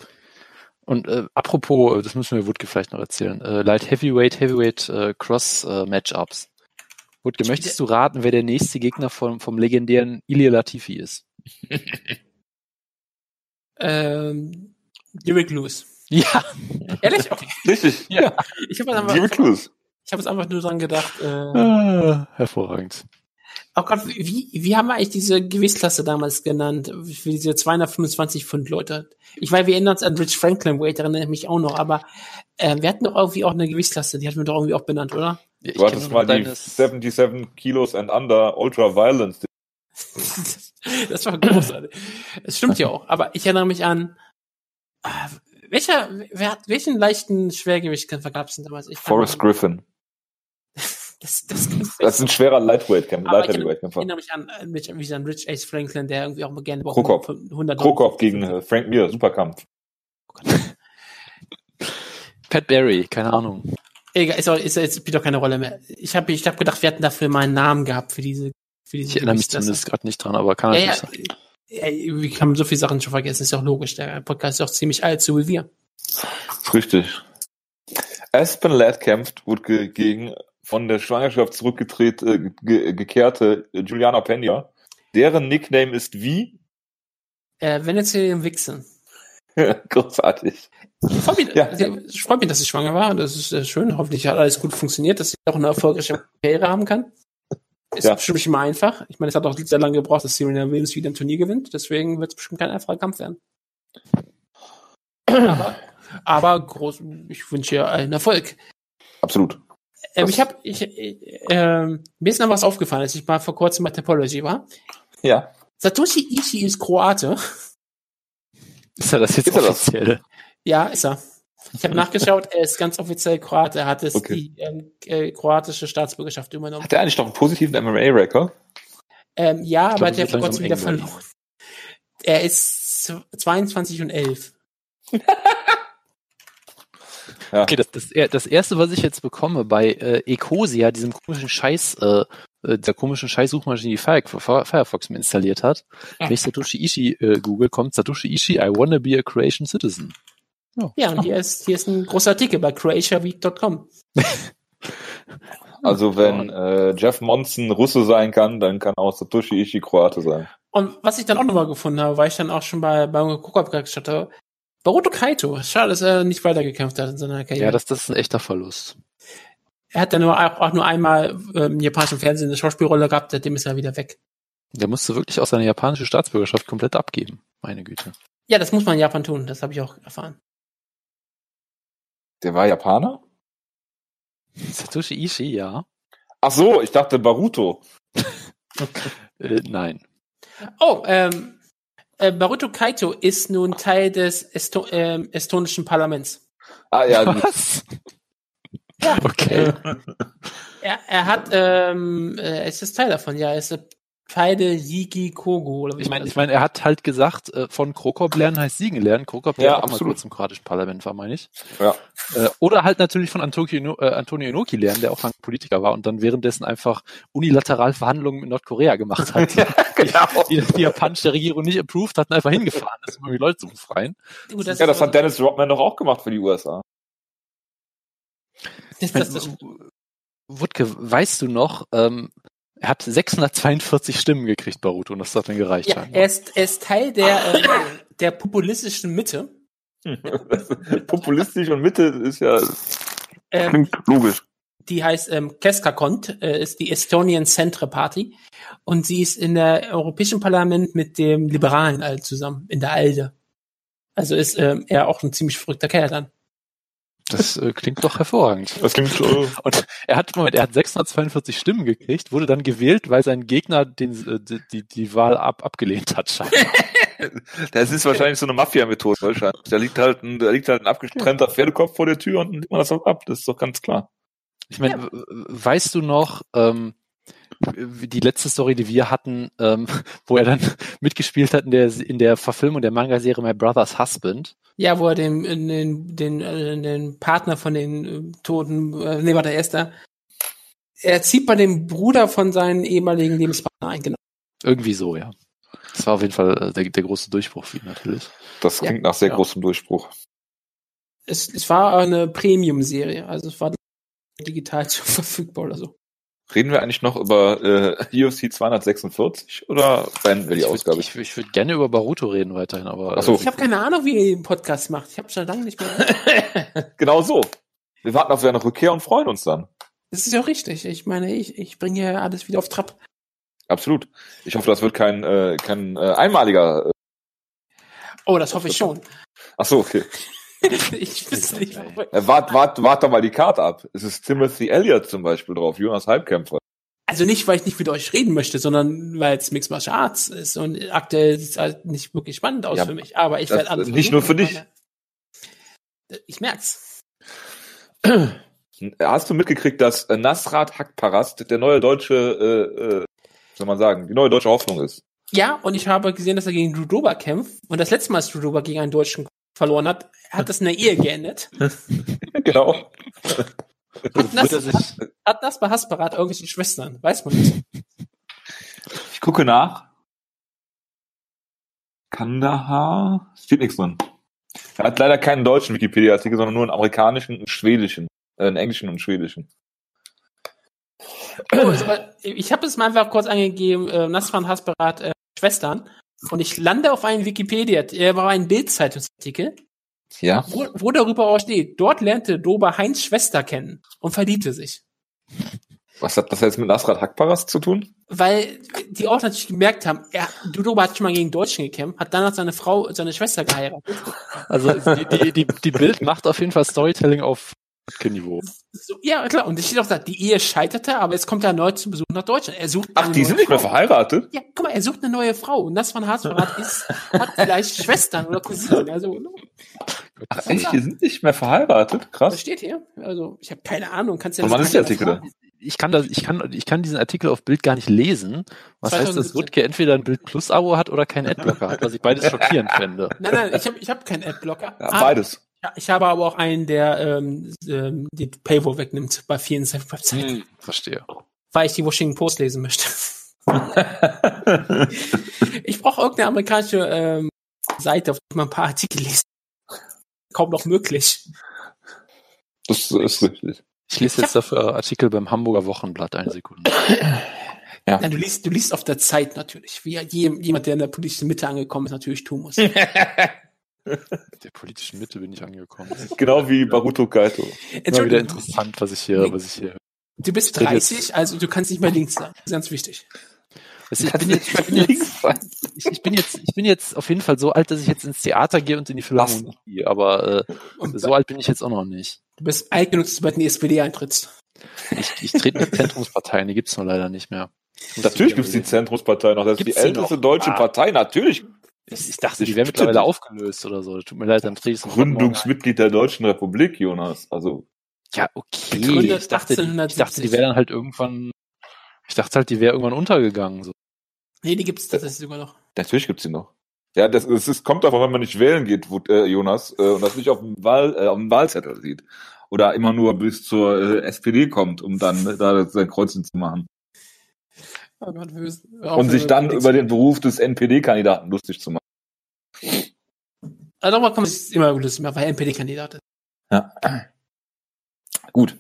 Speaker 2: Und äh, apropos, äh, das müssen wir Wutke vielleicht noch erzählen. Äh, Light Heavyweight, Heavyweight äh, Cross äh, Matchups. Wutke, möchtest du raten, wer der nächste Gegner vom, vom legendären Ilia Latifi ist?
Speaker 3: Ähm, Derek Lewis.
Speaker 2: Ja,
Speaker 3: Ehrlich? Okay.
Speaker 1: Richtig,
Speaker 2: ja.
Speaker 3: Ich habe
Speaker 1: die
Speaker 3: einfach,
Speaker 1: Recluse.
Speaker 3: ich hab jetzt einfach nur dran gedacht. Äh,
Speaker 2: Äh, hervorragend.
Speaker 3: oh Gott, wie, wie haben wir eigentlich diese Gewichtsklasse damals genannt? Für diese 225 Pfund Leute. Ich meine, wir erinnern uns an Rich Franklin Weight, daran erinnere ich mich auch noch, aber äh, wir hatten doch irgendwie auch eine Gewichtsklasse, die hatten wir doch irgendwie auch benannt, oder?
Speaker 2: Ja,
Speaker 1: Du hattest mal die 77 Kilos and Under Ultra Violence.
Speaker 3: Das war großartig. Es stimmt ja auch, aber ich erinnere mich an, äh, welcher, wer, hat- welchen leichten Schwergewichtkämpfer gab es denn damals? Ich kann-
Speaker 1: Forrest Griffin.
Speaker 3: Das, das, das,
Speaker 1: Das ist ein schwerer Lightweight-Kämpfer.
Speaker 3: Aber ich
Speaker 1: Light
Speaker 3: erinnere
Speaker 1: Heavyweight-Kämpfer.
Speaker 3: erinnere mich an, äh, mich, mich an Rich Ace Franklin, der irgendwie auch mal gerne
Speaker 1: Krokop.
Speaker 3: 100
Speaker 1: Krokop gegen äh, Frank Mir, Superkampf.
Speaker 2: Pat Barry, keine Ahnung.
Speaker 3: Egal, ist, auch, ist, ist spielt doch keine Rolle mehr. Ich habe ich hab gedacht, wir hatten dafür mal einen Namen gehabt für diese. Für diese
Speaker 2: Ich erinnere mich
Speaker 3: Gewichtsklasse.
Speaker 2: zumindest gerade nicht dran, aber kann
Speaker 3: Ja,
Speaker 2: natürlich
Speaker 3: ja.
Speaker 2: sein.
Speaker 3: Ey, Wir haben so viele Sachen schon vergessen, ist ja auch logisch. Der Podcast ist auch ziemlich alt, so wie wir.
Speaker 1: Ist richtig. Aspen Ladd kämpft, wurde ge gegen von der Schwangerschaft zurückgedreht, äh, ge gekehrte Juliana Pena. Deren Nickname ist wie?
Speaker 3: Äh, wenn jetzt hier im Wichsen.
Speaker 1: Großartig.
Speaker 3: Ich freue mich,
Speaker 1: Ja.
Speaker 3: ich freu mich, dass ich schwanger war. Das ist äh, schön. Hoffentlich hat alles gut funktioniert, dass sie auch eine erfolgreiche Karriere haben kann. Ist
Speaker 1: Ja.
Speaker 3: bestimmt nicht immer einfach. Ich meine, es hat auch sehr lange gebraucht, dass Serena Williams wieder im Turnier gewinnt. Deswegen wird es bestimmt kein einfacher Kampf werden. Aber, aber groß, ich wünsche ihr allen Erfolg.
Speaker 1: Absolut.
Speaker 3: Ähm,
Speaker 1: Das-
Speaker 3: ich habe, ich, äh, ähm, mir ist noch was aufgefallen, als ich mal vor kurzem bei Topology war.
Speaker 1: Ja.
Speaker 3: Satoshi Ichi ist Kroate.
Speaker 2: Ist er das jetzt
Speaker 1: Ist er das?
Speaker 2: offiziell?
Speaker 3: Ja, ist er. Ich habe nachgeschaut, er ist ganz offiziell Kroate. Er hat es
Speaker 1: Okay.
Speaker 3: die ähm, äh, kroatische Staatsbürgerschaft übernommen.
Speaker 1: Hat er eigentlich noch einen positiven MMA-Record?
Speaker 3: Ähm, ja, aber
Speaker 2: glaub,
Speaker 3: hat er
Speaker 2: es wird
Speaker 3: vor kurzem
Speaker 2: langsam eng werden.
Speaker 3: wieder verloren. Er ist zw- 22 und 11.
Speaker 2: Okay, das, das, er- das erste, was ich jetzt bekomme bei äh, Ecosia, diesem komischen Scheiß, äh, äh, der komischen Scheiß-Suchmaschine, die Fire- Fi- Firefox mir installiert hat, wenn ich Satoshi Ishii äh, google, kommt Satoshi Ishii, I wanna be a Croatian citizen.
Speaker 3: Ja, und hier ist, hier ist ein großer Artikel bei croatiaweek.com.
Speaker 1: Also wenn äh, Jeff Monson Russe sein kann, dann kann auch Satoshi Ishii Kroate sein.
Speaker 3: Und was ich dann auch nochmal gefunden habe, weil ich dann auch schon bei, bei Kukup geschaut habe, Baruto Kaito, schade, dass er nicht weitergekämpft hat in seiner Karriere.
Speaker 2: Ja, das, das ist ein echter Verlust.
Speaker 3: er hat dann nur, auch, auch nur einmal äh, im japanischen Fernsehen eine Schauspielrolle gehabt, seitdem ist er wieder weg.
Speaker 2: Der musste wirklich auch seine japanische Staatsbürgerschaft komplett abgeben. Meine Güte.
Speaker 3: Ja, das muss man in Japan tun, das habe ich auch erfahren.
Speaker 1: Der war Japaner?
Speaker 2: Satoshi Ishii, ja.
Speaker 1: Ach so, ich dachte Baruto.
Speaker 2: Äh, nein.
Speaker 3: Oh, ähm, äh, Baruto Kaito ist nun Teil des Esto ähm, estonischen Parlaments.
Speaker 1: Ah ja, gut.
Speaker 2: Was? Okay.
Speaker 3: Er, er hat, ähm, äh, es ist Teil davon, ja, er ist äh, Teil der Yigi Kogo. Oder wie
Speaker 2: Ich meine, ich
Speaker 3: mein,
Speaker 2: mein, er hat halt gesagt, äh, von Krokop lernen heißt siegen lernen. Krokop, der
Speaker 1: Ja,
Speaker 2: auch mal
Speaker 1: absolut.
Speaker 2: kurz im kroatischen Parlament war, meine ich.
Speaker 1: Ja.
Speaker 2: Äh, oder halt natürlich von Antonio, Ino- äh, Antonio Inoki lernen, der auch lange Politiker war und dann währenddessen einfach unilateral Verhandlungen mit Nordkorea gemacht hat.
Speaker 1: genau.
Speaker 2: Die, die japanische Regierung nicht approved hat und einfach hingefahren ist, um die Leute zu befreien.
Speaker 3: gut,
Speaker 1: Ja, das hat Dennis Rodman doch auch gemacht für die USA.
Speaker 3: das,
Speaker 2: Ich mein,
Speaker 3: das, das,
Speaker 2: W- Wutke, weißt du noch, ähm, er hat 642 Stimmen gekriegt, Baruto, und das hat dann gereicht.
Speaker 3: ja,
Speaker 2: scheinbar.
Speaker 3: er ist, er ist Teil der, äh, der populistischen Mitte.
Speaker 1: Populistisch und Mitte ist ja
Speaker 3: Ähm,
Speaker 1: klingt logisch.
Speaker 3: die heißt ähm, Keskakont, äh, ist die Estonian Centre Party. Und sie ist in der Europäischen Parlament mit dem Liberalen all zusammen, in der ALDE. Also ist ähm, er auch ein ziemlich verrückter Kerl dann.
Speaker 2: Das äh, klingt doch hervorragend.
Speaker 1: Das klingt äh,
Speaker 2: Und er hat, Moment, er hat 642 Stimmen gekriegt, wurde dann gewählt, weil sein Gegner den, äh, die, die, die Wahl ab, abgelehnt hat. scheinbar.
Speaker 1: Das ist wahrscheinlich so eine Mafia-Methode wahrscheinlich. Da liegt halt ein, da liegt halt ein abgetrennter Pferdekopf vor der Tür und dann nimmt man das halt ab. Das ist doch ganz klar.
Speaker 2: Ich meine, w- w- weißt du noch, ähm, wie die letzte Story, die wir hatten, ähm, wo er dann mitgespielt hat in der, in der Verfilmung der Manga-Serie My Brother's Husband?
Speaker 3: Ja, wo er den, den, den, äh, den Partner von den äh, Toten, äh, nee, warte, Esther, er zieht bei dem Bruder von seinen ehemaligen Lebenspartner ein, genau.
Speaker 2: Irgendwie so, ja. Das war auf jeden Fall äh, der, der große Durchbruch für ihn natürlich.
Speaker 1: Das
Speaker 3: Ja.
Speaker 1: klingt nach sehr
Speaker 2: Ja.
Speaker 1: großem Durchbruch.
Speaker 3: Es, es war eine Premium-Serie, also es war digital verfügbar oder so.
Speaker 1: Reden wir eigentlich noch über äh, UFC 246 oder beenden wir die
Speaker 2: ich
Speaker 1: Ausgabe?
Speaker 2: Würd, ich ich würde gerne über Baruto reden weiterhin, aber
Speaker 1: Ach so.
Speaker 2: äh,
Speaker 3: Ich habe keine Ahnung, wie ihr den Podcast macht. Ich habe schon lange nicht mehr.
Speaker 1: Genau so. Wir warten auf deine Rückkehr und freuen uns dann.
Speaker 3: Das ist ja auch richtig. Ich meine, ich, ich bringe ja alles wieder auf Trab.
Speaker 1: Absolut. Ich hoffe, das wird kein, äh, kein äh, einmaliger. äh,
Speaker 3: Oh, das hoffe ich schon.
Speaker 1: Ach so, okay.
Speaker 3: ich wüsste nicht, warum.
Speaker 1: Äh, Wart, wart, wart doch mal die Karte ab. Es ist Timothy Elliott zum Beispiel drauf, Jonas Halbkämpfer.
Speaker 3: Also nicht, weil ich nicht mit euch reden möchte, sondern weil es Mixed Martial Arts ist und aktuell sieht es halt nicht wirklich spannend aus
Speaker 1: Ja,
Speaker 3: für mich. Aber ich
Speaker 1: das-
Speaker 3: werde alles
Speaker 1: nicht nur
Speaker 3: versuchen.
Speaker 1: für dich.
Speaker 3: Meine- Ich merk's.
Speaker 1: Hast du mitgekriegt, dass äh, Nasrat Hakparast der neue deutsche, äh, äh, soll man sagen, die neue deutsche Hoffnung ist?
Speaker 3: Ja, und ich habe gesehen, dass er gegen Drew Dober kämpft. Und das letzte Mal, als Drew Dober gegen einen Deutschen verloren hat, hat das in der Ehe geendet.
Speaker 1: genau.
Speaker 2: also wird er sich,
Speaker 3: Hat das bei Hasparat irgendwelche Schwestern? Weiß man nicht.
Speaker 1: Ich gucke nach. Kandahar? Steht nichts drin. Er hat leider keinen deutschen Wikipedia-Artikel, sondern nur einen amerikanischen und einen schwedischen. Äh, einen englischen und einen schwedischen.
Speaker 3: Oh, ist aber- ich habe es mal einfach kurz angegeben, äh, Nasran Hasparat äh, Schwestern. Und ich lande auf einen Wikipedia, äh, auf einen Bild-Zeitungsartikel,
Speaker 1: Ja.
Speaker 3: wo, wo darüber auch steht, dort lernte Dober Heinz Schwester kennen und verliebte sich.
Speaker 1: Was hat das jetzt mit Nasrat Hakparast zu tun?
Speaker 3: Weil die auch natürlich gemerkt haben, er, Dober hat schon mal gegen Deutschen gekämpft, hat danach seine Frau, seine Schwester geheiratet.
Speaker 2: also die, die, die, die Bild macht auf jeden Fall Storytelling auf Niveau.
Speaker 3: So, ja, klar. Und ich steht auch da, die Ehe scheiterte, aber jetzt kommt er erneut zum Besuch nach Deutschland. Er sucht
Speaker 1: Ach,
Speaker 3: eine
Speaker 1: die
Speaker 3: neue
Speaker 1: sind nicht mehr
Speaker 3: Frau.
Speaker 1: verheiratet?
Speaker 3: Ja, guck mal, er sucht eine neue Frau und Nasran Hasparat ist, hat vielleicht Schwestern oder Cousinen. Also,
Speaker 1: Ach, echt? Die sind nicht mehr verheiratet?
Speaker 3: Das
Speaker 1: Krass.
Speaker 3: steht hier. Also, ich habe keine Ahnung. Kannst ja
Speaker 1: Und wann ist der Artikel denn?
Speaker 2: Ich kann, das, ich, kann, ich kann diesen Artikel auf Bild gar nicht lesen. Was heißt, dass
Speaker 3: 2017?
Speaker 2: Rutke entweder ein Bild Plus Abo hat oder keinen Adblocker hat, was ich beides schockierend fände.
Speaker 3: Nein, nein, ich habe ich hab keinen Adblocker.
Speaker 1: Ja,
Speaker 3: Ah,
Speaker 1: beides.
Speaker 3: ja, Ich habe aber auch einen, der ähm, ähm, die Paywall wegnimmt bei vielen Webseiten,
Speaker 1: Hm.
Speaker 2: Verstehe.
Speaker 1: Mhm.
Speaker 3: weil ich die Washington Post lesen möchte. ich brauche irgendeine amerikanische ähm, Seite, auf der man ein paar Artikel liest. Kaum noch möglich.
Speaker 1: Das ist richtig.
Speaker 2: Ich lese jetzt dafür Artikel beim Hamburger Wochenblatt, eine Sekunde.
Speaker 3: Nein, du liest, du liest auf der Zeit natürlich, wie je- jemand, der in der politischen Mitte angekommen ist, natürlich tun muss.
Speaker 2: Mit der politischen Mitte bin ich angekommen.
Speaker 1: Genau wie Baruto Kaito.
Speaker 2: Immer wieder
Speaker 3: Entschuldigung,
Speaker 2: interessant, was ich hier, was ich hier
Speaker 3: du bist
Speaker 2: Red jetzt.
Speaker 3: 30, also du kannst nicht mehr links sein. Das ist ganz wichtig.
Speaker 2: Also ich, bin jetzt, ich, bin jetzt, ich, ich bin jetzt, ich bin jetzt auf jeden Fall so alt, dass ich jetzt ins Theater gehe und in die Philharmonie. gehe, Aber äh,
Speaker 3: Und
Speaker 2: so alt bin ich jetzt auch noch nicht.
Speaker 3: Du bist alt genug, dass du bald in die SPD eintrittst.
Speaker 2: Ich, ich trete mit Zentrumsparteien, die gibt's nur leider nicht mehr. Ich muss
Speaker 1: Natürlich gibt's die
Speaker 2: überlegen.
Speaker 1: Zentrumspartei noch. Das ist
Speaker 2: Gibt's
Speaker 1: die
Speaker 2: die
Speaker 1: älteste
Speaker 2: noch?
Speaker 1: deutsche
Speaker 2: Ah.
Speaker 1: Partei. Natürlich.
Speaker 2: Ich, ich dachte, die
Speaker 1: Ich
Speaker 2: wäre
Speaker 1: bitte
Speaker 2: mittlerweile
Speaker 1: dich.
Speaker 2: aufgelöst oder so. Tut mir leid, dann trete ich es
Speaker 1: Gründungsmitglied der Deutschen Republik, Jonas. Also,
Speaker 2: Ja, okay.
Speaker 3: Gegründet
Speaker 2: Ich dachte, die- ich dachte, die wäre dann halt irgendwann. Ich dachte halt, die wäre irgendwann untergegangen. So.
Speaker 3: Nee, die gibt's tatsächlich sogar noch.
Speaker 1: natürlich gibt's die noch. Ja, das, das ist, kommt davon, wenn man nicht wählen geht, wo, äh, Jonas, äh, und das nicht auf dem, Wahl, äh, auf dem Wahlzettel sieht. Oder immer nur bis zur äh, SPD kommt, um dann äh, da sein Kreuzchen zu machen.
Speaker 3: Oh Gott, wir müssen- äh,
Speaker 1: Und sich dann über den Beruf des NPD-Kandidaten lustig zu machen.
Speaker 3: Also nochmal kann man sich immer lustig machen, weil NPD-Kandidat ist.
Speaker 1: Gut.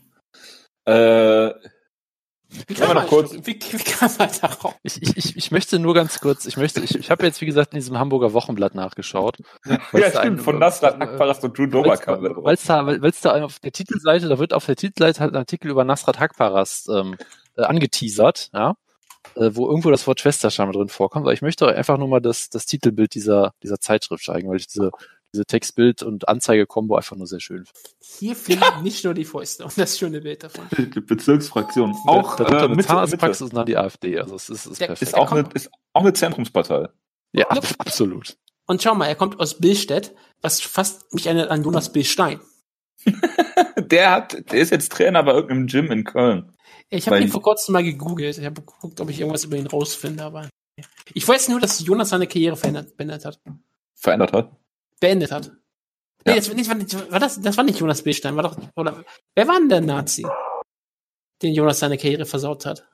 Speaker 1: Äh,
Speaker 3: Wie
Speaker 1: Können wir noch kurz-
Speaker 3: Wie, wie kam man darauf?
Speaker 2: Ich, ich, ich, ich möchte nur ganz kurz, ich möchte, ich, ich habe jetzt wie gesagt in diesem Hamburger Wochenblatt nachgeschaut.
Speaker 1: ja, stimmt, von Nasrat Akbaras und Drew Dober kam da
Speaker 2: Weil
Speaker 1: drauf.
Speaker 2: es da, weil- weil's da auf der Titelseite, da wird auf der Titelseite halt ein Artikel über Nasrat Hakparas ähm, äh, angeteasert, ja, äh, wo irgendwo das Wort Schwesterscham drin vorkommt. Aber ich möchte einfach nur mal das, das Titelbild dieser, dieser Zeitschrift zeigen, weil ich diese, diese Textbild- und Anzeige-Kombo einfach nur sehr schön.
Speaker 3: Hier fehlen nicht nur die Fäuste und das schöne Bild davon.
Speaker 1: Die Bezirksfraktion. Auch
Speaker 2: da, da
Speaker 1: äh,
Speaker 2: eine
Speaker 1: Mitte, Mitte.
Speaker 2: Zahnarztpraxis und dann die AfD. Also es ist, ist
Speaker 3: Der-
Speaker 2: perfekt.
Speaker 1: Ist auch, eine, ist auch eine Zentrumspartei.
Speaker 2: ja, absolut.
Speaker 3: Und schau mal, er kommt aus Billstedt, was fast mich erinnert an Jonas Billstein.
Speaker 1: Der hat, der ist jetzt Trainer bei irgendeinem Gym in Köln.
Speaker 3: Ich habe
Speaker 1: Weil-
Speaker 3: ihn vor kurzem mal gegoogelt. Ich habe geguckt, ob ich irgendwas über ihn rausfinde, aber ich weiß nur, dass Jonas seine Karriere verändert, beendet hat.
Speaker 1: Verändert hat.
Speaker 3: Beendet hat. Nee,
Speaker 1: Ja.
Speaker 3: das, nee, das, war nicht, war das, das war nicht Jonas Billstein, war doch, oder, wer war denn der Nazi, den Jonas seine Karriere versaut hat?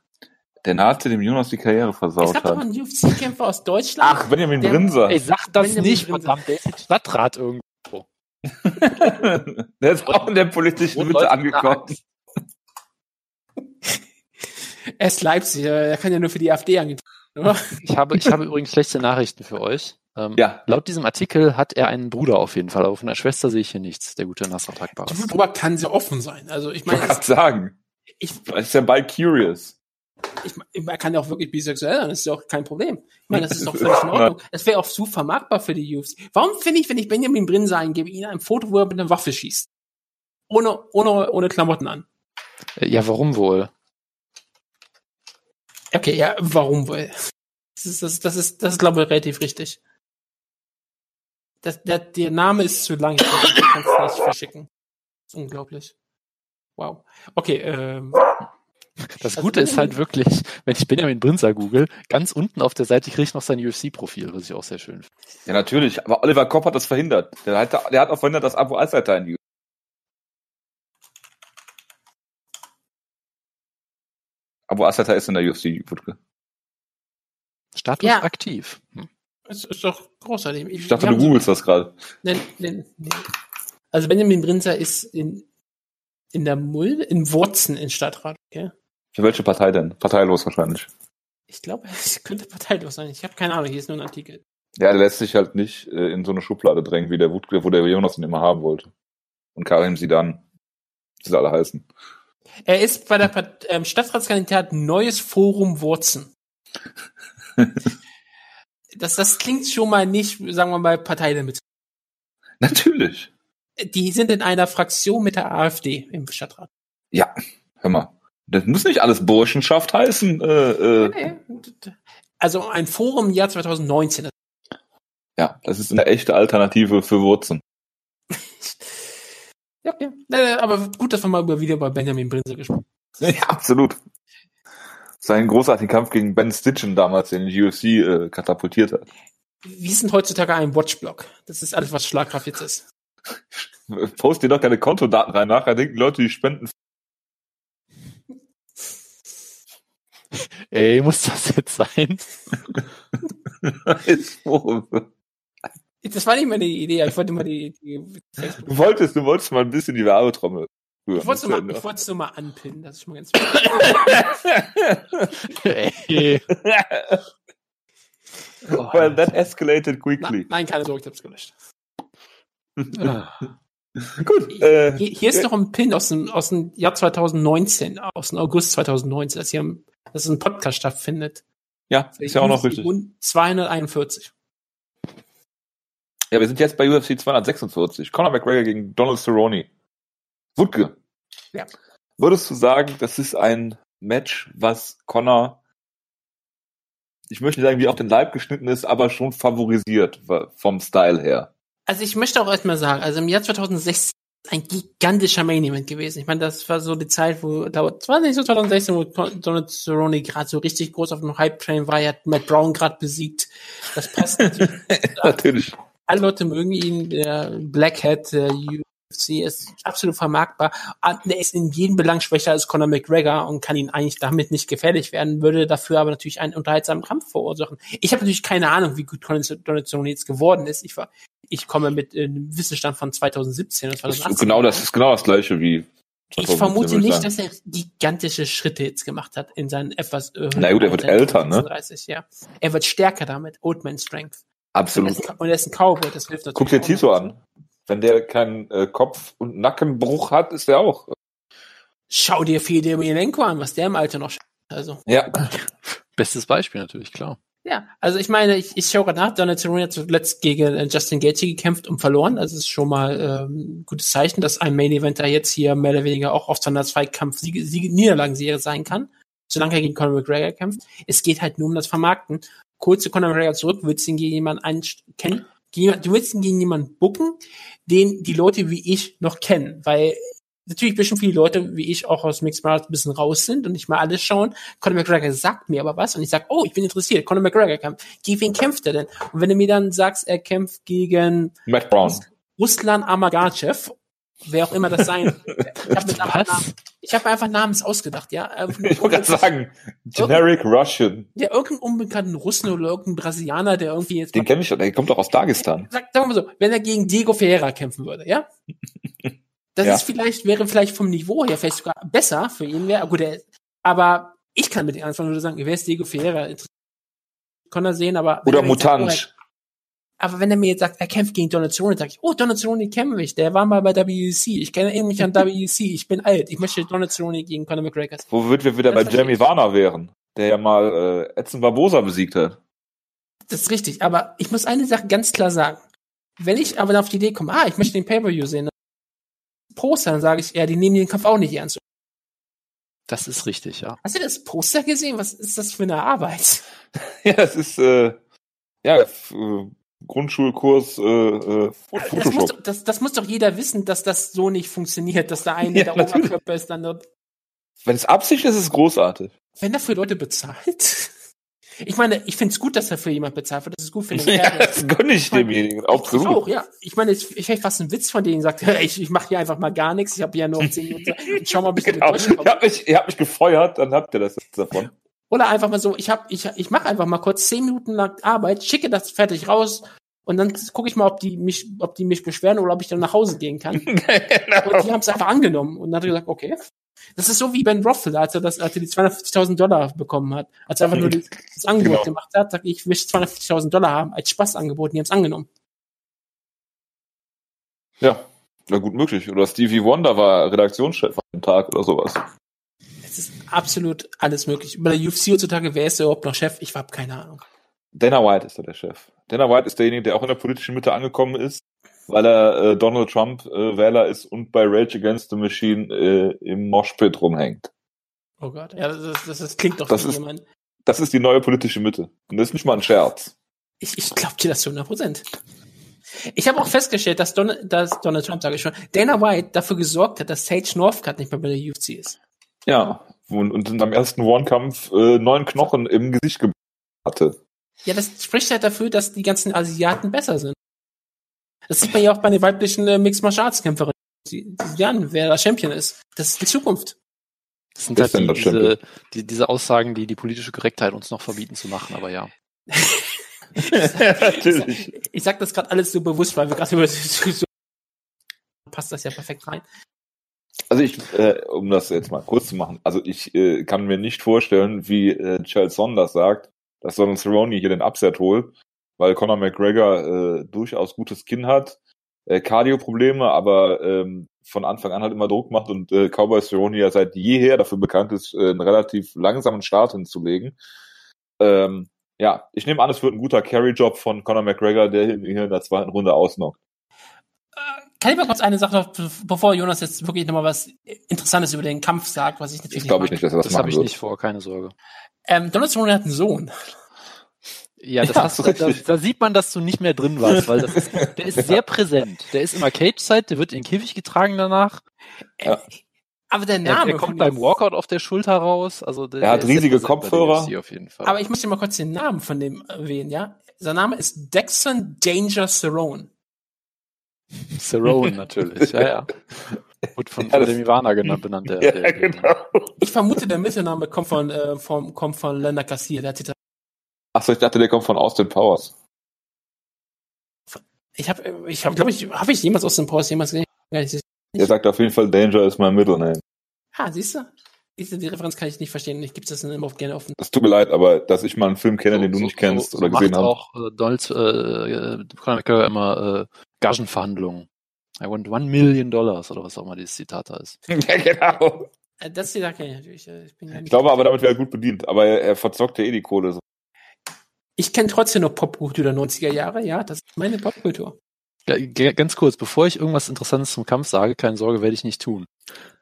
Speaker 1: Der Nazi dem Jonas die Karriere
Speaker 3: es
Speaker 1: versaut
Speaker 3: gab doch
Speaker 1: hat.
Speaker 3: einen UFC-Kämpfer aus Deutschland.
Speaker 1: Ach, Benjamin
Speaker 3: Der-
Speaker 1: Brinser.
Speaker 2: Ey, sag das
Speaker 3: Benjamin
Speaker 2: nicht,
Speaker 3: Brinson.
Speaker 2: verdammt, der ist jetzt Stadtrat irgendwo.
Speaker 1: der ist auch in der politischen Mitte angekommen.
Speaker 3: Er ist Leipzig, äh, er kann ja nur für die AfD angetreten. oder?
Speaker 2: Ich habe, ich habe übrigens schlechte Nachrichten für euch. Ähm,
Speaker 1: Ja.
Speaker 2: Laut diesem Artikel hat er einen Bruder auf jeden Fall, aber von der Schwester sehe ich hier nichts, der gute Nasrat Akbaras.
Speaker 3: Darüber kann sehr offen sein. Also ich
Speaker 1: Ich wollte
Speaker 3: meine,
Speaker 1: gerade sagen.
Speaker 3: ich,
Speaker 1: Das ist ja bald Curious.
Speaker 3: ich, ich, man kann ja auch wirklich bisexuell sein, das ist ja auch kein Problem. Ich meine, das ist doch völlig in Ordnung. Das wäre auch so vermarktbar für die Youths. Warum finde ich, wenn ich Benjamin Brinse eingebe, ihn ein Foto, wo er mit einer Waffe schießt? Ohne, ohne, ohne Klamotten an.
Speaker 2: Äh, Ja, warum wohl?
Speaker 3: Okay, ja, warum wohl? Das ist, das, das ist, das ist, glaube ich, relativ richtig. Das, der, der Name ist zu lang. Ich kann es nicht verschicken. Das ist unglaublich. Wow. Okay, ähm,
Speaker 2: Das
Speaker 3: Also
Speaker 2: Gute ist halt
Speaker 3: Benjamin-
Speaker 2: wirklich, wenn ich Benjamin Brinzer google, ganz unten auf der Seite kriege ich noch sein UFC-Profil, was ich auch sehr schön finde.
Speaker 1: Ja, natürlich. Aber Oliver Kopp hat das verhindert. Der hat, der hat auch verhindert, dass Abu Al-Satar in die Abu Al-Satar ist in der UFC, Wutke.
Speaker 2: Status
Speaker 3: Ja.
Speaker 2: aktiv. Hm.
Speaker 3: es ist doch großartig.
Speaker 1: Ich dachte, du googelst das gerade.
Speaker 3: Nein, nein, nein. Also Benjamin Brinzer ist in, in der Mulde, in Wurzen in Stadtrat, okay?
Speaker 1: Für welche Partei denn? Parteilos wahrscheinlich.
Speaker 3: Ich glaube, es könnte parteilos sein. Ich habe keine Ahnung, hier ist nur ein Artikel.
Speaker 1: Ja, der lässt sich halt nicht äh, in so eine Schublade drängen, wie der Wutke, wo der Jonas ihn immer haben wollte. Und Karim Sidan. Wie sie alle heißen.
Speaker 3: Er ist bei der Part ähm, Stadtratskandidat Neues Forum Wurzen. Das, das klingt schon mal nicht, sagen wir mal, parteilimit.
Speaker 1: Natürlich.
Speaker 3: Die sind in einer Fraktion mit der AfD im Stadtrat.
Speaker 1: Hör mal. Das muss nicht alles Burschenschaft heißen. Äh, äh.
Speaker 3: Also ein Forum im Jahr 2019.
Speaker 1: Ja, das ist eine echte Alternative für Wurzeln.
Speaker 3: Ja, ja. Äh, Aber gut, dass wir mal über wieder bei Benjamin Brinzer gesprochen haben.
Speaker 1: Ja, absolut. Seinen großartigen Kampf gegen Ben Stitchen damals in die UFC äh, katapultiert hat.
Speaker 3: Wir sind heutzutage ein Watchblock. Das ist alles, was Schlagkraft jetzt ist.
Speaker 1: Post dir doch deine Kontodaten rein. Nachher denken Leute, die spenden.
Speaker 2: Ey, muss das jetzt sein?
Speaker 1: Ist wo- du
Speaker 3: Das war nicht meine Idee. Ich wollte mal die, die Facebook.
Speaker 1: wolltest, du wolltest mal ein bisschen die Werbetrommel.
Speaker 3: Ich wollte es nur, mal- ich wollte es nur mal anpinnen. Das ist schon mal ganz
Speaker 2: Ey. Oh,
Speaker 1: Well, that escalated
Speaker 3: Na,
Speaker 1: quickly.
Speaker 3: Nein, keine Sorge, ich hab's gelöscht.
Speaker 2: ah.
Speaker 1: Gut. Äh,
Speaker 3: Hier, hier ist noch ein Pin aus dem, aus dem Jahr 2019, aus dem August 2019, dass hier ein, dass ein Podcast stattfindet.
Speaker 1: ja, ist ja auch noch
Speaker 3: UFC
Speaker 1: richtig.
Speaker 3: Rund 241.
Speaker 1: Ja, wir sind jetzt bei UFC 246. Conor McGregor gegen Donald Cerrone. Wutke.
Speaker 3: Ja.
Speaker 1: Würdest du sagen, das ist ein Match, was Conor, ich möchte nicht sagen, wie auf den Leib geschnitten ist, aber schon favorisiert wa- vom Style her.
Speaker 3: Also ich möchte auch erstmal sagen, also im Jahr 2016 ist ein gigantischer Main Event gewesen. Ich meine, das war so die Zeit, wo da war 2016, 2016, wo Con- Donald Cerrone gerade so richtig groß auf dem Hype Train war, er hat Matt Brown gerade besiegt. Das passt. natürlich.
Speaker 1: Natürlich.
Speaker 3: Alle Leute mögen ihn, der Black Hat, der UFC ist absolut vermarktbar. Ah, Er ist in jedem Belang schwächer als Conor McGregor und kann ihn eigentlich damit nicht gefährlich werden, würde dafür aber natürlich einen unterhaltsamen Kampf verursachen. Ich habe natürlich keine Ahnung, wie gut Conor Donald Cerrone jetzt geworden ist. Ich war ich komme mit äh, einem Wissensstand von 2017 und
Speaker 1: Das
Speaker 3: 2018.
Speaker 1: ist genau das ist genau das gleiche wie.
Speaker 3: Also Ich vermute
Speaker 1: würde ich
Speaker 3: nicht,
Speaker 1: sagen.
Speaker 3: dass er gigantische Schritte jetzt gemacht hat in seinen etwas äh,
Speaker 1: Na gut, er wird älter, ne?
Speaker 3: 36, ja. Er wird stärker damit, Old Man Strength. Und er
Speaker 1: Absolut.
Speaker 3: ist ein- und er ist ein Cowboy, das hilft natürlich.
Speaker 1: Hm. Guck dir
Speaker 3: auch
Speaker 1: Tiso
Speaker 3: noch.
Speaker 1: an. Wenn der keinen äh, Kopf- und Nackenbruch hat, ist er auch. äh,
Speaker 3: Schau dir Fedor Emelianenko an, was der im Alter noch schafft. Also,
Speaker 1: Ja.
Speaker 2: Bestes Beispiel natürlich, klar.
Speaker 3: Ja, also ich meine, ich, ich schaue gerade nach, Donald Cerrone hat zuletzt gegen äh, Justin Gaethje gekämpft und verloren. Also es ist schon mal ähm, ein gutes Zeichen, dass ein Main Eventer jetzt hier mehr oder weniger auch auf seiner Zweikampf Siege, Siege, Niederlagenserie sein kann, solange er gegen Conor McGregor kämpft. Es geht halt nur um das Vermarkten. Kurz zu Conor McGregor zurück, willst du ihn gegen jemanden einst- kennen? Gegen, jemand- du willst ihn gegen jemanden bucken, den die Leute wie ich noch kennen, weil natürlich ein bisschen viele Leute wie ich auch aus Mixed Martial Arts ein bisschen raus sind und nicht mal alles schauen. Conor McGregor sagt mir aber was und ich sag, oh, ich bin interessiert, Conor McGregor kämpft. Gegen wen kämpft er denn? Und wenn du mir dann sagst, er kämpft gegen
Speaker 1: Matt Brown.
Speaker 3: Ruslan Amagatschew, wer auch immer das sein Ich habe mir einfach,
Speaker 2: Was?
Speaker 3: ich hab mir einfach Namens ausgedacht, ja. Ähm,
Speaker 1: Ich wollte gerade sagen, Generic Russian.
Speaker 3: Der irgendeinen unbekannten Russen oder irgendeinen Brasilianer, der irgendwie jetzt
Speaker 1: Den kenne ich schon, der kommt doch aus Dagestan.
Speaker 3: sag, sagen wir mal so, wenn er gegen Diego Ferreira kämpfen würde, ja? Das
Speaker 1: Ja.
Speaker 3: ist vielleicht, wäre vielleicht vom Niveau her vielleicht sogar besser für ihn wäre. Gut, er, aber ich kann mit dem anfangen würde sagen, wer ist Diego Ferreira? Inter- Kann er sehen, aber. wenn
Speaker 1: Oder
Speaker 3: er mir jetzt sagt, oh,
Speaker 1: Mutant.
Speaker 3: er- aber wenn er mir jetzt sagt, er kämpft gegen Donald Cerrone, sage ich, oh, Donald Cerrone kenne ich, der war mal bei WEC, ich kenne ihn mich an WEC, ich bin alt, ich möchte Donald Cerrone gegen Conor McGregor sehen.
Speaker 1: Womit wir wieder bei
Speaker 3: Das verstehe
Speaker 1: Jamie Warner wären, der ja mal äh, Edson Barbosa besiegt hat.
Speaker 3: Das ist richtig, aber ich muss eine Sache ganz klar sagen. Wenn ich aber auf die Idee komme, ah, ich möchte den Pay-Per-View sehen, dann Poster, dann sage ich, ja, die nehmen den Kampf auch nicht ernst.
Speaker 2: Das ist richtig, ja.
Speaker 3: Hast du das Poster gesehen? Was ist das für eine Arbeit?
Speaker 1: Ja, das ist äh, ja f- äh, Grundschulkurs äh, äh, Photoshop.
Speaker 3: Das muss, doch, das, das muss doch jeder wissen, dass das so nicht funktioniert, dass da einer
Speaker 1: Ja,
Speaker 3: der
Speaker 1: natürlich.
Speaker 3: Oberkörper ist, dann der
Speaker 1: Wenn es Absicht ist, ist es großartig.
Speaker 3: Wenn dafür Leute bezahlt? Ich meine, ich finde es gut, dass dafür jemand bezahlt wird. Das ist gut für den
Speaker 1: Ja,
Speaker 3: Werbung.
Speaker 1: das gönne ich demjenigen.
Speaker 3: Ich
Speaker 1: Absolut.
Speaker 3: auch, ja. Ich meine, es ich fast ein Witz von denen, die sagt, ich, ich mache hier einfach mal gar nichts, ich habe ja nur um 10 Minuten. Und schau mal, ob ich damit
Speaker 1: Genau. Ihr
Speaker 3: durchkomme.
Speaker 1: habt mich, ihr habt mich gefeuert, dann habt ihr das jetzt davon.
Speaker 3: Oder einfach mal so, ich hab, ich, ich mache einfach mal kurz zehn Minuten lang Arbeit, schicke das fertig raus und dann gucke ich mal, ob die mich, ob die mich beschweren oder ob ich dann nach Hause gehen kann.
Speaker 1: Genau.
Speaker 3: Und die haben es einfach angenommen und dann hat er gesagt, okay. Das ist so wie Ben Roffel, als er das, als er die 250.000 Dollar bekommen hat, als er einfach nur die- das Angebot
Speaker 1: Genau.
Speaker 3: gemacht hat, sagt, ich will 250.000 Dollar haben, als Spaßangebot, und die haben es angenommen.
Speaker 1: Ja, na gut möglich. Oder Stevie Wonder war Redaktionschef an dem Tag oder sowas.
Speaker 3: Es ist absolut alles möglich. Bei der UFC heutzutage, wer ist da überhaupt noch Chef? Ich habe keine Ahnung.
Speaker 1: Dana White ist da der Chef. Dana White ist derjenige, der auch in der politischen Mitte angekommen ist, weil er äh, Donald Trump äh, Wähler ist und bei Rage Against the Machine äh, im Moshpit rumhängt.
Speaker 3: Oh Gott, ja, das, ist- das, das klingt doch
Speaker 1: Das
Speaker 3: wie
Speaker 1: ist-
Speaker 3: jemand.
Speaker 1: Das ist die neue politische Mitte. Und das ist nicht mal ein Scherz.
Speaker 3: Ich, ich glaube dir das zu 100 Prozent. Ich habe auch festgestellt, dass, Don, dass Donald Trump, sage ich schon, Dana White dafür gesorgt hat, dass Sage Northcutt nicht mehr bei der UFC ist.
Speaker 1: Ja. Und, und in seinem ersten One-Kampf äh, neun Knochen im Gesicht gebrochen hatte.
Speaker 3: Ja, das spricht halt dafür, dass die ganzen Asiaten besser sind. Das sieht man ja auch bei den weiblichen äh, Mixed Martial Arts Kämpferinnen. Die, die sehen an, wer der Champion ist. Das ist die Zukunft.
Speaker 2: Das sind
Speaker 1: Ist
Speaker 2: halt
Speaker 1: denn
Speaker 2: die,
Speaker 1: das Stempel?
Speaker 2: diese, die, diese Aussagen, die die politische Korrektheit uns noch verbieten zu machen, aber ja.
Speaker 1: Natürlich.
Speaker 3: Ich sag das gerade alles so bewusst, weil wir gerade über so passt das ja perfekt rein.
Speaker 1: Also ich, äh, um das jetzt mal kurz zu machen, also ich äh, kann mir nicht vorstellen, wie äh, Charles Saunders sagt, dass Donald Cerrone hier den Upset holt, weil Conor McGregor äh, durchaus gutes Kinn hat, äh, Cardio-Probleme, aber ähm, von Anfang an halt immer Druck macht und äh, Cowboy Cerrone ja seit jeher dafür bekannt ist, äh, einen relativ langsamen Start hinzulegen. Ähm, ja, ich nehme an, es wird ein guter Carry-Job von Conor McGregor, der ihn hier in der zweiten Runde ausnockt.
Speaker 3: Kann ich mal kurz eine Sache noch, bevor Jonas jetzt wirklich nochmal was Interessantes über den Kampf sagt, was ich natürlich
Speaker 1: Ich glaube
Speaker 3: mag.
Speaker 1: nicht, dass er das,
Speaker 2: Das habe
Speaker 1: machen
Speaker 2: ich
Speaker 1: wird.
Speaker 2: nicht vor, keine Sorge.
Speaker 3: Ähm, Donald Cerrone hat einen Sohn.
Speaker 2: Ja, das
Speaker 1: Ja,
Speaker 2: hast,
Speaker 1: so
Speaker 2: da, da,
Speaker 1: richtig.
Speaker 2: da sieht man, dass du nicht mehr drin warst, weil das ist, der ist sehr präsent. Der ist immer Cage-Side, der wird in den Käfig getragen danach.
Speaker 3: Aber der
Speaker 2: Er,
Speaker 3: Name.
Speaker 2: er kommt
Speaker 3: von
Speaker 2: beim
Speaker 3: dem-
Speaker 2: Walkout auf der Schulter raus. Also der,
Speaker 1: Er hat
Speaker 2: der ist sehr
Speaker 1: riesige
Speaker 2: präsent bei der
Speaker 1: Kopfhörer.
Speaker 2: UFC Auf jeden Fall.
Speaker 3: Aber ich muss dir mal kurz den Namen von dem erwähnen, ja? Sein Name ist Dexon Danger Cerrone.
Speaker 2: Cerrone natürlich, ja, ja. Wird von,
Speaker 1: Ja,
Speaker 2: von
Speaker 1: das-
Speaker 2: dem Ivana genannt, benannt. Der, der, der,
Speaker 1: genau.
Speaker 3: Ich vermute, der Mittelname kommt von, äh, vom, kommt von Lender Garcia. Der hat die-
Speaker 1: Achso, ich dachte, der kommt von Austin Powers.
Speaker 3: ich habe, ich habe, glaube ich, habe ich jemals aus dem Post jemals gesehen? Ja, ich-
Speaker 1: Er sagt auf jeden Fall, Danger ist mein Middle Name.
Speaker 3: Ah, siehst du? Siehst du, die Referenz kann ich nicht verstehen. Ich gebe das dann immer gerne offen.
Speaker 1: Es tut mir leid, aber dass ich mal einen Film kenne, den du nicht kennst oder gesehen
Speaker 2: macht
Speaker 1: hast.
Speaker 2: auch äh, Donald, äh, äh, Conor McGregor immer äh, Gagenverhandlungen. I want one million dollars oder was auch immer dieses Zitat da ist.
Speaker 1: ja, genau.
Speaker 3: Äh, Das hier da kenne ich natürlich. äh, Ich, bin ja
Speaker 1: Ich glaube aber, damit wäre er gut bedient. Aber er, er verzockt ja eh die Kohle. so.
Speaker 3: Ich kenne trotzdem noch Popkultur der 90er Jahre, ja, das ist meine Popkultur.
Speaker 2: Ja, g- ganz kurz, bevor ich irgendwas Interessantes zum Kampf sage, keine Sorge, werde ich nicht tun.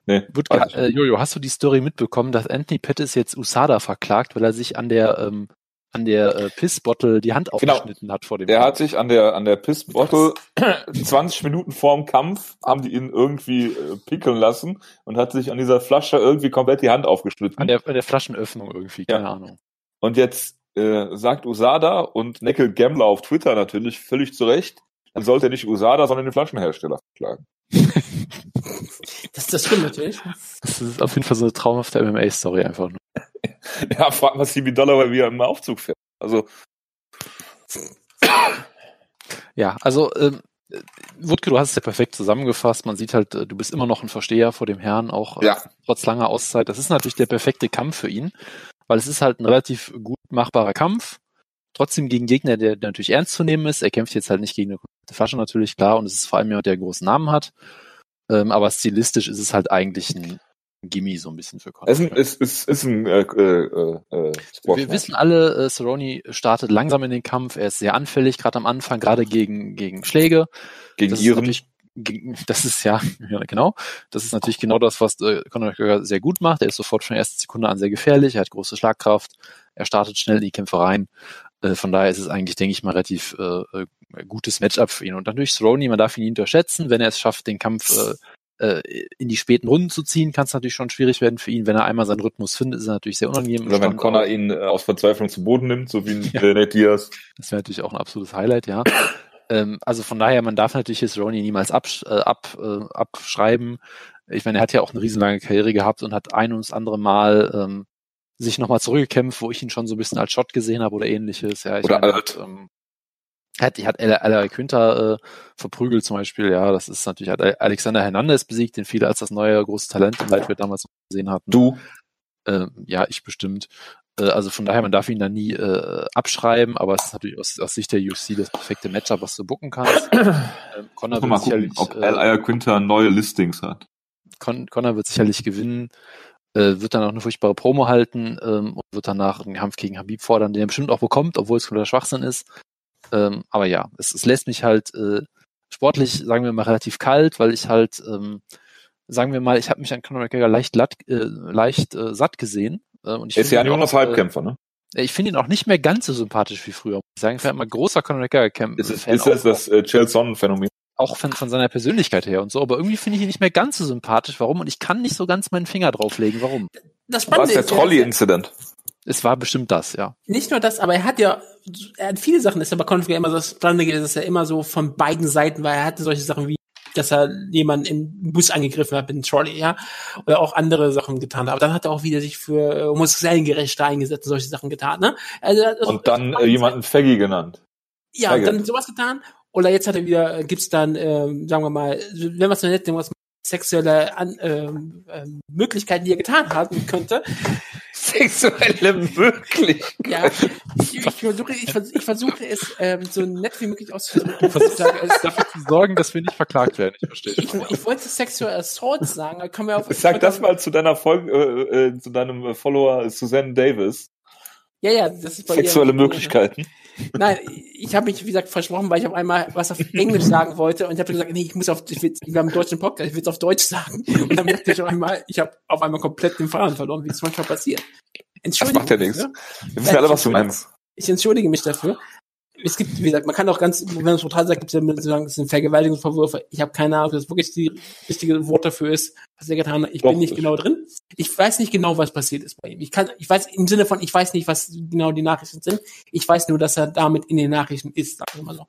Speaker 1: Nee,
Speaker 2: Wutke,
Speaker 1: weiß ich
Speaker 2: äh, Jojo, hast du die Story mitbekommen, dass Anthony Pettis jetzt Usada verklagt, weil er sich an der ähm, an der äh, Pissbottle die Hand aufgeschnitten hat vor dem
Speaker 1: Genau. Der hat sich an der, an der Pissbottle 20 Minuten vorm Kampf haben die ihn irgendwie äh, pickeln lassen und hat sich an dieser Flasche irgendwie komplett die Hand aufgeschnitten.
Speaker 2: an der, an der Flaschenöffnung irgendwie, keine Ahnung.
Speaker 1: und jetzt äh, sagt Usada und Neckel Gambler auf Twitter natürlich völlig zu Recht, dann sollte er nicht Usada, sondern den Flaschenhersteller verklagen.
Speaker 3: Das, das stimmt natürlich.
Speaker 2: Das ist auf jeden Fall so eine traumhafte MMA-Story einfach nur.
Speaker 1: Ja, frag mal Stevie Dollar, weil wir im Aufzug fährt. Also,
Speaker 2: Ja, also ähm, äh, Wutke, du hast es ja perfekt zusammengefasst. Man sieht halt, äh, du bist immer noch ein Versteher vor dem Herrn, auch äh,
Speaker 1: Ja.
Speaker 2: trotz langer Auszeit. Das ist natürlich der perfekte Kampf für ihn, weil es ist halt ein relativ gut machbarer Kampf. Trotzdem gegen Gegner, der, der natürlich ernst zu nehmen ist. Er kämpft jetzt halt nicht gegen eine komplette Flasche natürlich, klar. Und es ist vor allem jemand, der einen großen Namen hat. Ähm, aber stilistisch ist es halt eigentlich ein Gimme so ein bisschen für Conor.
Speaker 1: es ist ein, es ist, es ist ein äh, äh, äh, Squash-Match.
Speaker 2: Wir wissen alle, äh, Cerrone startet langsam in den Kampf. Er ist sehr anfällig, gerade am Anfang, gerade gegen, gegen Schläge.
Speaker 1: gegen
Speaker 2: das ist
Speaker 1: ihren.
Speaker 2: natürlich, gegen- das ist ja, ja, genau. Das ist natürlich genau das, was äh, Conor McGregor sehr gut macht. Er ist sofort von der ersten Sekunde an sehr gefährlich, er hat große Schlagkraft, er startet schnell in die Kämpfe rein. Äh, von daher ist es eigentlich, denke ich mal, relativ äh, äh, gutes Matchup für ihn. Und natürlich Cerrone, man darf ihn nicht unterschätzen, wenn er es schafft, den Kampf äh, äh, in die späten Runden zu ziehen, kann es natürlich schon schwierig werden für ihn. Wenn er einmal seinen Rhythmus findet, ist er natürlich sehr unangenehm. im
Speaker 1: Oder wenn
Speaker 2: Stand
Speaker 1: Connor
Speaker 2: auch.
Speaker 1: ihn äh, aus Verzweiflung zu Boden nimmt, so wie ja. Ned Diaz.
Speaker 2: Das wäre natürlich auch ein absolutes Highlight, ja. ähm, also von daher, man darf natürlich jetzt Ronnie niemals absch äh, ab, äh, abschreiben. Ich meine, er hat ja auch eine riesenlange Karriere gehabt und hat ein und das andere Mal ähm, sich nochmal zurückgekämpft, wo ich ihn schon so ein bisschen als Shot gesehen habe oder ähnliches. Ja, ich
Speaker 1: Oder
Speaker 2: meine, er
Speaker 1: alt.
Speaker 2: hat, ähm, er hat, er hat Al- Al- Günther äh, verprügelt zum Beispiel, ja, das ist natürlich, hat Alexander Hernandez besiegt, den viele als das neue große Talent im Lightweight damals gesehen hatten.
Speaker 1: Du.
Speaker 2: Äh, ja, ich bestimmt. Äh, also von daher, man darf ihn da nie äh, abschreiben, aber es ist natürlich aus, aus Sicht der UFC das perfekte Matchup, was du bucken kannst. Ähm,
Speaker 1: Muss mal
Speaker 2: Connor, wird
Speaker 1: gucken,
Speaker 2: sicherlich,
Speaker 1: ob Al
Speaker 2: äh,
Speaker 1: Aya Quinter neue Listings hat.
Speaker 2: Con Connor wird sicherlich gewinnen, äh, wird dann auch eine furchtbare Promo halten ähm, und wird danach einen Kampf gegen Habib fordern, den er bestimmt auch bekommt, obwohl es kompletter Schwachsinn ist. Ähm, aber ja, es, es lässt mich halt äh, sportlich, sagen wir mal, relativ kalt, weil ich halt, ähm, sagen wir mal, ich habe mich an Conor McGregor leicht, latt, äh, leicht äh, satt gesehen. Äh, und ich
Speaker 1: Er ist
Speaker 2: finde
Speaker 1: ja
Speaker 2: ihn
Speaker 1: nur
Speaker 2: auch,
Speaker 1: noch
Speaker 2: äh,
Speaker 1: Halbkämpfer, ne?
Speaker 2: ich finde ihn auch nicht mehr ganz so sympathisch wie früher. muss Ich sagen, ich war immer großer Conor McGregor-Fan.
Speaker 1: Ist, es,
Speaker 2: Fan,
Speaker 1: ist das
Speaker 2: auch-
Speaker 1: das äh, Chelson-Phänomen?
Speaker 2: Auch von, von seiner Persönlichkeit her und so. Aber irgendwie finde ich ihn nicht mehr ganz so sympathisch. Warum? Und ich kann nicht so ganz meinen Finger drauflegen. Warum?
Speaker 3: Das
Speaker 1: War es
Speaker 3: Spannende
Speaker 1: der
Speaker 3: ist, ja, dass er-
Speaker 1: Trolley-Incident?
Speaker 2: Es war bestimmt das, ja.
Speaker 3: nicht nur das, aber er hat ja, er hat viele Sachen, ist aber Konflikt immer so das Spannende gewesen, dass er immer so von beiden Seiten war. Er hatte solche Sachen wie, dass er jemanden im Bus angegriffen hat mit einem Trolley, ja, oder auch andere Sachen getan hat. Aber dann hat er auch wieder sich für äh, homosexuellen Gerechte eingesetzt und solche Sachen getan, ne? Also, er hat-
Speaker 1: Und dann äh, jemanden Faggy genannt.
Speaker 3: ja,
Speaker 1: Zeige.
Speaker 3: dann sowas getan. Oder jetzt hat er wieder, äh, gibt's dann, ähm, sagen wir mal, wenn man es nicht was sexuelle An ähm, ähm, Möglichkeiten, die er getan haben könnte.
Speaker 1: Sexuelle Möglichkeit.
Speaker 3: Ja, ich, ich versuche, ich, vers- ich versuche es ähm, so nett wie möglich auszudrücken. Sozusagen, es-
Speaker 2: Dafür zu sorgen, dass wir nicht verklagt werden. Ich verstehe.
Speaker 3: Ich, ich wollte Sexual Assault sagen, da können wir auf.
Speaker 1: Sag das mal zu deiner Folge, äh, äh, zu deinem äh, Follower Suzanne Davis.
Speaker 3: Ja, ja, das ist bei ihr-
Speaker 1: Sexuelle Möglichkeiten.
Speaker 3: Nein, ich habe mich, wie gesagt, versprochen, weil ich auf einmal was auf Englisch sagen wollte und ich habe gesagt, nee, ich muss auf, ich will, wir haben einen deutschen Podcast, ich will es auf Deutsch sagen. Und dann merkte ich auf einmal, ich habe auf einmal komplett den Faden verloren, wie es manchmal passiert.
Speaker 1: Das
Speaker 3: Entschuldigung. ne?
Speaker 1: macht ja nichts. Wir wissen ja alle, was du meinst.
Speaker 3: Ich entschuldige mich dafür. Es gibt, wie gesagt, man kann auch ganz, wenn man es brutal sagt, gibt es ja immer zu sagen, es sind Vergewaltigungsvorwürfe. Ich habe keine Ahnung, ob das wirklich die richtige Wort dafür ist, was er getan hat. Ich
Speaker 1: Doch,
Speaker 3: bin nicht
Speaker 1: ich-
Speaker 3: genau drin. Ich weiß nicht genau, was passiert ist bei ihm. Ich kann, ich weiß im Sinne von, ich weiß nicht, was genau die Nachrichten sind. Ich weiß nur, dass er damit in den Nachrichten ist, sagen wir mal so.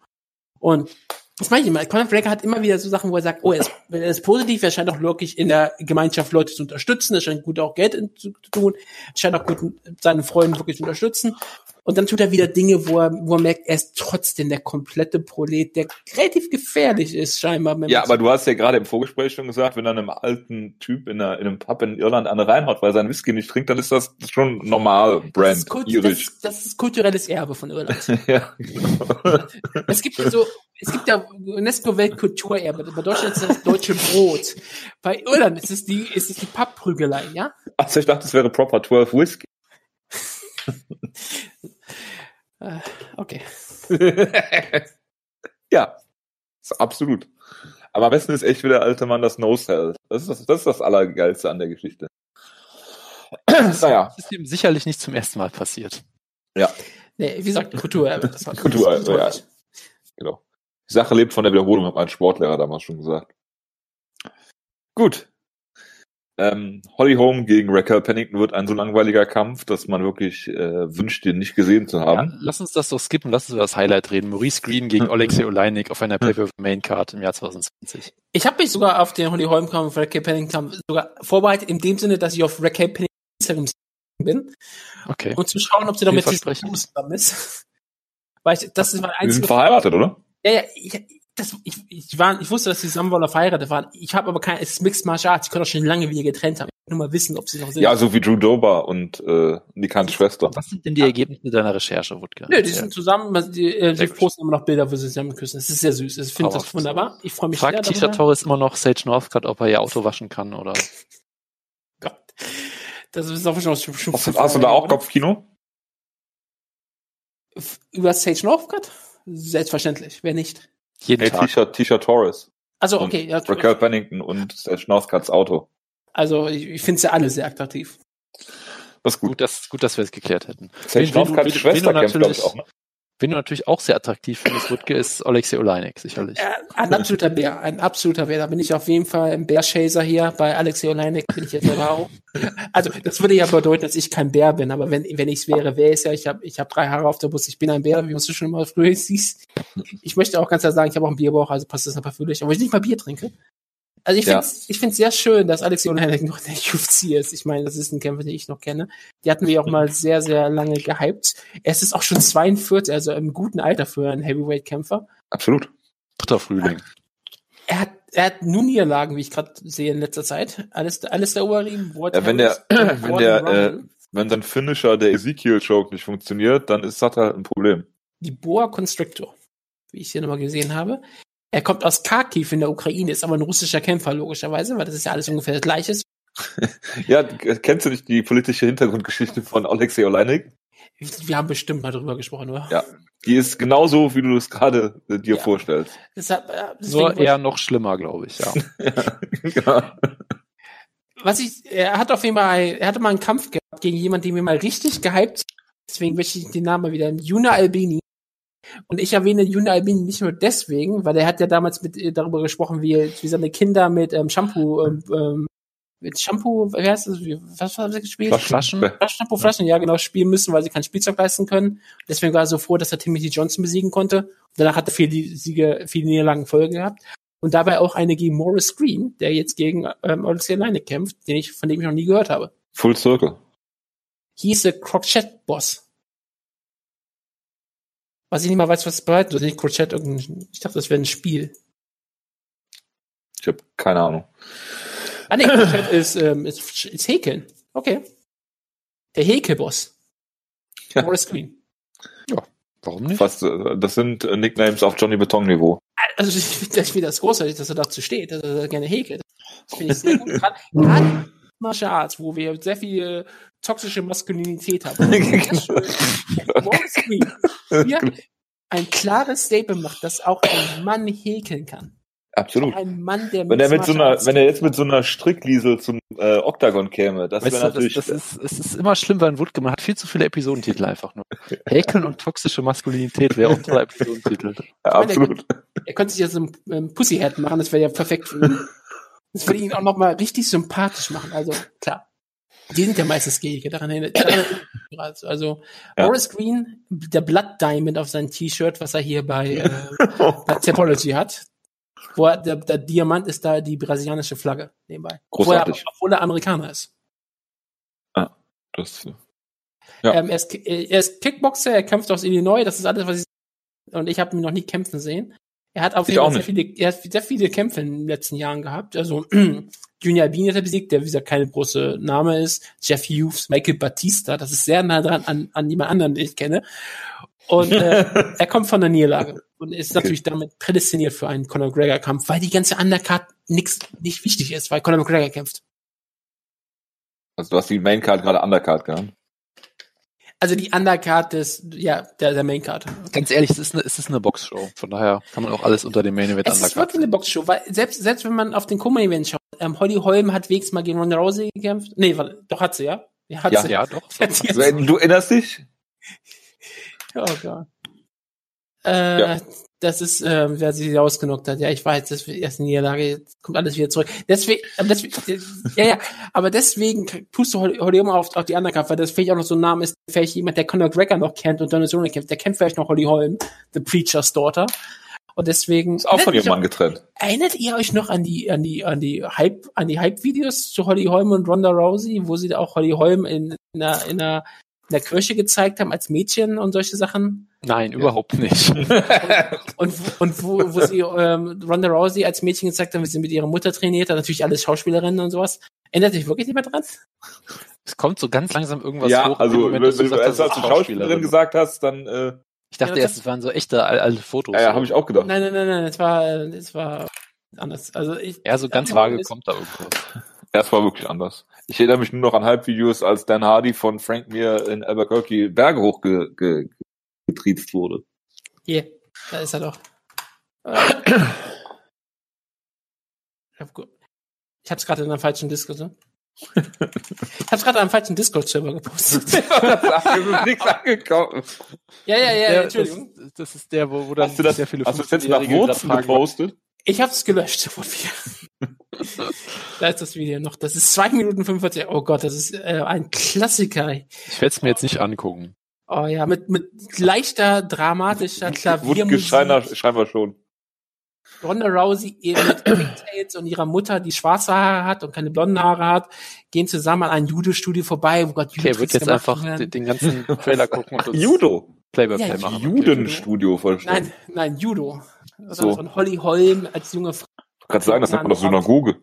Speaker 3: Und das meine ich immer. Conor McGregor hat immer wieder so Sachen, wo er sagt, oh, er ist, er ist positiv, er scheint auch wirklich in der Gemeinschaft Leute zu unterstützen, er scheint gut auch Geld in- zu zu tun, er scheint auch gut seine Freunde wirklich zu unterstützen. Und dann tut er wieder Dinge, wo er, wo er merkt, er ist trotzdem der komplette Prolet, der relativ gefährlich ist, scheinbar. wenn
Speaker 1: Ja,
Speaker 3: man-
Speaker 1: aber du hast ja gerade im Vorgespräch schon gesagt, wenn dann einem alten Typ in, einer, in einem Pub in Irland eine reinhaut, weil er seinen Whisky nicht trinkt, dann ist das schon normal,
Speaker 3: das
Speaker 1: Brand,
Speaker 3: ist, kult, das,
Speaker 1: irisch.
Speaker 3: ist- das ist kulturelles Erbe von Irland.
Speaker 1: Ja.
Speaker 3: Es gibt ja so, es gibt ja UNESCO-Weltkulturerbe. Bei Deutschland ist das deutsche Brot. Bei Irland ist es die, ist es die Pappprügelei, ja?
Speaker 1: Also ich dachte, es wäre Proper 12 Whisky.
Speaker 3: Äh, okay.
Speaker 1: ja, ist absolut. Aber am besten ist echt, wie der alte Mann das Nose hält. Das ist das, das, ist das Allergeilste an der Geschichte. naja,
Speaker 2: Das ist ihm sicherlich nicht zum ersten Mal passiert.
Speaker 3: Nee, wie gesagt, Kulturerbe. Das war
Speaker 1: Kulturerbe, ja. genau. Die Sache lebt von der Wiederholung, hat mein Sportlehrer damals schon gesagt. Gut. Ähm, Holly Holm gegen Raquel Pennington wird ein so langweiliger Kampf, dass man wirklich äh, wünscht, den nicht gesehen zu
Speaker 2: Ja, Hm.
Speaker 1: haben.
Speaker 2: lass uns das doch skippen, lass uns über das Highlight reden. Maurice Green gegen Alexei Oleinik auf einer Pay-Per-Main-Card im Jahr 2020.
Speaker 3: Ich habe mich sogar auf den Holly Holm Kampf, Raquel Pennington Kampf sogar vorbereitet, in dem Sinne, dass ich auf Raquel Pennington Instagram bin,
Speaker 2: Okay.
Speaker 3: um zu schauen, ob sie noch
Speaker 2: Viel
Speaker 3: mit
Speaker 2: versprechen.
Speaker 3: Tattoo zusammen ist. Weil ich, das ist mein
Speaker 1: Die sind
Speaker 3: einziger
Speaker 1: verheiratet, oder?
Speaker 3: Ja, ja, ich, das, ich, ich, war, ich wusste, dass sie zusammen waren oder verheiratet waren. Ich habe aber kein, es ist Mixed Martial Arts. Ich könnte auch schon lange wieder getrennt haben. Ich will nur mal wissen, ob sie noch sind.
Speaker 1: Ja, so wie Drew Dober und äh, Nikans Schwester.
Speaker 2: Was sind denn die Ergebnisse deiner Recherche, Wutke?
Speaker 3: Nö, die sind zusammen, also die, äh, die
Speaker 2: Sehr gut.
Speaker 3: posten immer noch Bilder, wo sie zusammen küssen. Das ist sehr süß. Ich finde das
Speaker 2: Aber-
Speaker 3: wunderbar. Ich freue mich
Speaker 2: Fragt
Speaker 3: sehr
Speaker 2: Tisha
Speaker 3: darüber.
Speaker 2: Torres immer noch Sage Northcutt, ob er ihr Auto waschen kann oder
Speaker 3: Gott. Das ist auch schon, schon, schon
Speaker 1: Hast du, hast du da auch
Speaker 3: ne?
Speaker 1: Kopfkino?
Speaker 3: Über Sage Northcutt? Selbstverständlich. Wer nicht?
Speaker 2: jeden
Speaker 1: Hey,
Speaker 2: Tag.
Speaker 1: Tisha, Tisha Torres.
Speaker 3: Also,
Speaker 1: Und
Speaker 3: okay. Ja,
Speaker 1: Raquel Pennington und Schnauzkatz Auto.
Speaker 3: also, ich, ich finde sie alle sehr attraktiv.
Speaker 1: Das ist gut.
Speaker 2: Gut, dass, gut, dass wir es geklärt hätten.
Speaker 1: Sage
Speaker 2: Wen- wen du-
Speaker 1: Schnauzkatz
Speaker 2: wen-
Speaker 1: Schwester
Speaker 2: wen du
Speaker 1: kämpft, glaube ich,
Speaker 2: natürlich-
Speaker 1: auch. Ne?
Speaker 2: Wen du natürlich auch sehr attraktiv findest, Wutke, ist Alexei Oleinik, sicherlich.
Speaker 1: Äh,
Speaker 3: Ja, Äh, ein absoluter Bär. Ein absoluter Bär. Da bin ich auf jeden Fall im Bärschaser hier. Bei Alexei Oleinik bin ich jetzt selber auch. Also, das würde ja bedeuten, dass ich kein Bär bin. Aber wenn, wenn ich es wäre, wäre es ja. Ich habe ich hab drei Haare auf der Brust. Ich bin ein Bär, wie man so schon immer früher siehst. Ich möchte auch ganz klar sagen, ich habe auch einen Bierbauch, also passt das einfach für dich. Obwohl ich nicht mal Bier trinke. Also ich
Speaker 1: Ja.
Speaker 3: finde es sehr schön, dass Alexei Oleinik noch in der UFC ist. Ich meine, das ist ein Kämpfer, den ich noch kenne. Die hatten wir auch mal sehr, sehr lange gehypt. Es ist auch schon 42, also im guten Alter für einen Heavyweight-Kämpfer
Speaker 1: Absolut.
Speaker 2: Dritter Frühling.
Speaker 3: er hat, er hat nur Niederlagen, wie ich gerade sehe in letzter Zeit. Alles, alles der Oberriemen.
Speaker 1: Ja, wenn der- wenn der, äh, Wenn sein Finisher, der Ezekiel-Choke, nicht funktioniert, dann ist das halt ein Problem.
Speaker 3: die Boa Constrictor, wie ich hier nochmal gesehen habe. Er kommt aus Kharkiv in der Ukraine, ist aber ein russischer Kämpfer, logischerweise, weil das ist ja alles ungefähr das Gleiche.
Speaker 1: Ja, k- kennst du nicht die politische Hintergrundgeschichte von Alexei Oleinik?
Speaker 3: Wir haben bestimmt mal drüber gesprochen, oder?
Speaker 1: Ja. Die ist genauso, wie du es gerade äh, dir
Speaker 3: Ja.
Speaker 1: vorstellst.
Speaker 3: Deshalb, äh,
Speaker 2: So
Speaker 3: deswegen-
Speaker 2: eher noch schlimmer, glaube ich, ja.
Speaker 1: genau.
Speaker 3: was ich, er hat auf jeden Fall, er hatte mal einen Kampf gehabt gegen jemanden, den wir mal richtig gehypt. Deswegen möchte ich den Namen mal wieder. Juna Albini. Und ich erwähne Juna Albini nicht nur deswegen, weil er hat ja damals mit äh, darüber gesprochen, wie, wie seine Kinder mit ähm, Shampoo, ähm, ähm, mit Shampoo, wie heißt das, wie, was haben sie gespielt?
Speaker 2: Flaschen?
Speaker 1: Flaschen?
Speaker 3: Shampoo-Flaschen, ja genau, spielen müssen, weil sie kein Spielzeug leisten können. Deswegen war er so froh, dass er Timothy Johnson besiegen konnte. Und danach hat er viele Siege, viele Niederlagen Folge gehabt. Und dabei auch eine gegen Morris Green, der jetzt gegen ähm, Alexei Leine kämpft, den ich, von dem ich noch nie gehört habe.
Speaker 1: Full Circle.
Speaker 3: Hieß der Crochet Boss. Was ich nicht mal weiß, was es bedeutet. Das ist nicht Crochet, irgendein, ich dachte, das wäre ein Spiel.
Speaker 1: Ich habe keine Ahnung.
Speaker 3: Ah nee, Crochet ist, ähm, ist, ist Häkeln. Okay. Der Häkelboss.
Speaker 1: Ja.
Speaker 3: Morris Green.
Speaker 2: Warum nicht?
Speaker 1: Fast, äh, das sind äh, Nicknames auf Johnny Beton-Niveau.
Speaker 3: Also ich finde das, ich find das großartig, dass er dazu steht, dass er das gerne häkelt. Das finde ich sehr gut. Gerade- Gerade in Martial Arts, wo wir sehr viel äh, toxische Maskulinität haben.
Speaker 1: Genau.
Speaker 3: Morris Green hier ein klares Statement macht, dass auch ein Mann häkeln kann.
Speaker 1: Absolut.
Speaker 3: Ein Mann, der
Speaker 1: Wenn er mit
Speaker 3: Mixed
Speaker 1: so
Speaker 3: Martial
Speaker 1: einer,
Speaker 3: Arts-
Speaker 1: wenn er jetzt mit so einer Strickliesel zum äh, Octagon käme, das wäre
Speaker 2: Weißt du,
Speaker 1: natürlich.
Speaker 2: das, das ist, es ist immer schlimm bei Wutke. Man hat viel zu viele Episodentitel einfach nur. Häkeln und toxische Maskulinität wäre auch ein toller Episodentitel.
Speaker 1: ja, äh, absolut.
Speaker 3: er könnte sich ja so ein ähm, Pussyhead machen, das wäre ja perfekt für ihn. Das würde ihn auch nochmal richtig sympathisch machen. Also klar. Die sind ja meistens Gehege, daran erinnert daran erinnert mich gerade. Also
Speaker 1: Ja.
Speaker 3: Morris Green, der Blood Diamond auf seinem T-Shirt, was er hier bei, äh, bei Topology hat. Wo er, der, der Diamant ist da die brasilianische Flagge nebenbei.
Speaker 1: Großartig.
Speaker 3: Wo er, obwohl er Amerikaner ist.
Speaker 1: Das, Ja.
Speaker 3: Ähm, er, ist, Ki- äh, er ist Kickboxer, er kämpft aus Illinois, das ist alles, was ich und ich habe ihn noch nie kämpfen sehen. Er hat auf
Speaker 1: Ich
Speaker 3: jeden Fall
Speaker 1: auch
Speaker 3: sehr viele, er hat sehr viele Kämpfe in den letzten Jahren gehabt. Also Junior Bean hat er besiegt, der wie gesagt keine große Name ist. Jeff Hughes, Michael Batista, das ist sehr nah dran an, an jemand anderen, den ich kenne. Und äh, er kommt von der Niederlage und ist
Speaker 1: Okay.
Speaker 3: natürlich damit prädestiniert für einen Conor McGregor Kampf, weil die ganze Undercard nix nicht wichtig ist, weil Conor McGregor kämpft.
Speaker 1: also du hast die Maincard gerade Undercard gehabt.
Speaker 3: Also die Undercard des, ja, der, der Maincard.
Speaker 2: Ganz ehrlich, es ist eine, es ist eine Boxshow. Von daher kann man auch alles unter dem Main Event
Speaker 3: Es ist
Speaker 2: Undercard.
Speaker 3: wirklich eine Boxshow, weil selbst, selbst wenn man auf den Co-Main-Event schaut, ähm, Holly Holm hat wenigstens mal gegen Ronda Rousey gekämpft. Nee, warte, doch hat sie, ja? Ja, hat
Speaker 1: Ja, Also
Speaker 3: sie.
Speaker 2: Ja, doch.
Speaker 3: Hat sie jetzt,
Speaker 1: Äh, Du erinnerst dich?
Speaker 3: oh Gott. Äh,
Speaker 1: Ja.
Speaker 3: Das ist, ähm, wer sie rausgenockt hat. Ja, ich weiß, das wird erst eine Niederlage, jetzt kommt alles wieder zurück. Deswegen, aber deswegen ja, ja, aber deswegen tust du Holly Holly Holm auf, auf die Undercard, weil das vielleicht auch noch so ein Name ist, vielleicht jemand, der Conor Gregor noch kennt und Donald Cerrone kämpft, der kämpft vielleicht noch Holly Holm, The Preacher's Daughter. Und deswegen.
Speaker 1: Ist auch von
Speaker 3: Nennt
Speaker 1: ihrem Mann
Speaker 3: mich
Speaker 1: getrennt.
Speaker 3: Erinnert ihr euch noch an die, an die, an die Hype, an die Hype-Videos zu Holly Holm und Ronda Rousey, wo sie da auch Holly Holm in, in einer, in einer, in der Kirche gezeigt haben als Mädchen und solche Sachen?
Speaker 2: Nein, überhaupt nicht.
Speaker 3: Und, wo- und wo, wo sie, ähm, Ronda Rousey als Mädchen gezeigt haben, wie sie mit ihrer Mutter trainiert hat, natürlich alles Schauspielerinnen und sowas. Ändert sich wirklich niemand dran?
Speaker 2: Es kommt so ganz langsam irgendwas
Speaker 1: ja,
Speaker 2: hoch. im
Speaker 1: also
Speaker 2: Moment, dass
Speaker 1: wenn, wenn du
Speaker 2: sagst,
Speaker 1: erst
Speaker 2: das
Speaker 1: als
Speaker 2: ist
Speaker 1: Schauspielerin
Speaker 2: Schauspielerin.
Speaker 1: gesagt hast, dann äh,
Speaker 2: Ich dachte
Speaker 3: Ja,
Speaker 2: erst, es waren so echte al- alte Fotos.
Speaker 1: ja, ja, habe ich auch gedacht.
Speaker 3: Nein, nein, nein, nein, das war, das war anders. Also ich,
Speaker 2: Ja, so ganz
Speaker 3: Ja,
Speaker 2: vage
Speaker 3: ist-
Speaker 2: kommt da irgendwas.
Speaker 1: Das war wirklich anders. Ich erinnere mich nur noch an Halbvideos, als Dan Hardy von Frank Mir in Albuquerque Berge hochgetriebst ge getriebst wurde.
Speaker 3: hier, da ist er doch. Äh, Ich hab gu- ich hab's gerade in einem falschen Discord, ne? Ich hab's gerade am falschen Discord-Server gepostet.
Speaker 1: Nichts angekommen.
Speaker 3: ja, ja, ja,
Speaker 2: Der-
Speaker 3: Entschuldigung.
Speaker 2: Das, das ist der, wo, wo dann
Speaker 1: Hast du das,
Speaker 2: sehr viele
Speaker 1: hast du das jetzt nach
Speaker 2: 15-Jährige wieder
Speaker 1: Wurzeln
Speaker 2: fragen,
Speaker 1: gepostet?
Speaker 3: Ich hab's gelöscht, sofort wieder. da ist das Video noch. Das ist 2 Minuten 45. Oh Gott, das ist äh, ein Klassiker.
Speaker 2: Ich werde es mir jetzt nicht angucken.
Speaker 3: Oh ja, mit, mit leichter, dramatischer
Speaker 1: Wutgeschreiner
Speaker 3: Klaviermusik.
Speaker 1: scheinbar schon.
Speaker 3: Ronda Rousey eben mit Pigtails und ihrer Mutter, die schwarze Haare hat und keine blonden Haare hat, gehen zusammen an ein Judo-Studio vorbei, wo Gott
Speaker 2: Okay, er wird
Speaker 3: Judo-Tricks
Speaker 2: jetzt
Speaker 3: gemacht
Speaker 2: einfach
Speaker 3: werden.
Speaker 2: den, den ganzen Trailer gucken und das
Speaker 1: Judo.
Speaker 2: Play-by-Play
Speaker 3: Ja,
Speaker 2: machen.
Speaker 1: Judenstudio verstehen.
Speaker 3: Nein, nein, Judo.
Speaker 1: So.
Speaker 3: So. Von Holly Holm als junge Frau,
Speaker 1: Ich kann sagen, das nennt man doch Synagoge.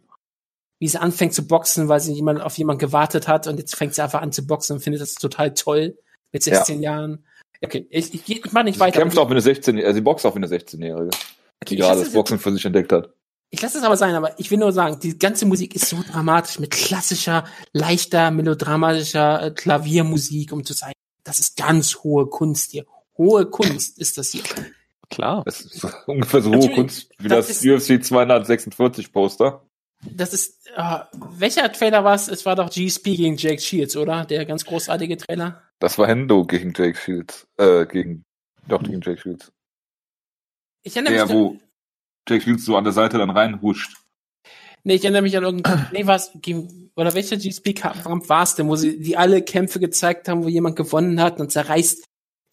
Speaker 3: wie sie anfängt zu boxen, weil sie jemand auf jemanden gewartet hat und jetzt fängt sie einfach an zu boxen und findet das total toll mit 16 Jahren. Okay, ich, ich, ich mach nicht
Speaker 1: Sie
Speaker 3: weiter.
Speaker 1: kämpft auch wie eine 16 äh, sie boxt auch wie eine 16-Jährige,
Speaker 3: okay,
Speaker 1: die
Speaker 3: ich
Speaker 1: gerade
Speaker 3: lass das
Speaker 1: das
Speaker 3: jetzt-
Speaker 1: Boxen für sich entdeckt hat.
Speaker 3: Ich lasse es aber sein, aber ich will nur sagen, die ganze Musik ist so dramatisch mit klassischer, leichter, melodramatischer äh, Klaviermusik, um zu zeigen, das ist ganz hohe Kunst hier. Hohe Kunst ist das hier.
Speaker 2: Klar.
Speaker 1: Das ist so ungefähr so hohe
Speaker 3: Natürlich.
Speaker 1: Kunst wie das,
Speaker 3: Das
Speaker 1: UFC 246 Poster.
Speaker 3: Das ist, äh, welcher Trailer war es? Es war doch GSP gegen Jake Shields, oder? Der ganz großartige Trailer.
Speaker 1: Das war Hendo gegen Jake Shields. Äh, gegen, doch, gegen Jake Shields.
Speaker 3: Ich erinnere
Speaker 1: Der,
Speaker 3: mich,
Speaker 1: wo Jake Shields so an der Seite dann reinhuscht.
Speaker 3: nee, ich erinnere mich an irgendeinen, nee, war es, gegen- oder welcher GSP-Kampf war es denn, wo sie die alle Kämpfe gezeigt haben, wo jemand gewonnen hat und zerreißt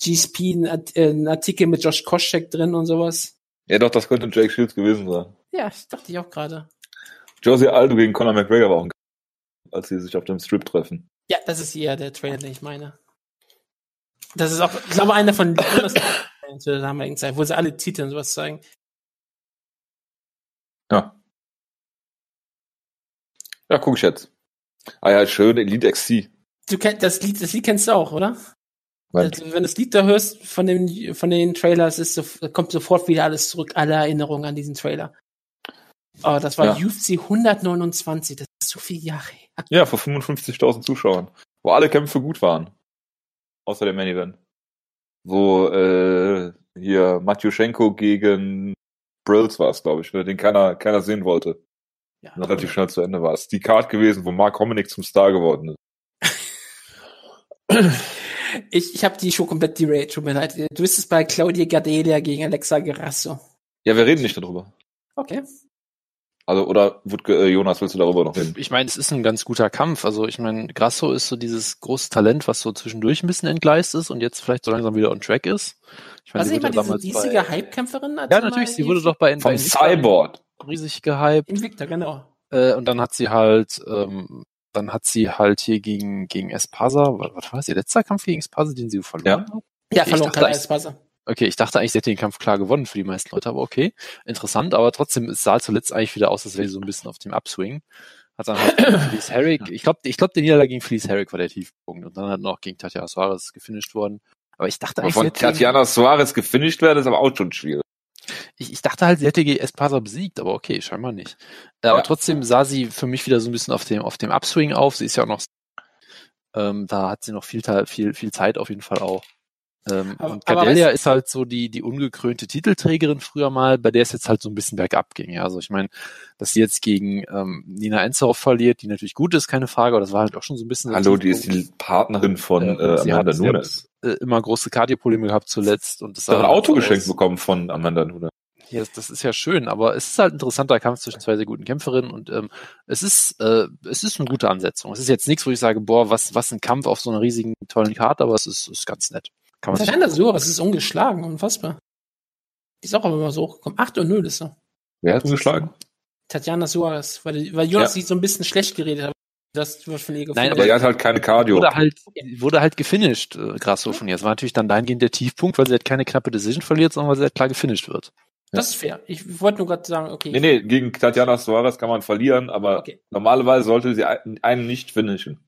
Speaker 3: GSP einen Art- äh, einen Artikel mit Josh Koscheck drin und sowas.
Speaker 1: Ja, doch, das könnte Jake Shields gewesen sein.
Speaker 3: Ja, das dachte ich auch gerade.
Speaker 1: Josie Aldo gegen Conor McGregor war auch ein als sie sich auf dem Strip treffen.
Speaker 3: Ja, das ist eher der Trailer, den ich meine. Das ist auch, ich glaube, einer von den zu der damaligen Zeit, wo sie alle Titel und sowas zeigen.
Speaker 1: Ja. Ja, guck ich jetzt. Ah ja, schön, Elite XC.
Speaker 3: Du kennst das Lied, das Lied kennst du auch, oder?
Speaker 1: Moment.
Speaker 3: Also, wenn du das Lied da hörst von den, von den Trailers, ist so, kommt sofort wieder alles zurück, alle Erinnerungen an diesen Trailer. Oh, das war
Speaker 1: Ja.
Speaker 3: UFC 129, das ist so viele Jahre her.
Speaker 1: Ja, vor 55.000 Zuschauern. Wo alle Kämpfe gut waren. Außer der Main Event. Wo, äh, hier Matjuschenko gegen Brills war es, glaube ich, ne, den keiner, keiner sehen wollte.
Speaker 3: Ja.
Speaker 1: Und Relativ schnell zu Ende war es. Die Card gewesen, wo Mark Hominick zum Star geworden ist.
Speaker 3: Ich, ich habe die schon komplett derailt, tut mir leid. Du bist es bei Claudia Gadelia gegen Alexa Gerasso.
Speaker 1: Ja, wir reden nicht darüber.
Speaker 3: Okay.
Speaker 1: Also, oder, Wutke, äh, Jonas, willst du darüber noch reden?
Speaker 2: Ich meine, es ist ein ganz guter Kampf. Also ich meine, Grasso ist so dieses große Talent, was so zwischendurch ein bisschen entgleist ist und jetzt vielleicht so langsam wieder on track ist. Ich
Speaker 3: War
Speaker 2: meine,
Speaker 3: sie
Speaker 2: sie
Speaker 3: immer
Speaker 2: wurde
Speaker 3: Also diese
Speaker 2: damals bei,
Speaker 3: riesige Hype-Kämpferin?
Speaker 2: Ja, natürlich, sie wurde doch bei, bei
Speaker 1: Vom
Speaker 2: Invicta
Speaker 1: Cyborg.
Speaker 2: riesig gehypt.
Speaker 3: Invicta, genau.
Speaker 2: Äh, und dann hat sie halt, ähm, dann hat sie halt hier gegen, gegen Espasa, was, was war das, ihr letzter Kampf gegen Espasa, den sie verloren hat?
Speaker 3: Ja,
Speaker 2: Ich
Speaker 3: verloren
Speaker 2: dachte,
Speaker 3: hat
Speaker 2: ich-
Speaker 3: alles Wasser.
Speaker 2: Okay, ich dachte eigentlich, sie hätte den Kampf klar gewonnen für die meisten Leute, aber okay. Interessant, aber trotzdem, es sah zuletzt eigentlich wieder aus, als wäre sie so ein bisschen auf dem Upswing. Hat dann halt gegen Felice Herrick, ich glaube, ich glaub, die Niederlage gegen Felice Herrick war der Tiefpunkt und dann halt noch gegen Tatjana Suarez gefinisht worden. Aber ich dachte
Speaker 1: Aber
Speaker 2: eigentlich,
Speaker 1: von
Speaker 2: sie hätte,
Speaker 1: Tatjana Suarez gefinisht werden, ist aber auch schon schwierig.
Speaker 2: ich, ich dachte halt, sie hätte gegen Espasa besiegt, aber okay, scheinbar nicht. Äh, Aber
Speaker 1: Ja.
Speaker 2: trotzdem sah sie für mich wieder so ein bisschen auf dem, auf dem Upswing auf. Sie ist ja auch noch Ähm, da hat sie noch viel, Ta- viel, viel Zeit auf jeden Fall auch. Ähm,
Speaker 3: Aber-
Speaker 2: und
Speaker 3: aber
Speaker 2: Gadelia
Speaker 3: weißt-
Speaker 2: ist halt so die, die ungekrönte Titelträgerin früher mal, bei der es jetzt halt so ein bisschen bergab ging. Ja, also ich meine, dass sie jetzt gegen ähm, Nina Enzhoff verliert, die natürlich gut ist, keine Frage, aber das war halt auch schon so ein bisschen. so ein
Speaker 1: Hallo, die ist
Speaker 2: Tiefpunkt.
Speaker 1: die Partnerin von äh,
Speaker 2: Ja, und sie
Speaker 1: Amanda
Speaker 2: hat- sie hat-
Speaker 1: Nunes.
Speaker 2: äh, immer große Kardioprobleme gehabt zuletzt und das
Speaker 1: Sie hat ein
Speaker 2: sah halt
Speaker 1: Auto
Speaker 2: aus-
Speaker 1: geschenkt bekommen von Amanda Nunes.
Speaker 2: Ja, das- das ist ja schön, aber es ist halt ein interessanter Kampf zwischen zwei sehr guten Kämpferinnen und ähm, es ist äh, es ist eine gute Ansetzung. Es ist jetzt nichts, wo ich sage, boah, was was ein Kampf auf so einer riesigen tollen Karte, aber es ist, ist ganz nett. Kann man sich-
Speaker 3: Fernanda Suarez ist ungeschlagen, unfassbar. Die ist auch aber mal so hochgekommen. 8 und 0 ist so.
Speaker 1: Wer hat ihn geschlagen?
Speaker 3: Tatjana Suarez, weil, weil Jonas
Speaker 1: Ja.
Speaker 3: sie so ein bisschen schlecht geredet hat. Das wird von ihr
Speaker 1: Aber
Speaker 3: gefunden.
Speaker 2: aber-
Speaker 1: er hat halt keine Cardio.
Speaker 2: wurde halt wurde halt gefinisht, äh, Grashofen. Jetzt war natürlich dann dahingehend der Tiefpunkt, weil sie halt keine knappe Decision verliert, sondern weil sie halt klar gefinisht wird.
Speaker 3: das ist fair. Ich wollte nur gerade sagen, okay.
Speaker 1: Nee, nee, gegen Tatjana Suarez kann man verlieren, aber
Speaker 3: Okay.
Speaker 1: normalerweise sollte sie ein- einen nicht finishen.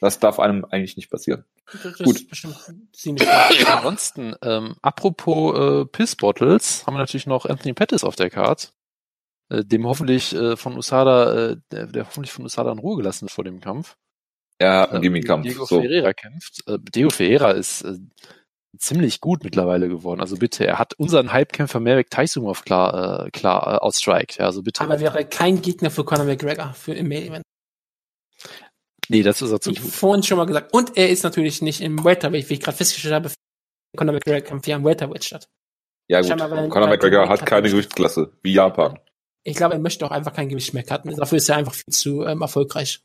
Speaker 1: Das darf einem eigentlich nicht passieren.
Speaker 3: Das
Speaker 1: Gut.
Speaker 3: ist bestimmt ziemlich gut.
Speaker 2: Ansonsten, ähm, apropos äh, Piss Bottles, haben wir natürlich noch Anthony Pettis auf der Card, äh, dem hoffentlich äh, von Usada, äh, der, der hoffentlich von Usada in Ruhe gelassen wird vor dem Kampf.
Speaker 1: Ja,
Speaker 2: Ähm,
Speaker 1: ähm, Gimmickampf.
Speaker 2: Diego
Speaker 1: So.
Speaker 2: Ferreira kämpft. Äh, Diego Ferreira ist äh, ziemlich gut mittlerweile geworden. Also bitte, er hat unseren Hypekämpfer Merrick Taisumov klar, äh, klar äh, outstrikt. Ja, also bitte.
Speaker 3: Aber wäre kein Gegner für Conor McGregor für im Main Event.
Speaker 2: nee, das ist er zu
Speaker 3: Ich
Speaker 2: gut.
Speaker 3: vorhin schon mal gesagt. Und er ist natürlich nicht im Welterweight, wie ich gerade festgestellt habe. Conor McGregor kämpft ja im Welterweight statt.
Speaker 1: Ja gut,
Speaker 3: Scheinbar, weil-
Speaker 1: Conor
Speaker 3: weil
Speaker 1: McGregor
Speaker 3: Dominik
Speaker 1: hat
Speaker 3: hat
Speaker 1: keine
Speaker 3: nicht-
Speaker 1: Gewichtsklasse, wie Japan.
Speaker 3: Ich glaube, er möchte auch einfach kein Gewicht mehr cutten. Dafür ist er einfach viel zu ähm, erfolgreich.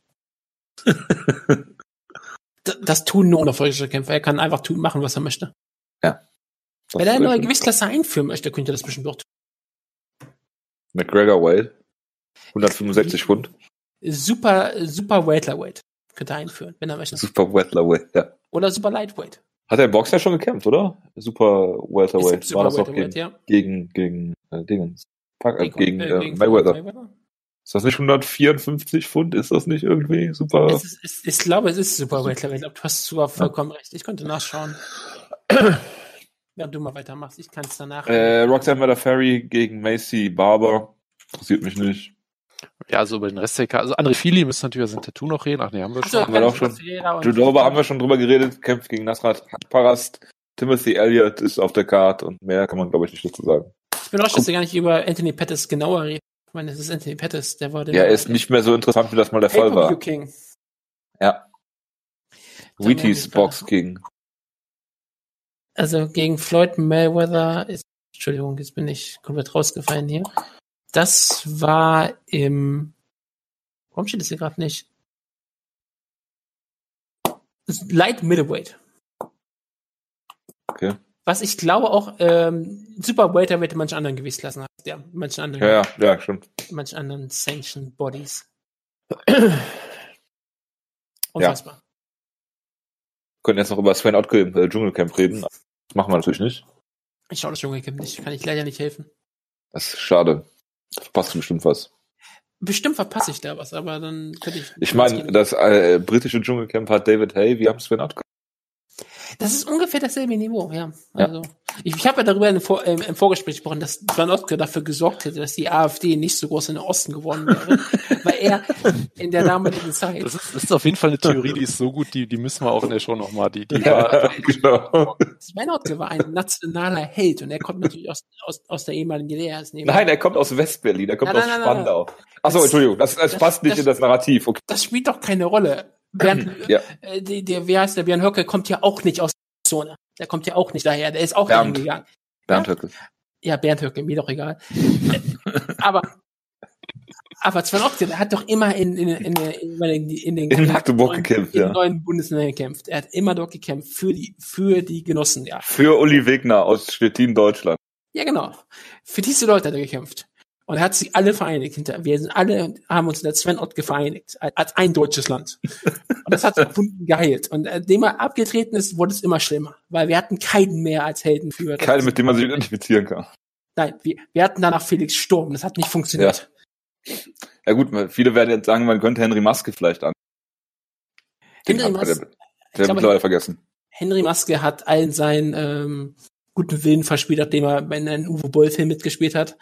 Speaker 3: D- das tun nur unerfolgreiche Kämpfer. Er kann einfach tun, machen, was er möchte.
Speaker 1: Das
Speaker 3: Wenn er
Speaker 1: ist
Speaker 3: eine neue
Speaker 1: richtig.
Speaker 3: Gewichtsklasse einführen möchte, könnte er das bestimmt auch tun.
Speaker 1: McGregor Whale. 165 Pfund.
Speaker 3: Super, super Welterweight könnte er einführen, wenn er möchte.
Speaker 1: Super Welterweight, ja.
Speaker 3: Oder super Lightweight.
Speaker 1: Hat er im Boxer schon gekämpft, oder? Super
Speaker 3: Es
Speaker 1: Welterweight.
Speaker 3: gibt
Speaker 1: War
Speaker 3: super
Speaker 1: das doch gegen,
Speaker 3: Welterweight, ja.
Speaker 1: gegen, gegen, äh, Dingens. Pack, äh, gegen,
Speaker 3: äh,
Speaker 1: äh,
Speaker 3: gegen
Speaker 1: Mayweather.
Speaker 3: Mayweather.
Speaker 1: Ist das nicht 154 Pfund? Ist das nicht irgendwie super?
Speaker 3: Es ist, es, ich glaube, es ist super Welterweight. Ich glaube, du hast sogar vollkommen recht. Ich könnte nachschauen. Während du mal weitermachst, ich kann es danach.
Speaker 1: Äh, Roxanne Miller Ferry gegen Macy Barber. Interessiert mich nicht.
Speaker 2: Ja, also über den Rest der Karte. Also André Fili müssen natürlich über sein Tattoo noch reden. Ach nee, haben wir schon.
Speaker 3: Achso,
Speaker 1: haben wir doch schon.
Speaker 3: Ferreira und-
Speaker 1: Judoba haben wir schon drüber geredet, kämpft gegen Nasrat Parast. Timothy Elliott ist auf der Card und mehr kann man, glaube ich, nicht dazu sagen.
Speaker 3: Ich bin überrascht, dass wir gar nicht über Anthony Pettis genauer reden. Ich meine, es ist Anthony Pettis, der wurde.
Speaker 1: Ja, er ist nicht mehr so interessant, wie das mal der Fall war.
Speaker 3: King.
Speaker 1: Wheaties Box gegen
Speaker 3: Also gegen Floyd Mayweather ist. Entschuldigung, jetzt bin ich komplett rausgefallen hier. Das war im. Warum steht das hier gerade nicht? Das ist Light Middleweight.
Speaker 1: Okay.
Speaker 3: Was ich glaube auch ähm, Super Welterweight in manchen anderen Gewichtsklassen hat. Ja, in manchen anderen,
Speaker 1: Ja, ja, ja, stimmt.
Speaker 3: in manchen anderen Sanctioned Bodies.
Speaker 1: Ja.
Speaker 3: Unfassbar.
Speaker 1: Könnten jetzt noch über Sven Otke im äh, Dschungelcamp reden. Das machen wir natürlich nicht.
Speaker 3: Ich schaue das Dschungelcamp nicht, kann ich leider nicht helfen.
Speaker 1: Das ist schade. Da Verpasst du bestimmt was.
Speaker 3: Bestimmt verpasse ich da was, aber dann könnte ich.
Speaker 1: Ich meine, das äh, britische Dschungelcamp hat David Hay, wir haben Sven Otke.
Speaker 3: das ist ungefähr dasselbe Niveau, ja. Also, Ich, ich habe ja darüber in, Vor- ähm, im Vorgespräch gesprochen, dass Van Ottke dafür gesorgt hätte, dass die AfD nicht so groß in den Osten geworden wäre, weil er in der damaligen Zeit.
Speaker 2: Das ist, das ist auf jeden Fall eine Theorie, die ist so gut, die, die müssen wir auch in der Show nochmal, die, die
Speaker 1: Ja, genau.
Speaker 3: Sven Ottke war ein nationaler Held und er kommt natürlich aus, aus, aus der ehemaligen DDR. ist ein
Speaker 1: Nein, er kommt aus Westberlin, er kommt
Speaker 3: Nein,
Speaker 1: aus
Speaker 3: nein, nein,
Speaker 1: Spandau. Achso,
Speaker 3: Das-
Speaker 1: Entschuldigung, das, das,
Speaker 3: das-
Speaker 1: passt nicht
Speaker 3: das-
Speaker 1: in das Narrativ. Okay.
Speaker 3: das spielt doch keine Rolle. Bernd,
Speaker 1: Ja.
Speaker 3: äh, der, der, wie heißt der Björn Höcke, kommt ja auch nicht aus der Zone. Der kommt ja auch nicht daher. Der ist auch
Speaker 1: Bernd.
Speaker 3: dahin gegangen.
Speaker 1: Bernd Höcke.
Speaker 3: Ja, Bernd Höcke, mir doch egal. Äh, aber, aber Sven Ockte, der hat doch immer in, in, in, in, in, in den
Speaker 1: In Magdeburg gekämpft,
Speaker 3: in
Speaker 1: ja.
Speaker 3: neuen Bundesländern gekämpft. Er hat immer dort gekämpft für die, für die Genossen, ja.
Speaker 1: Für Uli Wegner aus Stettin, Deutschland.
Speaker 3: Ja, genau. Für diese Leute hat er gekämpft. Und er hat sie alle vereinigt. Hinter, wir sind alle, haben uns in der Sven Ott vereinigt. Als ein deutsches Land. Und das hat Wunden geheilt. Und äh, dem er abgetreten ist, wurde es immer schlimmer. Weil wir hatten keinen mehr als Helden für.
Speaker 1: Keine, mit dem man sich identifizieren kann.
Speaker 3: Nein, wir, wir hatten danach Felix Sturm. Das hat nicht funktioniert.
Speaker 1: Ja gut, man- viele werden jetzt sagen, man könnte Henry Maske vielleicht an. Den
Speaker 3: Henry
Speaker 1: hat- hat er-
Speaker 3: Mas-
Speaker 1: hat er
Speaker 3: glaube,
Speaker 1: mittlerweile vergessen.
Speaker 3: Henry Maske hat allen seinen ähm, guten Willen verspielt, nachdem er in einem Uwe Boll-Film mitgespielt hat.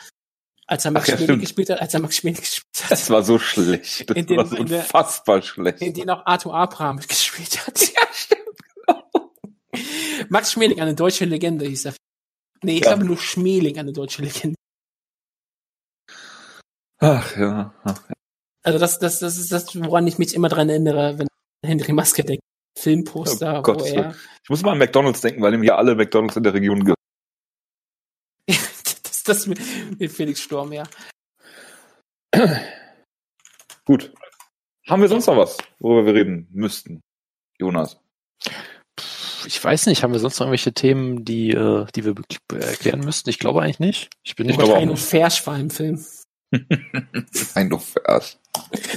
Speaker 3: als er Max
Speaker 1: Ach ja,
Speaker 3: Schmeling
Speaker 1: stimmt.
Speaker 3: gespielt hat, als er Max Schmeling gespielt hat,
Speaker 1: Das war so schlecht. Das
Speaker 3: In dem-
Speaker 1: war so
Speaker 3: in der-
Speaker 1: unfassbar schlecht.
Speaker 3: in den auch Arthur Abraham gespielt hat. Ja, stimmt. Max Schmeling, eine deutsche Legende hieß er. Nee, ich
Speaker 1: Ja.
Speaker 3: glaube nur Schmeling, eine deutsche Legende.
Speaker 1: Ach ja. Ach,
Speaker 3: Also das, das, das ist das, woran ich mich immer dran erinnere, wenn ich an Henry Maske denke. Filmposter,
Speaker 1: Oh,
Speaker 3: wo
Speaker 1: Gottes
Speaker 3: er.
Speaker 1: Ich muss mal an McDonalds denken, weil ihm hier alle McDonalds in der Region gehören.
Speaker 3: das, das mit, mit Felix Sturm, ja.
Speaker 1: Gut. Haben wir sonst noch was, worüber wir reden müssten? Jonas.
Speaker 2: Ich weiß nicht, haben wir sonst noch irgendwelche Themen, die, äh, die wir be- be- erklären müssten? Ich glaube eigentlich nicht. Ich bin
Speaker 1: Ich
Speaker 2: nicht
Speaker 1: glaube auch
Speaker 3: Ein
Speaker 1: nicht.
Speaker 3: Fersch war im Film.
Speaker 1: Ein doof erst.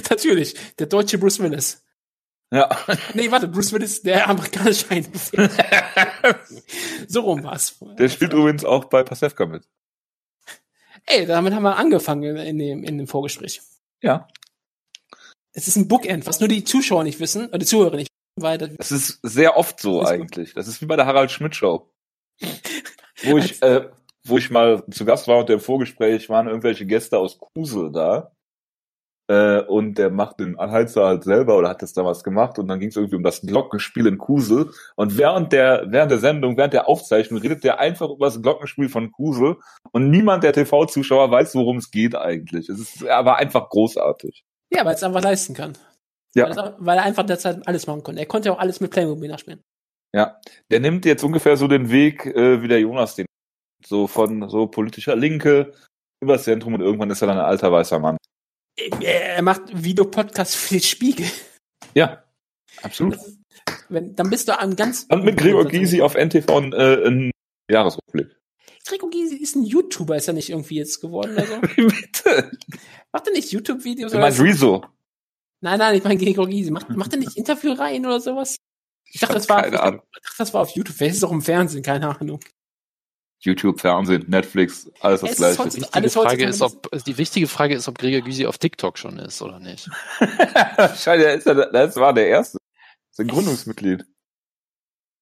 Speaker 3: Natürlich, der deutsche Bruce Willis.
Speaker 1: Ja.
Speaker 3: Nee, warte, Bruce Willis, der amerikanische Ein So rum war's.
Speaker 1: Der spielt übrigens auch bei Pasewka mit.
Speaker 3: Ey, damit haben wir angefangen in, in, dem, in dem Vorgespräch.
Speaker 1: Ja.
Speaker 3: Es ist ein Bookend, was nur die Zuschauer nicht wissen, oder die Zuhörer nicht wissen, weil das,
Speaker 1: Das ist sehr oft so
Speaker 3: Ist gut.
Speaker 1: eigentlich. Das ist wie bei der Harald Schmidt Show. Wo ich,
Speaker 3: Also
Speaker 1: äh, wo ich mal zu Gast war und im Vorgespräch waren irgendwelche Gäste aus Kusel da. Äh, und der macht den Anheizer halt selber oder hat das damals gemacht und dann ging es irgendwie um das Glockenspiel in Kusel. Und während der, während der Sendung, während der Aufzeichnung redet der einfach über das Glockenspiel von Kusel und niemand der TV-Zuschauer weiß, worum es geht eigentlich. Es ist aber einfach großartig.
Speaker 3: ja, weil es einfach leisten kann.
Speaker 1: Ja.
Speaker 3: Weil, es, weil er einfach derzeit alles machen konnte. Er konnte ja auch alles mit Playmobil nachspielen.
Speaker 1: Der nimmt jetzt ungefähr so den Weg, äh, wie der Jonas den. So von so politischer Linke übers Zentrum und irgendwann ist er dann ein alter weißer Mann.
Speaker 3: Er er macht Videopodcast für den Spiegel.
Speaker 1: Ja, absolut.
Speaker 3: Wenn, dann bist du am ganz.
Speaker 1: Und mit Gregor Gysi auf NTV ein, äh, ein Jahresrückblick.
Speaker 3: Gregor Gysi ist ein YouTuber, ist er nicht irgendwie jetzt geworden oder so?
Speaker 1: Wie bitte?
Speaker 3: Macht er nicht YouTube-Videos
Speaker 1: Du
Speaker 3: oder
Speaker 1: meinst
Speaker 3: so?
Speaker 1: Rezo?
Speaker 3: Nein, nein, ich meine Gregor Gysi. Macht, macht er nicht Interviewreihen oder sowas? Ich dachte, das war,
Speaker 1: Keine Ahnung.
Speaker 3: ich dachte, das war auf YouTube. Vielleicht ist es auch im Fernsehen, keine Ahnung.
Speaker 1: YouTube, Fernsehen, Netflix, alles das
Speaker 3: Es ist
Speaker 1: Gleiche.
Speaker 3: sonst-
Speaker 2: Die
Speaker 3: Alles
Speaker 2: Frage
Speaker 3: heutzutage
Speaker 2: ist, ob, die wichtige Frage ist, ob Gregor Gysi auf TikTok schon ist oder nicht.
Speaker 1: Scheiße, der ist ja- das war der erste. Das ist ein Gründungsmitglied.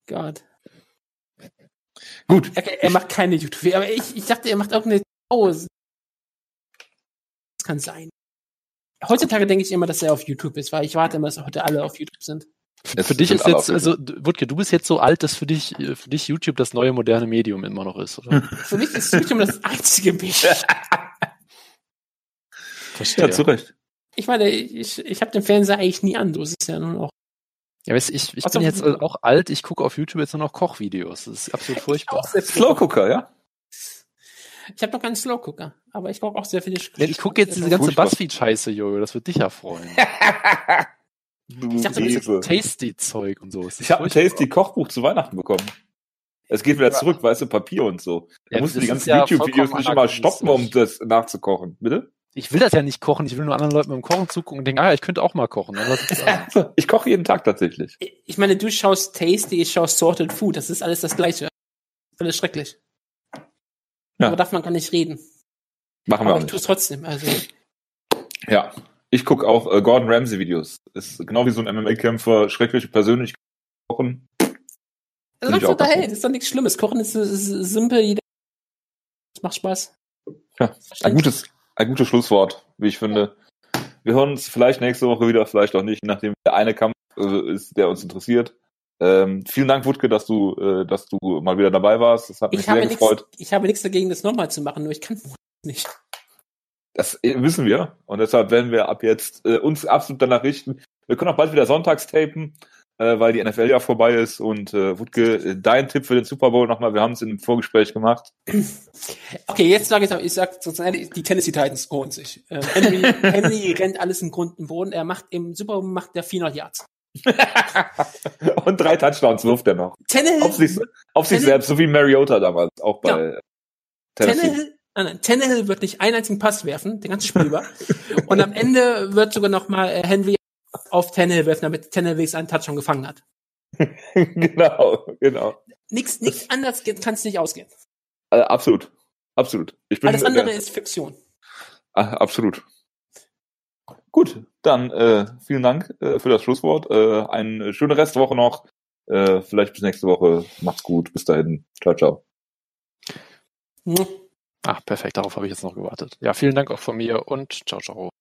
Speaker 3: Gott.
Speaker 1: Gut.
Speaker 3: Er, er macht keine YouTube. Aber ich, ich dachte, er macht irgendeine Pause. Das kann sein. Heutzutage denke ich immer, dass er auf YouTube ist, weil ich warte immer, dass heute alle auf YouTube sind.
Speaker 1: Es
Speaker 2: Für dich
Speaker 1: sind
Speaker 2: ist
Speaker 1: alle
Speaker 2: jetzt,
Speaker 1: auf-
Speaker 2: also, du- Wutke, du bist jetzt so alt, dass für dich, äh, für dich YouTube das neue moderne Medium immer noch ist, oder?
Speaker 3: Für mich ist YouTube das einzige Medium.
Speaker 1: Ja,
Speaker 2: Verstehe.
Speaker 1: zu Recht.
Speaker 3: Ich meine, ich, ich habe den Fernseher eigentlich nie an. Du ist ja nun auch.
Speaker 2: Ja, weißt, du, ich, ich
Speaker 3: Was
Speaker 2: bin
Speaker 3: auf-
Speaker 2: jetzt also auch alt, ich gucke auf YouTube jetzt nur noch Kochvideos. Das ist absolut furchtbar.
Speaker 3: selbst
Speaker 1: Slowcooker, ja?
Speaker 3: Ich habe noch keinen Slowcooker, aber ich gucke auch sehr viele Sch
Speaker 2: Ja, ich gucke jetzt diese ganze
Speaker 1: Furchtbar.
Speaker 2: Buzzfeed-Scheiße, Jojo, das wird dich ja freuen.
Speaker 1: Du
Speaker 3: Ich dachte, das ist
Speaker 1: Riese.
Speaker 2: Tasty-Zeug und so. Es ist
Speaker 1: Ich habe ein
Speaker 2: furchtbar.
Speaker 1: Tasty Kochbuch zu Weihnachten bekommen. Es geht wieder zurück, weißt du, Papier und so. Da
Speaker 2: Ja,
Speaker 1: musst du
Speaker 2: das
Speaker 1: die
Speaker 2: ist
Speaker 1: ganzen
Speaker 2: ja
Speaker 1: YouTube-Videos
Speaker 2: vollkommen
Speaker 1: nicht immer stoppen, um
Speaker 2: anachronistisch.
Speaker 1: das nachzukochen. Bitte?
Speaker 2: Ich will das ja nicht kochen, ich will nur anderen Leuten beim Kochen zugucken und denken, ah, ich könnte auch mal kochen. Dann lass ich sein.
Speaker 1: Ich koche jeden Tag tatsächlich.
Speaker 3: Ich meine, du schaust Tasty, ich schaue Sorted Food. Das ist alles das Gleiche. Alles schrecklich.
Speaker 1: Ja.
Speaker 3: Aber davon kann ich reden.
Speaker 1: Machen wir
Speaker 3: Aber ich
Speaker 1: auch nicht.
Speaker 3: tue es trotzdem. Also,
Speaker 1: Ja. Ich gucke auch äh, Gordon Ramsay-Videos. Ist genau wie so ein MMA-Kämpfer, schreckliche Persönlichkeit kochen.
Speaker 3: das
Speaker 1: Find ich
Speaker 3: macht
Speaker 1: auch
Speaker 3: doch
Speaker 1: ganz
Speaker 3: dahin. Das ist doch nichts Schlimmes. Kochen ist, ist, ist simpel. Jeder das macht Spaß.
Speaker 1: Ja,
Speaker 3: Das ist
Speaker 1: Ein
Speaker 3: verständlich.
Speaker 1: gutes, ein gutes Schlusswort, wie ich finde. Wir hören uns vielleicht nächste Woche wieder, vielleicht auch nicht, nachdem der eine Kampf äh, ist, der uns interessiert. Ähm, vielen Dank, Wutke, dass du, äh, dass du mal wieder dabei warst. Das hat mich
Speaker 3: Ich
Speaker 1: sehr
Speaker 3: habe, nichts,
Speaker 1: gefreut.
Speaker 3: ich habe nichts dagegen, das nochmal zu machen, nur ich kann nicht.
Speaker 1: Das äh, wissen wir. Und deshalb werden wir ab jetzt äh, uns absolut danach richten. Wir können auch bald wieder sonntags tapen, äh, weil die NFL ja vorbei ist. Und äh, Wutke, äh, dein Tipp für den Super Bowl nochmal. Wir haben es in einem Vorgespräch gemacht.
Speaker 3: Okay, jetzt sage ich aber, ich sage sozusagen, die Tennessee Titans holen sich. Ähm, Henry, Henry rennt alles im Grund und Boden. Er macht im Super Bowl macht der 400 Yards.
Speaker 1: und drei Touchdowns wirft er noch. Auf sich,
Speaker 3: Tannehill,
Speaker 1: auf sich
Speaker 3: Tannehill-
Speaker 1: selbst, so wie Mariota damals, auch bei äh, Tennessee.
Speaker 3: Tannehill, ah nein, Tannehill wird nicht einen einzigen Pass werfen, den ganzen Spiel über. Und am Ende wird sogar nochmal äh, Henry auf Tannehill werfen, damit Tannehill wenigstens einen Touchdown gefangen hat.
Speaker 1: genau, genau.
Speaker 3: Nichts, nichts anderes kann es nicht ausgehen.
Speaker 1: Äh, absolut. Absolut. Ich bin,
Speaker 3: Alles andere
Speaker 1: äh,
Speaker 3: ist Fiktion.
Speaker 1: ah, absolut. Gut, dann äh, vielen Dank äh, für das Schlusswort. Äh, eine schöne Restwoche noch. Äh, vielleicht bis nächste Woche. Macht's gut. Bis dahin. Ciao, ciao.
Speaker 3: Mua.
Speaker 2: Ah, Ach, perfekt, darauf habe ich jetzt noch gewartet. Ja, vielen Dank auch von mir und ciao, ciao.